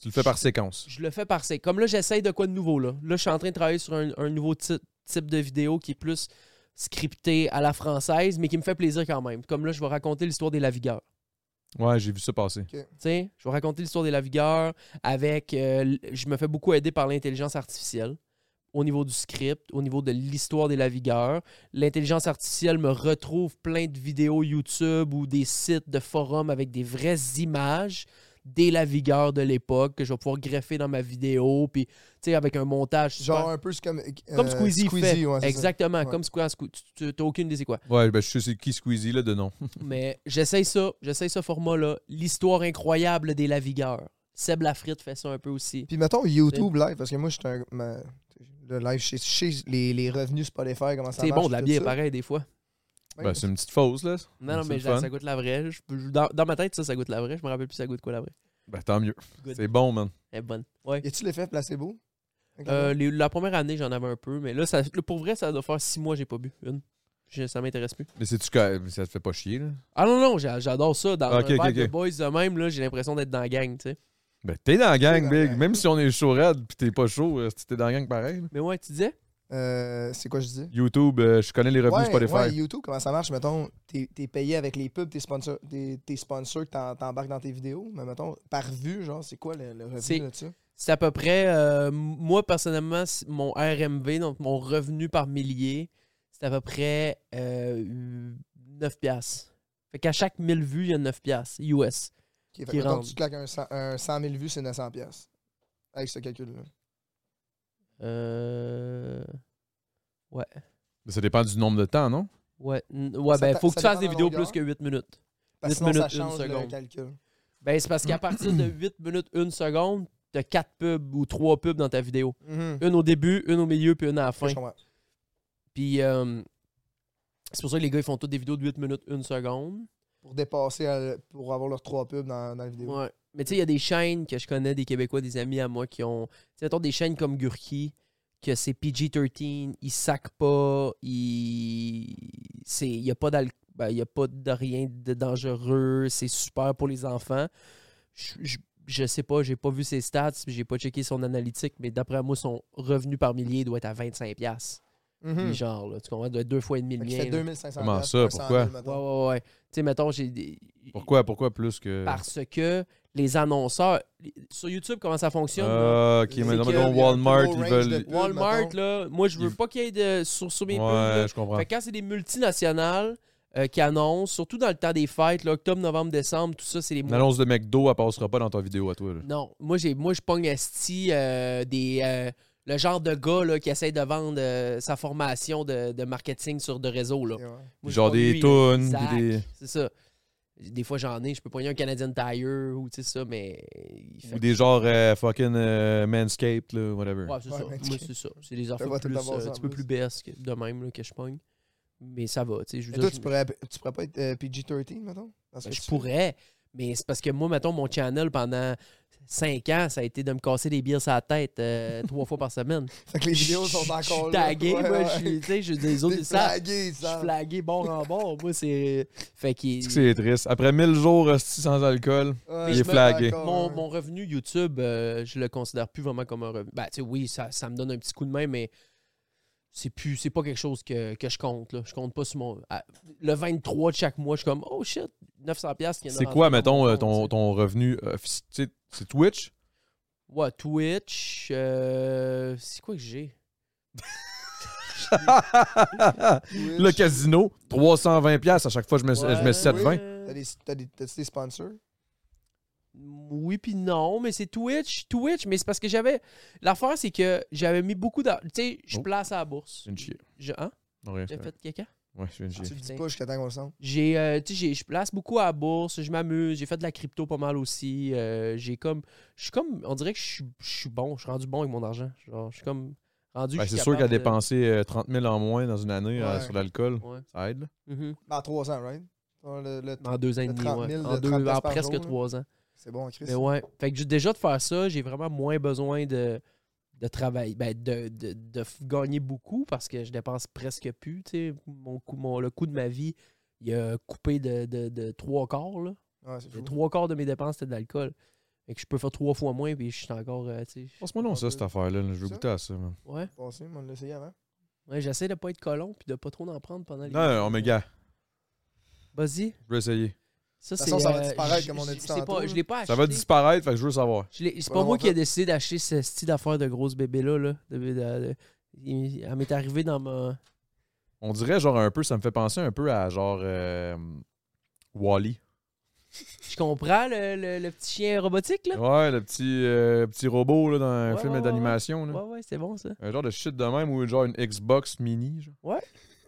Tu le fais par séquence.
je le fais par c'est. Comme là, j'essaye de quoi de nouveau là. Là, je suis en train de travailler sur un, un nouveau ty- type de vidéo qui est plus scripté à la française, mais qui me fait plaisir quand même. Comme là, je vais raconter l'histoire des lavigueurs.
Ouais, j'ai vu ça passer.
Tu sais, je vais raconter l'histoire des lavigueurs avec. euh, l- je me fais beaucoup aider par l'intelligence artificielle au niveau du script, au niveau de l'histoire des lavigueurs. L'intelligence artificielle me retrouve plein de vidéos YouTube ou des sites de forums avec des vraies images des lavigueurs de l'époque que je vais pouvoir greffer dans ma vidéo, puis tu sais, avec un montage. super-
Genre un peu c'est comme. euh,
comme Squeezie, fait.
ouais, c'est ça.
Exactement,
Ouais.
comme Squeezie. Tu n'as aucune idée c'est quoi.
Ouais, ben je sais c'est qui Squeezie là de nom.
Mais j'essaye ça, j'essaye ce format-là. L'histoire incroyable des Lavigueurs. Seb Lafrite fait ça un peu aussi.
Puis mettons YouTube live, parce que moi, je suis un. ma- le live, je sais- je sais les, les revenus Spotify, comment ça
C'est
marche.
bon, de la
tout
bière
ça.
pareil des fois.
Ouais,
Ben, c'est une petite fausse là.
Non, non,
C'est
mais
le
ça
fun.
ça goûte la vraie. Je peux- je- dans, dans ma tête, ça, ça goûte la vraie. Je me rappelle plus ça goûte quoi la vraie.
Ben tant mieux.
Good.
C'est bon, man.
Elle est bonne. Ouais.
Y a-tu l'effet placebo?
Euh, les- la première année, j'en avais un peu, mais là, ça, là, pour vrai, ça doit faire six mois que j'ai pas bu une. Je- ça m'intéresse plus.
Mais c'est tu ça te fait pas chier là.
Ah non, non, j'a- j'adore ça. Dans
Ok,
un
ok,
vibe de
ok.
boys de même, là, j'ai l'impression d'être dans la gang, tu sais.
Ben t'es dans la gang,
dans la
big.
gang.
Même si on est chaud raide pis t'es pas chaud, euh, t'es dans la gang pareil. là.
Mais ouais, tu disais?
Euh, c'est quoi je dis?
YouTube, euh, je connais les revenus
Ouais,
Spotify.
ouais, YouTube, comment ça marche? Mettons, t'es es payé avec les pubs, tes sponsors, tes, tes sponsors que t'en- t'embarques dans tes vidéos. Mais mettons, par vue, genre, c'est quoi le, le
C'est-
revenu là ça?
C'est à peu près, euh, moi personnellement, c- mon RMV, donc mon revenu par millier, c'est à peu près euh, 9 piastres. Fait qu'à chaque 1000 vues, il y a 9 piastres US.
Qui fait,
qui
que mettons,
rentre.
tu claques un, cent- un 100 000 vues, c'est 900 pièces Avec ce calcul-là.
Euh,
Mais Ça dépend du nombre de temps, non?
Ouais, n- ouais
Ça
ben
dé-
faut que
ça
tu
dépend
fasses des
de la
vidéos plus
longueur?
que 8 minutes.
Parce que sinon,
Huit
ça
minutes, une
change le
seconde.
calcul.
Ben c'est parce qu'à partir de 8 minutes 1 seconde, t'as 4 pubs ou 3 pubs dans ta vidéo.
Mhm.
Une au début, une au milieu, puis une à la fin.
Je comprends.
Puis euh, c'est pour ça que les gars, ils font toutes des vidéos de 8 minutes 1 seconde.
Pour dépasser, à- pour avoir leurs trois pubs dans, dans la vidéo.
Ouais. Mais tu sais, il y a des chaînes que je connais, des Québécois, des amis à moi qui ont. Tu sais, mettons des chaînes comme Gurki, que c'est PG-13, ils sacent pas, ils. c'est- Il n'y a pas d'al- ben, il n'y a pas de rien de dangereux, c'est super pour les enfants. Je, je, je sais pas, j'ai pas vu ses stats, puis j'ai pas checké son analytique, mais d'après moi, son revenu par millier doit être à 25$. Puis Genre, là, tu comprends, doit être deux fois et demi le
Mhm. Hmm. Fait qu'il
mien.
fait
là.
2500
Comment
piastres,
ça,
300 000,
pourquoi?
mettons.
Ouais, ouais, ouais. Tu sais, mettons, j'ai. des-
Pourquoi, pourquoi plus que.
Parce que les annonceurs. Sur YouTube, comment ça fonctionne? là?
Ah, ok, mais
C'est
non,
que-
mettons,
il
y a un
Walmart,
plus gros
ils
range
veulent.
de-
Walmart,
mettons.
là, moi, je veux
Il-
pas qu'il y ait de. Sur, sur mes pubs, là,
Ouais, je comprends.
Fait que quand c'est des multinationales euh, qui annoncent, surtout dans le temps des fêtes, là, octobre, novembre, décembre, tout ça, c'est les
Une
mois.
annonce de McDo, elle passera pas dans ta vidéo à toi. là.
Non, moi, j'ai, moi je pogne esti, euh, des, euh, le genre de gars là, qui essaie de vendre euh, sa formation de, de marketing sur de réseau. Là.
Ok, ouais.
Moi, je
Genre
pogne
des
lui, là.
tunes,
Sac,
puis des-
C'est ça. Des fois, j'en ai. Je peux pogner un Canadian Tire ou tu sais ça, mais. il fait-
Ou des genres euh, fucking euh, Manscaped, là, whatever.
Ouais, c'est
Ouais,
ça.
mais tu-
Moi, c'est ça. C'est des
vas
affaires
tout
plus,
avoir ça en
euh, un petit peu
plus.
plus BS que- de même là, que je pogne. Mais ça va. tu sais, je veux
Mais
dire,
toi,
je-
tu pourrais, tu pourrais pas être euh, PG-13, mettons? dans ce
Ben,
que
je
tu
pourrais, mais c'est parce que moi, mettons, mon channel pendant 5 ans, ça a été de me casser des bières sur la tête euh, trois fois par semaine.
fais. Fait que les vidéos sont encore
Je suis
là.
tagué,
Ouais,
moi,
ouais.
je suis, tu sais, je des autres,
T'es
ils savent.
flagué,
Je suis
ça.
flagué bord en bord. Moi, c'est. Fait qu'il-
Est-ce que c'est triste? Après 1000 jours hostie, sans alcool,
Ouais,
Il
je
est
suis
flagué.
d'accord, hein.
Mon,
ouais.
mon revenu YouTube, euh, je le considère plus vraiment comme un revenu. Ben, tu sais, oui, ça, ça me donne un petit coup de main, mais c'est plus c'est pas quelque chose que, que je compte. Là. Je compte pas sur mon. à- le 23 de chaque mois, je suis comme, oh shit, 900$ qui est
c'est
rentré
quoi,
dans mon
mettons, euh,
compte, tu
ton,
sais.
ton revenu? euh, offici- tu sais, c'est Twitch?
Ouais, Twitch. euh, c'est quoi que j'ai?
Twitch.
Le casino, 320$ piastres à chaque fois, je mets, je mets
Ouais,
720.
T'as
euh,
des, t'as des, t'as des sponsors?
Oui, puis non, mais c'est Twitch. Twitch, mais c'est parce que j'avais. L'affaire, c'est que j'avais mis beaucoup d'argent. Tu sais, je
Oh.
place à la bourse.
C'est une chier.
Je, hein?
Non, rien,
J'ai
c'est vrai.
fait Ah, caca?
Ouais, c'est une
Tu
chier.
le dis pas jusqu'à temps qu'on le sente.
J'ai, euh, tu sais, j'ai- je place beaucoup à la bourse, je m'amuse, j'ai fait de la crypto pas mal aussi. euh, j'ai comme, je suis comme, on dirait que je suis- je suis bon, je suis rendu bon avec mon argent. Genre, je suis comme rendu.
Ben,
je suis
c'est sûr qu'à
capable de-
dépenser euh, 30 000 en moins dans une année euh,
Ouais.
sur l'alcool,
Ouais.
ça aide. là.
Mhm.
Ben, à 300, right? Dans le- le-
En deux ans et
De
demi,
30
ouais.
000,
en,
de
deux,
30 par
en presque
jour, là.
trois ans.
C'est bon, Chris.
Mais ouais. Fait que ju- déjà de faire ça, j'ai vraiment moins besoin de, de travailler, ben de, de- de f- gagner beaucoup parce que je dépense presque plus. tu sais. Mon, coût- mon, le coût de ma vie, il a coupé de, de, de trois quarts. Là.
Ouais, c'est
Les
fou.
trois quarts de mes dépenses, c'était de l'alcool. Fait que je peux faire trois fois moins, puis je suis encore. euh, tu sais,
Passe-moi non ça, cette affaire-là. là, Je veux
Ça?
goûter à ça. man.
ouais.
Bon, c'est bon, on l'a essayé avant.
Ouais, J'essaie de pas être colon, puis de pas trop en prendre pendant les.
Non, non, mais gars,
Vas-y.
je veux essayer.
Ça,
De toute
c'est.
façon, ça va
euh,
disparaître,
je-
comme on a dit
je- c'est
tantôt,
pas-
là.
Je l'ai pas acheté.
Ça va disparaître, fait que je veux savoir.
Je l'ai- C'est
Pas
pas moi
vraiment
qui ai
fait.
décidé d'acheter ce style d'affaire de grosse bébé là. là. De- de- de- il- elle m'est arrivée dans ma.
On dirait genre un peu, ça me fait penser un peu à genre euh, Wally.
Je comprends le, le- le petit chien robotique là.
Ouais, le petit, euh, petit robot là, dans un
Ouais,
film
ouais, ouais,
d'animation. là.
Ouais, ouais, c'est bon ça.
Un genre de shit de même ou genre une Xbox mini. Genre.
Ouais.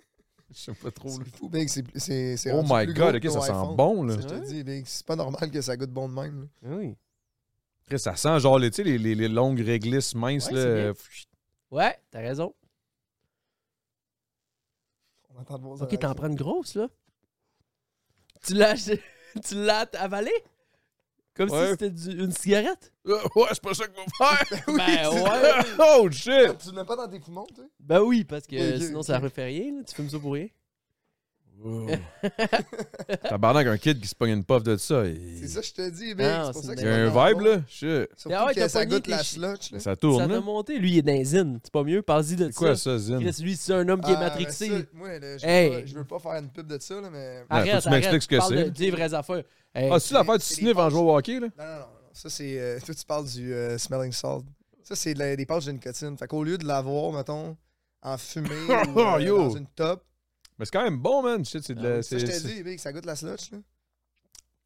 je sais pas trop. là.
C'est fou, Big. c'est plus- c'est- c'est
Oh
rendu
my
plus gros
god,
que
ok, ça
ton
sent
iPhone.
bon là.
C'est ce que Je te dis, Big, c'est pas normal que ça goûte bon de même. là.
Oui.
Après, Ça sent genre les, tu sais, les, les, les longues réglisses minces
Ouais,
là.
c'est bien.
euh, pff,
Ouais, t'as raison.
On entend de bon
Ok, t'en prends une grosse là. Tu l'as acheté- tu l'as avalé? Comme
Ouais.
si c'était du- une cigarette?
euh, ouais, c'est pas ça que vous faire.
ben
c'est
ouais!
oh shit.
Tu le mets pas dans tes poumons, tu sais?
Ben oui, parce que
Ok,
sinon
ok.
ça refait rien, là. tu fumes ça pour rien.
Oh, Tabarnak, un kid qui se pogne une puff de ça. il-
C'est ça, que je te dis, Big.
Non,
C'est pour
c'est
ça que
Il y a
ça
un
goûte
vibe
bon.
là. Shit.
Surtout
Ah ouais,
que
t'as
ça
pogné
goûte la
tes-
slotch. là.
Ça
ça
tourne
t'a
là.
monté. Lui, il est dans les zines. C'est pas mieux? Parle-y de
C'est quoi
ça.
ça, Zine?
Chris, lui, c'est un homme qui
Ah,
est matrixé.
mais ça, Moi, là, je veux
Hey.
pas- je veux pas faire une pub de ça, là, mais.
Ah, faut que
Arrête,
tu
arrête.
m'expliques ce que
Parle
c'est.
de- Dis les vraies affaires. Hey,
Ah, c'est l'affaire du
c'est des
sniff en
punches.
jouant au hockey, là?
Non, non, non. non. Ça, c'est. euh, toi, tu parles du euh, smelling salt. Ça, c'est de la- des pâtes de nicotine. Fait qu'au lieu de l'avoir, mettons, en fumée ou euh,
Yo.
dans une top,
Mais c'est quand même bon, man. Shit, c'est de la-
Ah oui,
ça, je
Euh, c'est-
te
c'est-
dis, mec, ça goûte la slotch, là.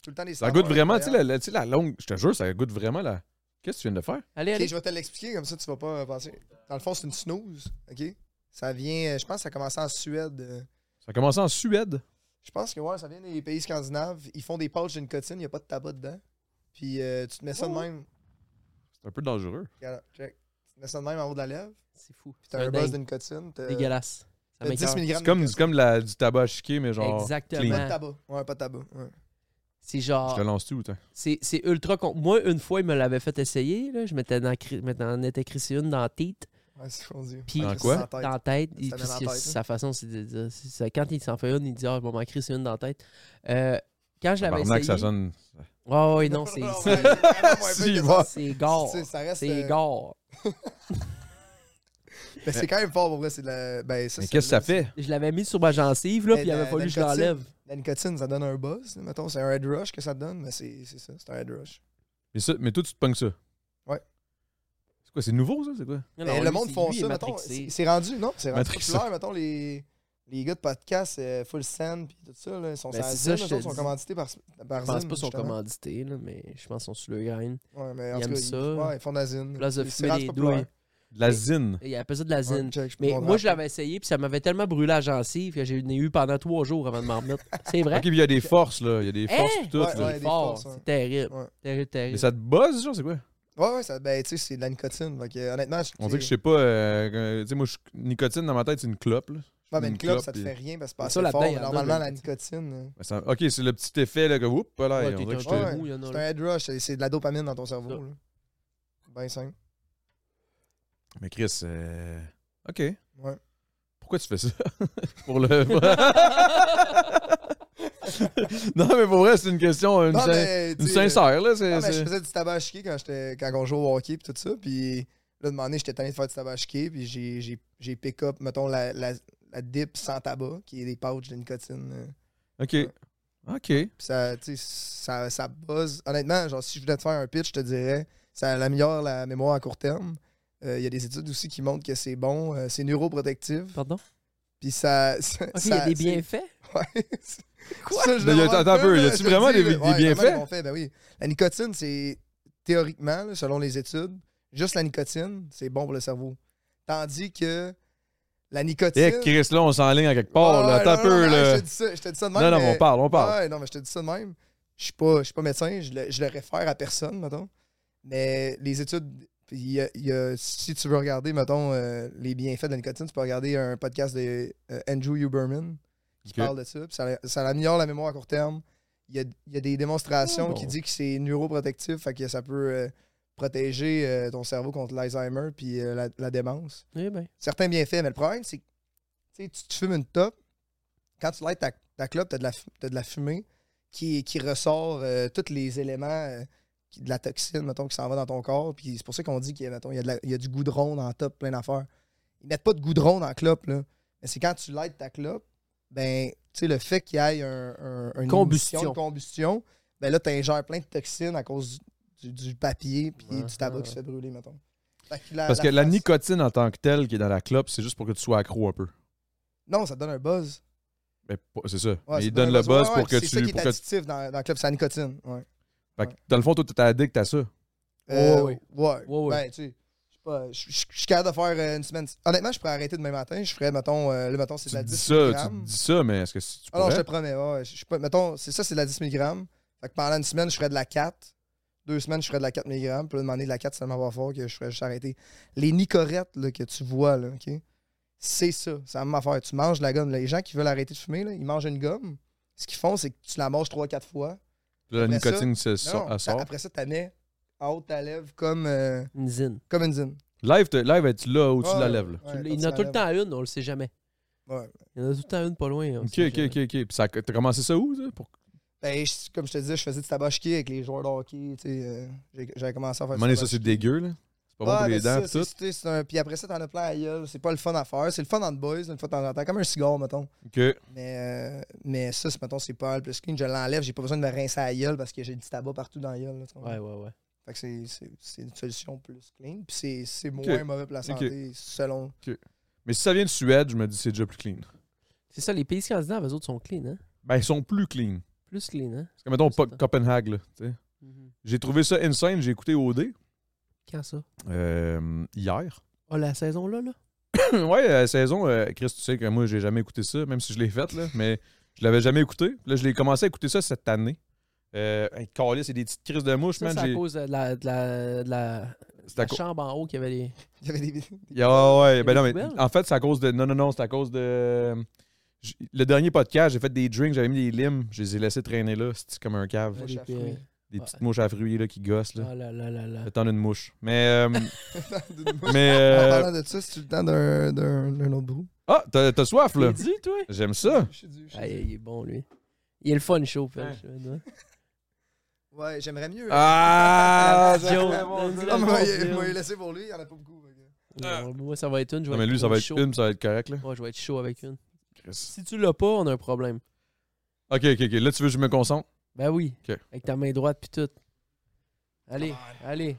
Tout le temps des
ça
saveurs
goûte vraiment, tu sais, la,
incroyables.
la- tu sais, la longue. Je te jure, ça goûte vraiment la. Qu'est-ce que tu viens de faire?
allez,
Ok,
allez.
je vais te l'expliquer, comme ça, tu vas pas euh, penser. Dans le fond, c'est une snooze, OK? Ça vient. euh, Je pense que ça a commencé en Suède. euh,
Ça a commencé en Suède.
Je pense que ouais, ça vient des pays scandinaves. Ils font des pouches de nicotine, il n'y a pas de tabac dedans. Puis euh, tu te mets ça de
Oh.
même.
C'est un peu dangereux.
Regarde, check. Tu te mets ça de même en haut de la lèvre.
C'est fou.
Puis t'as un
Un
buzz
dingue.
de nicotine. T'as t'as
Dégueulasse. Ça
10
m'écoeure.
mg
C'est comme, c'est comme la, du tabac à chiquer, mais genre.
Pas de
Exactement.
tabac. Ouais, pas de tabac. ouais.
C'est
Je
genre.
te lance tout, toi.
C'est c'est ultra con. Moi, une fois, il me l'avait fait essayer. Là. Je m'étais en, cri- m'étais en étais crissé une dans la tête.
Ouais. Ouais, c'est ce qu'on dit.
Puis-
Dans quoi?
Dans la tête.
dans la tête.
Il
il-
se la met
parce
dans la
que
tête, hein.
sa façon, c'est de dire. c'est ça. Quand il s'en fait une, il dit Ah, je vais m'en crisser une dans la tête. Euh, quand je l'avais
Tabarnak,
essayé.
Ah, ça sonne.
Ouais, ouais, non, c'est.
Ouais,
c'est-
ouais, ouais, ouais,
Si,
ouais,
va.
C'est gore.
Tu sais, ça reste,
C'est
euh,
gore.
Mais c'est quand même fort pour vrai. C'est de la. Ben, ça,
Mais
c'est
qu'est-ce que
de
ça
la-
fait?
Je l'avais mis sur ma gencive, là,
Mais
puis il
dans-
avait fallu
dans
que je
le quartier-
l'enlève.
La nicotine, ça donne un buzz. Mettons, c'est un head rush que ça te donne, mais c'est c'est ça, c'est un head rush.
Mais, ça- mais toi, tu te pognes ça.
Ouais.
C'est quoi? C'est nouveau, ça? C'est quoi?
Non,
Mais
non,
Ben, le
lui,
monde
c'est-
font
lui, il
ça,
est
mettons.
matrixé.
C'est c'est rendu, non? C'est rendu
Matrixé.
populaire, mettons, les, les gars de podcast, euh, Full Send, puis tout ça, là, ils sont
Ben,
sans
c'est
zine,
ça, je
eux
te
autres, sont
dis.
commandités par, par
Je pense
Zine,
pas qu'ils sont
justement.
commandités, là, mais je pense qu'ils sont sur le grain.
Ouais, mais en
Ils
tout
aiment
cas,
ça.
Ils, ouais, ils font de la zine.
Place de
C'est
fumer
rendu
les
populaire.
douilles.
De la zine.
Il appelle ça de la
Ouais,
zine.
check, je peux
Mais
comprendre.
moi, je l'avais essayé, puis ça m'avait tellement brûlé la gencive que j'ai eu pendant trois jours avant de m'en remettre. C'est vrai?
Ok, Eh? puis il y a des forces, là. Il y a des
Hein?
forces, pis tout.
Ouais,
là.
ouais.
C'est
des
fort.
forces, ouais.
C'est terrible.
Ouais.
Terrible,
Mais
terrible.
ça te buzz, genre, c'est quoi?
Ouais, ouais, ça, ben, tu sais, c'est de la nicotine. Fait que, honnêtement, je-
On dirait que je sais pas. euh, euh, tu sais, moi, je- nicotine dans ma tête, c'est une clope, là.
Ouais, mais
une
une clope,
clope,
ça te
puis-
fait rien parce que
Mais
c'est
ça,
pas assez
là-dedans,
fort.
il y en a
Normalement,
de la
la nicotine, euh,
Mais ça- Ok, c'est le petit effet, là, que oups, voilà.
Ouais,
on
t'es
dirait que
un
je
j'étais-
chevrou, il y en a,
c'est
là.
un head rush, c'est c'est de la dopamine dans ton
Ça.
cerveau. là. Ben simple.
Mais Chris, euh, OK.
Ouais.
Pourquoi tu fais ça? pour le. non, mais pour vrai, c'est une question. euh, Une,
Non,
sin-
mais,
une
tu sais, euh,
sincère, euh, là.
Non,
C'est,
mais je
c'est-
faisais du tabac à chiquer quand, j'étais- quand on jouait au hockey et tout ça. Puis là, de moment j'étais tanné de faire du tabac à chiquer. Puis j'ai- j'ai- j'ai pick up, mettons, la, la, la dip sans tabac, qui est des pouches de nicotine. euh.
OK. OK.
Puis ça, tu sais, ça, ça buzz. Honnêtement, genre, si je voulais te faire un pitch, je te dirais, ça améliore la mémoire à court terme. Euh, Il y a des études aussi qui montrent que c'est bon, euh, c'est neuroprotectif.
Pardon?
Puis ça. ça-
Ok, il y
ça-
a des
c'est-
bienfaits.
Ouais.
Quoi?
Ça, je
Mais y a-
le demande
attends un
pas,
peu,
là,
y a-tu
je le
vraiment
dis,
des-
là.
des
Ouais, vraiment
bienfaits?
des Ben oui. La nicotine, c'est théoriquement, là, selon les études, juste la nicotine, c'est bon pour le cerveau. Tandis que la
Eh,
nicotine.
Chris, là, on s'enligne à quelque part,
Ouais,
là.
ouais,
T'as
non,
peu,
non, non,
là.
Je te dis ça, je te dis ça de même.
Non, non,
mais-
mais on parle, on parle.
Ouais, non, mais je te dis ça de même. Je suis pas, je suis pas médecin, je le, je le réfère à personne, mettons. Mais les études, il y a- il y a- si tu veux regarder, mettons, euh, les bienfaits de la nicotine, tu peux regarder un podcast de euh, Andrew Huberman qui
Ok.
parle de ça. puis ça. Ça améliore la mémoire à court terme. Il y a, il y a des démonstrations
Ah, bon.
qui disent que c'est neuroprotectif, fait que ça peut euh, protéger euh, ton cerveau contre l'Alzheimer puis euh, la- la démence
Eh ben.
certains bienfaits, mais le problème, c'est que tu sais, tu te fumes une top, quand tu lights ta, ta clope, tu as, de la fumée qui, qui ressort euh, tous les éléments euh, qui- de la toxine, mettons, qui s'en va dans ton corps. Puis c'est pour ça qu'on dit qu'il y, a, mettons, il y a de la- il y a du goudron dans la top, plein d'affaires. Ils mettent pas de goudron dans la clope, là. Mais c'est quand tu lights ta clope, ben, tu sais, le fait qu'il y ait un, un- une
Combustion.
émission de combustion, ben là, tu ingères plein de toxines à cause du, du papier puis
Ouais,
du tabac
ouais,
qui se
ouais.
fait brûler, mettons. Fait
Parce que la
face-
nicotine en tant que telle qui est dans la clope, c'est juste pour que tu sois accro un peu.
Non, ça te donne un buzz.
Ben, pas- c'est ça.
Ouais,
Mais
ça
ils
te
donnent
un
le buzz
Ouais,
pour
ouais,
que
C'est ça
tu.
qui est
pour que tu-
addictif dans, dans le club, c'est la nicotine. Ouais.
Fait que, dans le fond, toi, t'es addict à ça.
Euh,
ouais.
ouais.
Ouais, ouais.
Ben, tu sais, je sais pas, je- je- je suis capable de faire euh, une semaine. Honnêtement, je pourrais arrêter demain matin. Je ferais, mettons, euh, là, mettons, c'est
Tu
de la
te
10
dis ça, tu te dis ça, mais est-ce que si tu
Alors, je te
pourrais?
promets, ouais, ouais, je suis pas, mettons, c'est ça, c'est de la 10 mg. Fait que pendant une semaine, je ferais de la 4. Deux semaines, je ferais de la 4 mg. Puis là, demander de la 4, c'est tellement pas fort que je ferais juste arrêter. Les nicorettes là, que tu vois, là, OK? C'est ça, c'est la même affaire. Tu manges de la gomme. là. Les gens qui veulent arrêter de fumer, là, ils mangent une gomme. Ce qu'ils font, c'est que tu la manges 3-4 fois.
La
après ça-
nicotine, c'est
Non,
ça.
non,
elle
t'as-
sort.
Après ça, t'en mets en haut de ta lèvre comme, euh,
Une zine.
comme une zine.
Live, t'es- live es-tu là au-dessus de la lèvre? là?
Ouais,
Tu-
comme
Il y
sur
en a
la
tout le
lèvre.
temps une, on le sait jamais.
Ouais.
Il y en a tout le temps une pas loin. on le
Ok,
sait
ok,
jamais.
ok, ok. Puis ça- t'as commencé ça où, ça? Pour-
Ben, je- comme je te disais, je faisais du tabac chiqué avec les joueurs de hockey. tu sais, euh, j'ai- J'avais commencé à faire
À un
du
moment donné,
tabac
ça, c'est
chiqué.
dégueu, là. C'est pas bon pour
Ouais,
les
mais
dents,
c'est
pis
ça,
tout.
c'est- c'est- c'est un- Puis après ça, t'en as plein à la gueule. C'est pas le fun à faire. C'est le fun entre boys, une fois de temps en temps, comme un cigare, mettons.
Ok.
Mais, euh, mais ça, c'est- mettons, c'est pas mal plus clean. Je l'enlève, j'ai pas besoin de me rincer à la gueule parce que j'ai du tabac partout dans la gueule. là, tu comprends?
Ouais, ouais, ouais.
Fait que c'est- c'est c'est une solution plus clean. Puis c'est- c'est moins
Ok.
mauvais pour la
Ok.
santé, selon.
Mais si ça vient de Suède, je me dis c'est déjà plus clean.
C'est ça, les pays scandinaves, eux autres sont clean, hein?
Ben, ils sont plus clean.
Plus clean, hein?
C'est comme, mettons,
C'est
Po-
ça.
Copenhague, là. tu sais.
Mhm.
J'ai trouvé ça insane. J'ai écouté OD
Quand ça?
euh, hier.
Oh, la saison là, là?
ouais, la saison, euh, Chris, tu sais que moi, j'ai jamais écouté ça, même si je l'ai faite, là. Mais je l'avais jamais écouté. Là, je l'ai commencé à écouter ça cette année. Euh, hey, calé, c'est des petites crises de mouche,
Ça,
man.
c'est à
j'ai-
cause de la, de la, de la, de
c'est à
la
cause-
chambre en haut qu'il y avait les.
Il y avait des.
Yeah, ouais, ouais, ben
des
non, mais
poubelles?
en fait, c'est à cause de. Non, non, non, c'est à cause de. j- Le dernier podcast, j'ai fait des drinks, j'avais mis des limes, je les ai laissés traîner là, c'était comme un cave.
Ouais,
les-
j'ai affreux.
Des
Ouais.
petites mouches à fruits là, qui gossent. Là.
Ah là là là là.
Le temps d'une mouche. Mais. euh, mais.
En
euh,
parlant de ça, c'est tout le temps d'un- d'un d'un autre bout.
Ah, t'as t'as soif, là.
T'es dû, toi?
J'aime ça.
Je suis dû, je suis
Ah,
dû.
il est bon, lui. Il est le fun show, Phil. je veux dire.
Ouais, j'aimerais mieux.
Ah!
Ah,
Joe,
bon,
donne-le
Ah, mais
bon,
moi,
Phil.
il moi, il laissé pour lui, il n'y en a pas beaucoup. fait que-
Non, Moi, ça va être une. Je vais
Ah. Non, mais
être
lui, ça
trop
va être
chaud.
une, ça va être correct, là.
Moi, je vais être chaud avec une.
Chris.
Si tu l'as pas, on a un problème.
Ok, ok, ok. Là, tu veux que je me concentre?
Ben oui.
Ok.
Avec ta main droite puis tout. Allez,
Ah,
allez.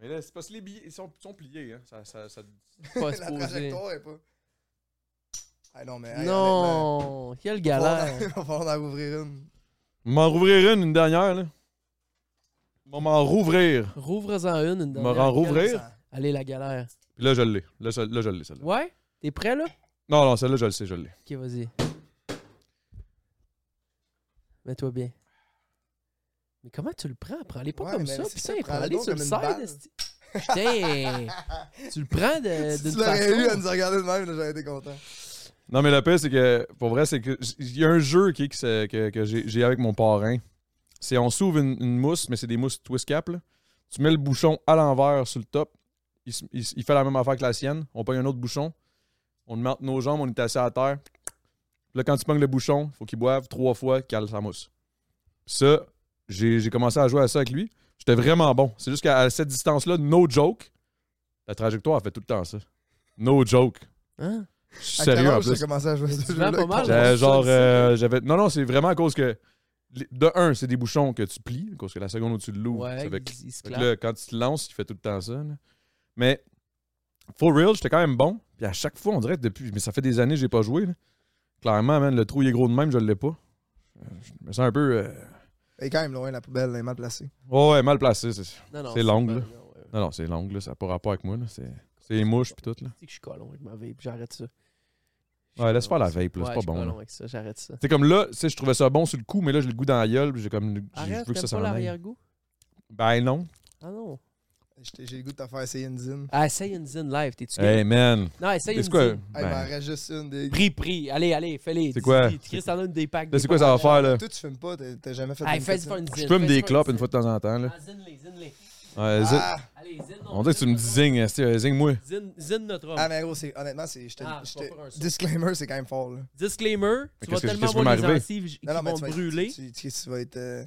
Mais là, c'est parce que les billets, ils sont, pliés, hein. Ça, ça, ça...
Pas se
La
poser.
trajectoire est pas. Ah non, mais. hey, honnêtement,
Non, quelle
il va falloir-
galère.
Il va falloir en ouvrir une.
M'en rouvrir une, une dernière, là. Bon, m'en rouvrir.
Rouvre-en une. une
M'en
dernière.
en rouvrir.
Allez, la galère.
Puis là, je l'ai. Là, ça- là, je l'ai, celle-là.
Ouais? T'es prêt, là?
Non, non, celle-là, je le sais, je l'ai.
Ok, vas-y. Mets-toi bien. Mais comment tu le prends? Prends-les pas
Ouais,
comme
mais
ça,
c'est ça,
putain.
prends-la
Prends-les
donc
sur le
comme une
side.
balle.
esti. Putain! tu le prends de-
Si
Euh, d'une
tu l'aurais eu à
façon...
nous regarder de même, là, j'aurais été content.
Non, mais la pire, c'est que, pour vrai, c'est que j- il y a un jeu qui, qui se- que, que j'ai j'ai avec mon parrain. C'est on s'ouvre une, une mousse, mais c'est des mousses twist cap. là. Tu mets le bouchon à l'envers sur le top. Il, se- il se- il fait la même affaire que la sienne. On pogne un autre bouchon. On le met entre nos jambes, on est assis à terre. Puis là, quand tu pognes le bouchon, faut qu'il boive trois fois, qu'il cale sa mousse. Puis ça, j'ai j'ai commencé à jouer à ça avec lui. J'étais vraiment bon. C'est juste qu'à à cette distance-là, no joke, la trajectoire elle fait tout le temps ça. No joke.
Hein?
Je suis sérieux en plus.
J'ai commencé à jouer à ce
Tu vends
jeu-là.
pas mal.
J'avais
Ouais,
genre,
Ah, ça,
euh, j'avais. Non, non, c'est vraiment à cause que. les- De un, c'est des bouchons que tu plies, à cause que la seconde où tu l'ouvres,
Ouais,
ça fait
il-
clic.
il se
Fait que
claque.
là, quand tu te lances, il fait tout le temps ça. là. Mais, for real, j'étais quand même bon. Puis à chaque fois, on dirait, que depuis. Mais ça fait des années que j'ai pas joué. là. Clairement, man, le trou, il est gros de même, je l'ai pas. Euh, Je me sens un peu. euh,
Elle est quand même loin, la poubelle, elle est mal placée.
ouais, ouais, mal placé. c'est-
Non, non,
C'est long,
pas-
là.
non, ouais.
Non, non, c'est long, là. Ça n'a pas rapport avec moi, là. C'est c'est les mouches, puis tout, là.
Tu sais que je suis colon avec ma vape, j'arrête ça. Je
Ouais,
suis
laisse faire la
colon,
vape, là.
ouais,
C'est
je
pas
suis
bon, là.
colon avec ça, j'arrête ça.
C'est comme là, tu sais, je trouvais ça bon sur le coup, mais là, j'ai le goût dans la gueule, puis j'ai comme. j'ai-
Arrête,
je veux que ça
t'aimes
s'en
pas
aille.
l'arrière-goût?
Ben non.
Ah non.
J'étais- J'ai le goût de te faire essayer une zine.
Ah, essaye une zine live, t'es-tu gay?
Hey, man.
Non, essaye une
C'est quoi?
zine.
Hey, m'en
ben,
reste juste une. Des...
Pris, pris. Allez, allez, fais-les.
C'est quoi?
Chris, t'en as une des packs.
là,
des
c'est quoi
packs.
ça va faire, là?
Toi, tu fumes pas, t'as t'as jamais fait
Hey,
une
fais-y
zine.
faire une zine.
Je peux me
fais-y
des
faire
clopes une fois de temps en temps, là.
Ah, zine-les, zine-les.
Ouais, zin-
Ah,
Allez, zine.
On dirait que tu me dis zing, esti, euh, zing-moi.
Zine, zine notre homme.
ah, mais gros, c'est- honnêtement, c'est. j'étais-
Ah, je vais
j'étais-
faire un saut.
Disclaimer, c'est quand même fort, là.
Disclaimer, tu vas
qu'est-ce que-
tellement
qu'est-ce qui
avoir
va
des
m'arriver?
gencives qui
Non, non, mais
vont
tu vas être-
brûler.
Tu, tu- tu vas être. euh,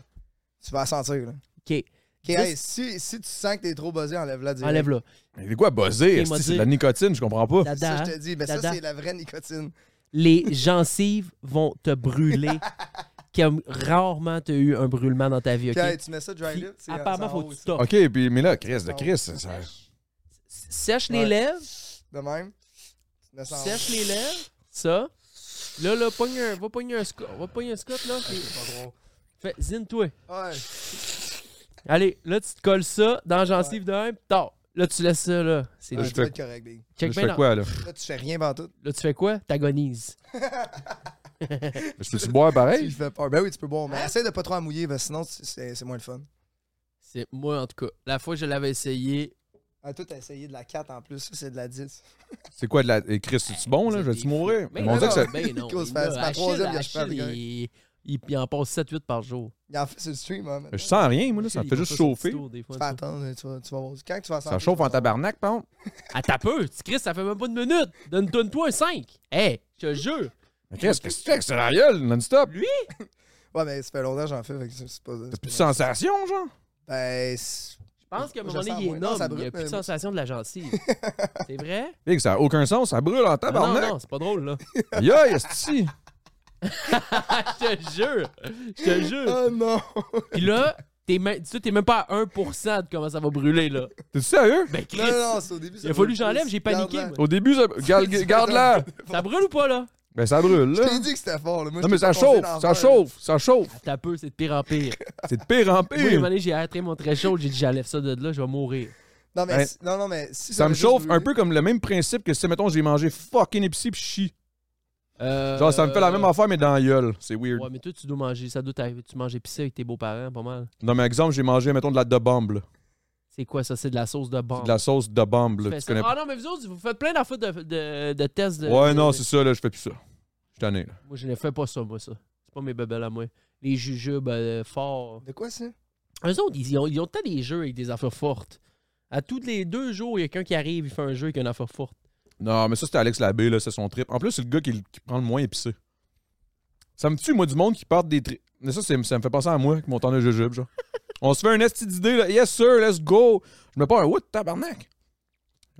tu vas la sentir, là.
OK,
Ok, hey, si, si tu sens que t'es trop buzzé, enlève-la direct.
enlève-la.
Mais c'est quoi buzzer?
Et
esti,
m'a
C'est
dit-
de la nicotine, je comprends pas.
C'est ça,
Dada,
je te dis. Mais
Dada.
ça, c'est la vraie nicotine.
les gencives vont te brûler comme rarement t'as eu un brûlement dans ta vie, OK?
Puis, hey, tu mets ça dry
Puis,
lip. c'est-
apparemment,
c'est en
faut
haut,
que tu
ça.
toffes.
Ok, puis, mais là, Chris, de Chris, ça. ça-
Sèche les
Ouais.
lèvres,
De même. Tu mets ça en haut.
sèche les lèvres, ça. Là, là, pogne un, va pogner un scot, va pogner un scot, là. puis- Fais, zine-toi.
Ouais.
Allez, là, tu te colles ça dans la gencive de même, tard. Là, tu laisses ça, là. C'est
Ouais,
je
tu
fais-
vas être correct, big.
Je
Check bien
fais
dans-
quoi, là?
Là, tu fais rien pendant tout.
Là, tu fais quoi? T'agonises.
Je peux-tu boire
Tu
pareil?
fais peur. Ben oui, tu peux boire.
Hein?
Mais essaie de pas trop en mouiller, parce que sinon, tu- c'est c'est moins le fun.
C'est moi, en tout cas. La fois que je l'avais essayé,
Ah, toi, t'as essayé de la 4 en plus. Ça, c'est de la 10.
C'est quoi de la. eh, Chris, tu bon, là?
Vous
Je
êtes
vais-tu
des
mourir?
fous.
Mais
Ben
on dirait que ça.
non, ben non.
Il cause
il
pas- c'est
a-
pas troisième, il a hein.
Achille,
chopé avec un.
il, il- il en passe 7-8 par jour.
Il en fait sur le stream, hein.
Je
maintenant.
sens rien, moi, là. Ça me
Achille,
fait
il va
juste
faire son petit
chauffer.
tour des fois,
Tu vas
tu
attendre, tu vas, tu vas voir. Quand tu vas
Ça
sentir,
chauffe
tu vas
en tabarnak, par contre.
vois. Ah, t'as peu, tu Chris, ça fait même pas une minute. Donne-toi toi un 5. Hé, je te jure.
Mais Chris, qu'est-ce que tu fais avec ça, la gueule, non-stop?
Ouais, mais ça fait longtemps que j'en fais, fait que c'est pas.
T'as plus de sensation, genre?
Ben, c'est-
Je pense qu'à un
Je
moment
sens
donné, il est
moins. Non,
énorme.
ça
il n'y a
brûle,
plus de
mais-
sensation de la gencive. C'est vrai?
Big, ça n'a aucun sens, ça brûle en
Ah Non, non,
tabarnak.
c'est pas drôle, là.
Aïe, aïe, esti.
je te jure. Je te
Ah.
jure.
Oh non!
Puis là, t'es même, tu sais, t'es même pas à 1% de comment ça va brûler, là.
T'es-tu sérieux?
Ben, Chris,
Non, non, non, c'est au début. ça
il a fallu que
brûle
j'enlève,
plus.
j'ai paniqué.
Garde-la.
moi.
Au début, ça. Garde- Garde-la!
Ça brûle ou pas, là?
Ben, ça brûle,
Je t'ai
là.
dit que c'était fort, là. Moi,
Non,
je
mais ça
t'ai pas conseillé
chauffe,
d'en
ça
faire.
chauffe, ça chauffe.
Ah, T'as peu, c'est de pire en pire.
C'est de pire en
Moi, à un moment
pire.
donné, j'ai arrêté mon très chaud, j'ai dit j'enlève ça de là, je vais mourir.
Non, mais,
Ben,
si- non, non, mais si
Ça me
avait juste
chauffe un
brûlé-
peu comme le même principe que si, mettons, j'ai mangé fucking épicé pis chi.
Euh,
Genre, ça me fait la même affaire, mais dans la gueule. C'est weird.
Ouais, mais toi, tu dois manger, ça doit t'arriver. Tu manges épicé avec tes beaux-parents, pas mal.
Non, mais exemple, j'ai mangé, mettons, de la de bombe, là.
C'est quoi ça? C'est de la sauce de
C'est
bombe.
De la sauce de bombe,
Tu
là.
fais
Tu
ça.
connais
Ah non, mais vous autres, vous faites plein d'affaires de, de, de tests. De,
Ouais,
de-
non,
de-
c'est ça, là, je fais plus ça. Je t'en ai, là.
Moi, je ne fais pas ça, moi, ça. C'est pas mes bébelles à moi. Les jujubes ben, euh, forts.
De quoi ça?
Eux autres, ils ont, ils ont tant des jeux avec des affaires fortes. À tous les deux jours, il y a quelqu'un qui arrive, il fait un jeu avec une affaire forte.
Non, mais ça, c'était Alex Labbé, là, c'est son trip. En plus, c'est le gars qui, qui prend le moins épicé. Ça me tue, moi, du monde qui part des trips. Mais ça, c'est- ça me fait penser à moi avec mon temps de jujube, genre. On se fait un esti d'idée, là. Yes, sir, let's go. Je me pars un what, tabarnak.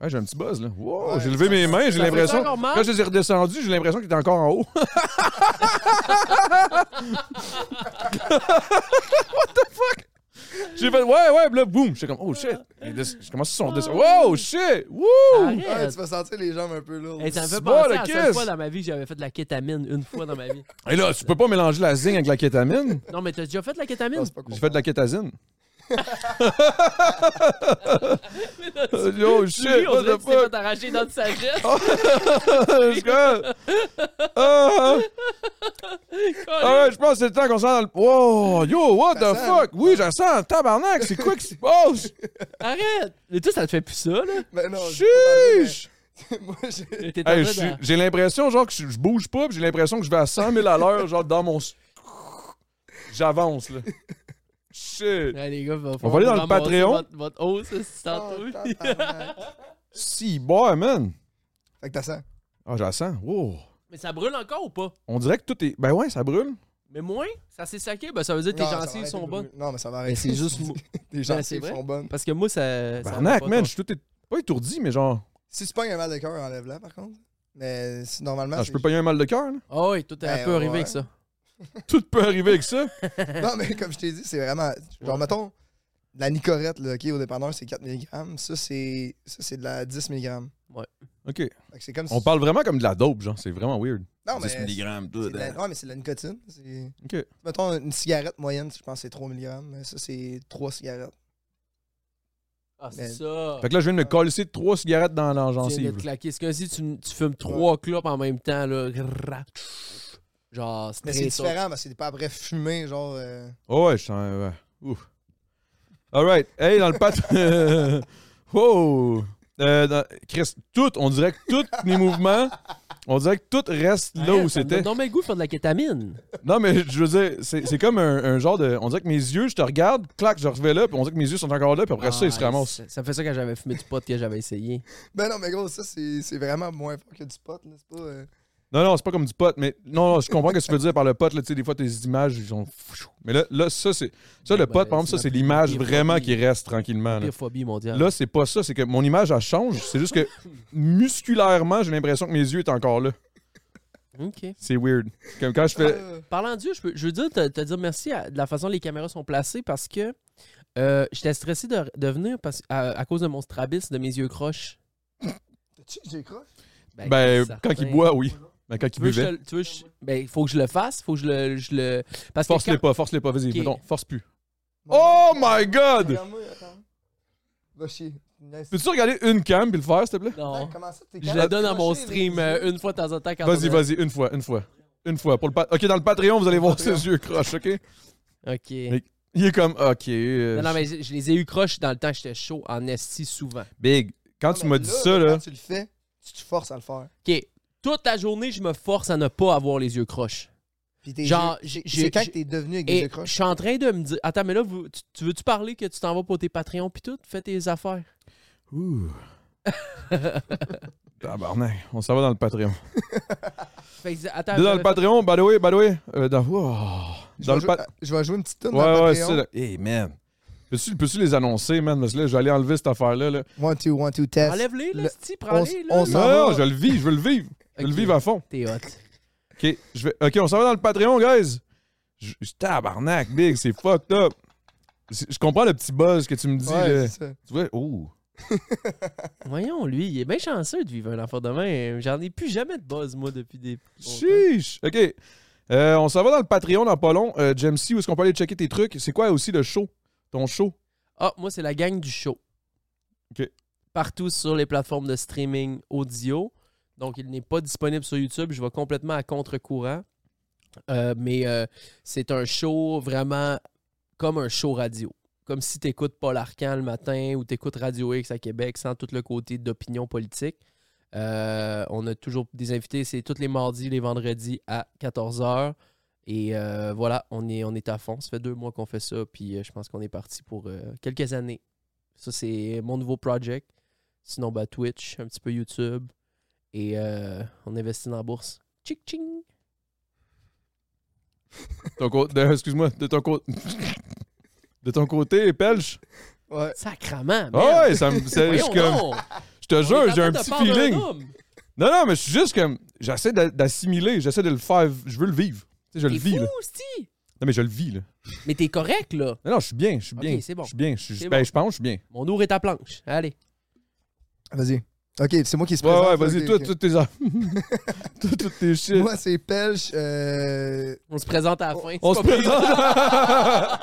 Ouais, j'ai un petit buzz, là. Wow,
Ouais,
j'ai levé
ça-
mes mains, j'ai
Ça fait
l'impression.
encore mal?
Quand je les ai redescendus, j'ai l'impression qu'il était encore en haut. What the fuck? J'ai fait, ouais, ouais, puis là, boum. J'étais comme, oh shit. Et des- Je commence à son descendre.
Ah.
Wow, shit. Wouh!
Ouais,
Ah,
Arrête.
tu vas sentir les jambes un peu lourdes.
Hey, ça me fait
c'est
penser
bon,
à
le
la seule
kiss.
fois dans ma vie que j'avais fait de la kétamine. Une fois dans ma vie.
Et là, tu peux pas mélanger la zing avec la kétamine.
Non, mais t'as déjà fait de la kétamine?
Ah, c'est pas cool.
J'ai fait de la kétazine. Yo,
Tu
Oh, shit,
ris, on
what
dirait
the
que tu
fuck?
t'es
Ah,
fait arracher dans de sagesse.
Je crois- Ah, ah ouais, je pense que c'est le temps qu'on sent dans le. Wow, yo, what
Ça
the
sent.
fuck? Oui, je sens, tabarnak, c'est quoi qui se passe?
Arrête! Mais toi, ça te fait plus ça, là?
Mais non, j'ai pas parlé,
Chiche!
mais- Moi, j'ai-
T'es en
Hey,
train
je suis-
de-
j'ai l'impression, genre, que je, je bouge pas, puis j'ai l'impression que je vais à 100 000 à l'heure, genre, dans mon. s- J'avance, là. Shit!
Ouais, les gars, va
On va aller dans le
ramasser
Patreon. Ah.
Votre, votre hausse, là, si
Oh,
tantôt.
tabarnak.
Si, boy, man!
Fait que t'as ça.
Ah, je la sens. Wow!
Mais ça brûle encore ou pas?
On dirait que tout est. Ben ouais, ça brûle.
Mais moins, ça s'est saqué, ben ça veut dire que tes
Non, ça va
gencives
arrêter
sont
de
bonnes.
brûler. Non, mais ça va
Mais
arrêter.
Ben, c'est juste.
Les
mou- Ben, c'est
gencives
vrai.
sont bonnes.
Parce que moi, ça. ça
Barnac,
va pas
Ben, man,
trop.
je suis tout é- pas étourdi, mais genre,
Si tu pognes un mal de cœur, enlève-la par contre. Mais si- normalement.
ah, je peux pas y avoir un mal de cœur. là.
Ah oui, tout est un
Ben,
peu arrivé
ouais.
avec ça.
Tout peut arriver avec ça.
pas. Non, mais comme je t'ai dit, c'est vraiment. Genre, mettons, de la Nicorette, là, OK, au dépanneur, c'est 4 mg. Ça, c'est ça, c'est de la 10 mg.
OK.
Fait que c'est comme si.
On parle vraiment comme de la dope, genre. C'est vraiment weird.
Non, mais. c'est-
mg,
c'est de la- Ouais, mais c'est de la nicotine. C'est-
OK.
Mettons, une cigarette moyenne, je pense que c'est 3 mg. Mais ça, c'est 3 cigarettes.
Ah, c'est
Mais-
ça.
Fait que là, je viens de me coller trois cigarettes dans la
tu viens de
gencive. là.
te claquer. C'est comme si tu, tu fumes trois clopes en même temps, là. Grrrra. Genre, c'est
Mais c'est
très ça.
différent parce que c'est pas après fumé, genre. euh,
Oh, ouais, je sens. ouais. Ouf. All right. Hey, dans le pat. wow. Euh, dans- Chris, tout, on dirait que tous mes mouvements, on dirait que tout reste là où
Arrête, Hein? ça me
c'était.
donne donc bien le goût de faire de la kétamine.
Non, mais je veux dire, c'est c'est comme un, un genre de. On dirait que mes yeux, je te regarde, clac, je reviens là, puis on dirait que mes yeux sont encore là, puis après ça, ils se
Ah,
ramassent.
Ça, ça me fait ça quand j'avais fumé du pot que j'avais essayé.
Ben non, mais gros, ça, c'est c'est vraiment moins fort que du pot, là. C'est pas. euh,
Non, non, c'est pas comme du pote, mais non, non, je comprends ce que tu veux dire par le pote. Là, tu sais, des fois, tes images, ils sont. Mais là, là ça, c'est. Ça, le
Ben,
pote,
ben,
par exemple,
c'est
ça,
ma
c'est
plus-
l'image
pire
vraiment
phobie.
qui reste tranquillement. Là,
Pire phobie mondiale.
Là, c'est pas ça, c'est que mon image, elle change. C'est juste que musculairement, j'ai l'impression que mes yeux sont encore là.
OK.
C'est weird. Comme quand je fais.
euh,
Parlant de Dieu, je, peux- je veux dire, te, te dire merci à- de la façon dont les caméras sont placées parce que euh, j'étais stressé de, de venir parce, à, à cause de mon strabisme, de mes yeux croches.
T'as-tu que j'ai croche?
Ben,
certain.
quand il boit, oui. Ben, quand
Tu
il
veux, que je
buvait.
te- tu veux que je- ben, faut que je le fasse, faut que je le. je le- parce que
Force-les
quand-
pas, force-les pas, vas-y,
Ok.
mettons, force plus.
Bon,
Oh my god!
Regarde-moi, attends. Va chier. Nice.
Peux-tu regarder une cam puis le faire, s'il te plaît?
Non.
Attends, Comment ça, t'es
Je
capable
le
de
donne à mon
crocher,
stream
les-
euh, une fois de temps en temps quand
Vas-y,
on-
vas-y, une fois, une fois. Une fois. Pour le pat- Ok, dans le Patreon, vous allez voir ses yeux croches, ok?
OK.
Mais- euh, Il est comme, ok. euh,
Non, non, mais je, je les ai eu croches dans le temps que j'étais chaud en esti souvent.
Big, quand
Non,
tu
mais
m'as dit ça, là,
Quand tu le fais, tu te forces à le faire.
OK. Toute la journée, je me force à ne pas avoir les yeux croches.
Puis tes
Genre,
yeux-
j'ai- j'ai-
c'est quand
j'ai-
que t'es devenu avec des
Et
yeux croches.
je suis en train de me dire. Attends, mais là, vous- tu, tu veux-tu parler que tu t'en vas pour tes Patreons pis tout? Fais tes affaires.
Ouh. Tabarnak, on s'en va dans le Patreon.
Fait que, attends,
dans
j'avais
le Patreon, by the way, by the way. euh, dans wow.
Je
Dans
vais
le
jouer-
Patreon.
Je vais jouer une petite tune
Ouais,
dans
ouais,
le
c'est
Patreon.
ça. Hey, man. Peux-tu peux-tu les annoncer, man? Parce que là, j'allais enlever cette affaire-là. Là.
One, two, one, two, test.
Enlève-les, là,
Le-
c'ti, prends-les, là.
on
Non,
s'en va.
non, je le vis, je veux le vivre. Je veux
Ok.
le vivre à fond.
T'es hot.
Ok, je vais... ok, on s'en va dans le Patreon, guys. Je... Tabarnak, big, c'est fucked up. C'est- Je comprends le petit buzz que tu me dis. là.
Ouais, c'est ça.
Tu vois, oh.
Voyons, lui, il est bien chanceux de vivre un enfant de main. J'en ai plus jamais de buzz, moi, depuis des.
Chiche! OK. Euh, on s'en va dans le Patreon dans pas long. Euh, Jamesy, où est-ce qu'on peut aller checker tes trucs? C'est quoi aussi le show? Ton show?
Ah, moi, c'est la gang du show.
Ok.
Partout sur les plateformes de streaming audio. Donc, il n'est pas disponible sur YouTube. Je vais complètement à contre-courant. Euh, mais euh, c'est un show vraiment comme un show radio. Comme si tu écoutes Paul Arcan le matin ou tu écoutes Radio X à Québec sans tout le côté d'opinion politique. Euh, on a toujours des invités. C'est tous les mardis, les vendredis à 14h. Et euh, voilà, on est, on est à fond. Ça fait deux mois qu'on fait ça, puis euh, je pense qu'on est parti pour euh, quelques années. Ça, c'est mon nouveau project. Sinon, bah, Twitch, un petit peu YouTube. Et euh, on investit dans la bourse. Tchik tching!
Ton cô- de- Excuse-moi, de ton côté. De ton côté, Pelche?
Ouais.
Sacrament, man!
Ah ouais, ça me. c'est- Je
Voyons
suis comme-
donc!
je te
On est en
jure, j'ai
train
un
de
petit
perdre
feeling.
homme.
Non, non, mais je suis juste comme. J'essaie d'a- d'assimiler, j'essaie de le faire. Je veux le vivre. Tu sais, je le
T'es
vis,
fou,
là.
hostie.
Non, mais je le vis, là.
Mais t'es correct, là.
Non, non, je suis bien, je suis
Ok,
bien.
c'est bon.
Je suis bien. Je suis-
C'est
ben,
bon.
je pense, que je suis bien.
Mon ours est à planche. Allez.
Vas-y. Ok, c'est moi qui se
Ouais,
présente.
ouais,
là,
vas-y,
ok,
toi,
ok.
toutes tes. a- Tout- Toutes tes shit.
Moi, c'est Pelch. euh,
On se présente à la fin.
On se
c'est pas pire.
présente.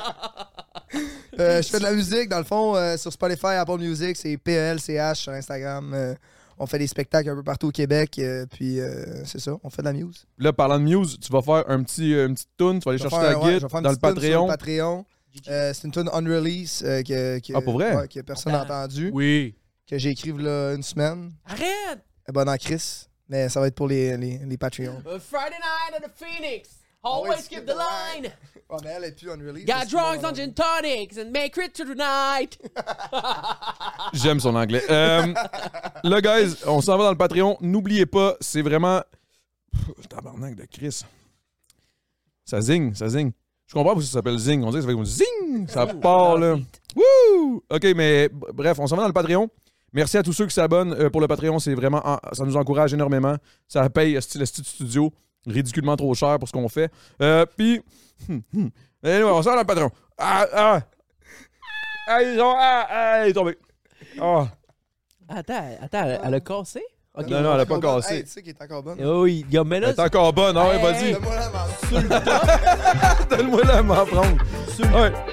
euh, je fais de la musique, dans le fond, euh, sur Spotify, Apple Music, c'est E PLCH sur Instagram. euh, on fait des spectacles un peu partout au Québec. euh, puis, euh, c'est ça, on fait de la muse.
Là, parlant de Muse, tu vas faire un petit, euh, une petite tune, tu vas aller
Je vais
chercher
faire
ta
un- ouais,
guide
je vais faire une
dans le
petite tune
Patreon.
sur Patreon. Euh, c'est une tune unrelease euh, que, que-
Ah, pour vrai?
ouais, que personne n'a entendu.
Oui.
Que j'ai écrit là, une semaine.
Arrête!
Eh ben, dans Chris. Mais ça va être pour les, les, les Patreons.
A Friday night at the Phoenix.
Always
Always
skip
skip
the
the line.
Ouais, mais elle est plus unrelease.
Got drugs on gin tonics and make it to tonight.
J'aime son anglais. Euh, là, guys, on s'en va dans le Patreon. N'oubliez pas, c'est vraiment. Pff, Tabarnak de Chris. Ça zigne, ça zigne. Je comprends pourquoi ça s'appelle zing. On dirait que ça fait comme zing. Ça part, là. Wouh! OK, mais b- bref, on s'en va dans le Patreon. Merci à tous ceux qui s'abonnent euh, pour le Patreon. C'est vraiment, en- ça nous encourage énormément. Ça paye euh, style- le style studio ridiculement trop cher pour ce qu'on fait. Euh, Puis, hum, hum. Anyway, on s'en va dans le Patreon. Ah, ah! Ah, ils ont- ah, ah, il est tombé. Ah.
Attends, attends, elle, elle a cassé? Ok.
Non, non, elle a pas cassé.
tu sais qu'elle est encore bonne.
Oh, oui, gars, mais
Elle
là,
est encore bonne. Ah ouais,
Hey.
vas-y.
Donne-moi la main.
Donne-moi la main, prendre. Ouais.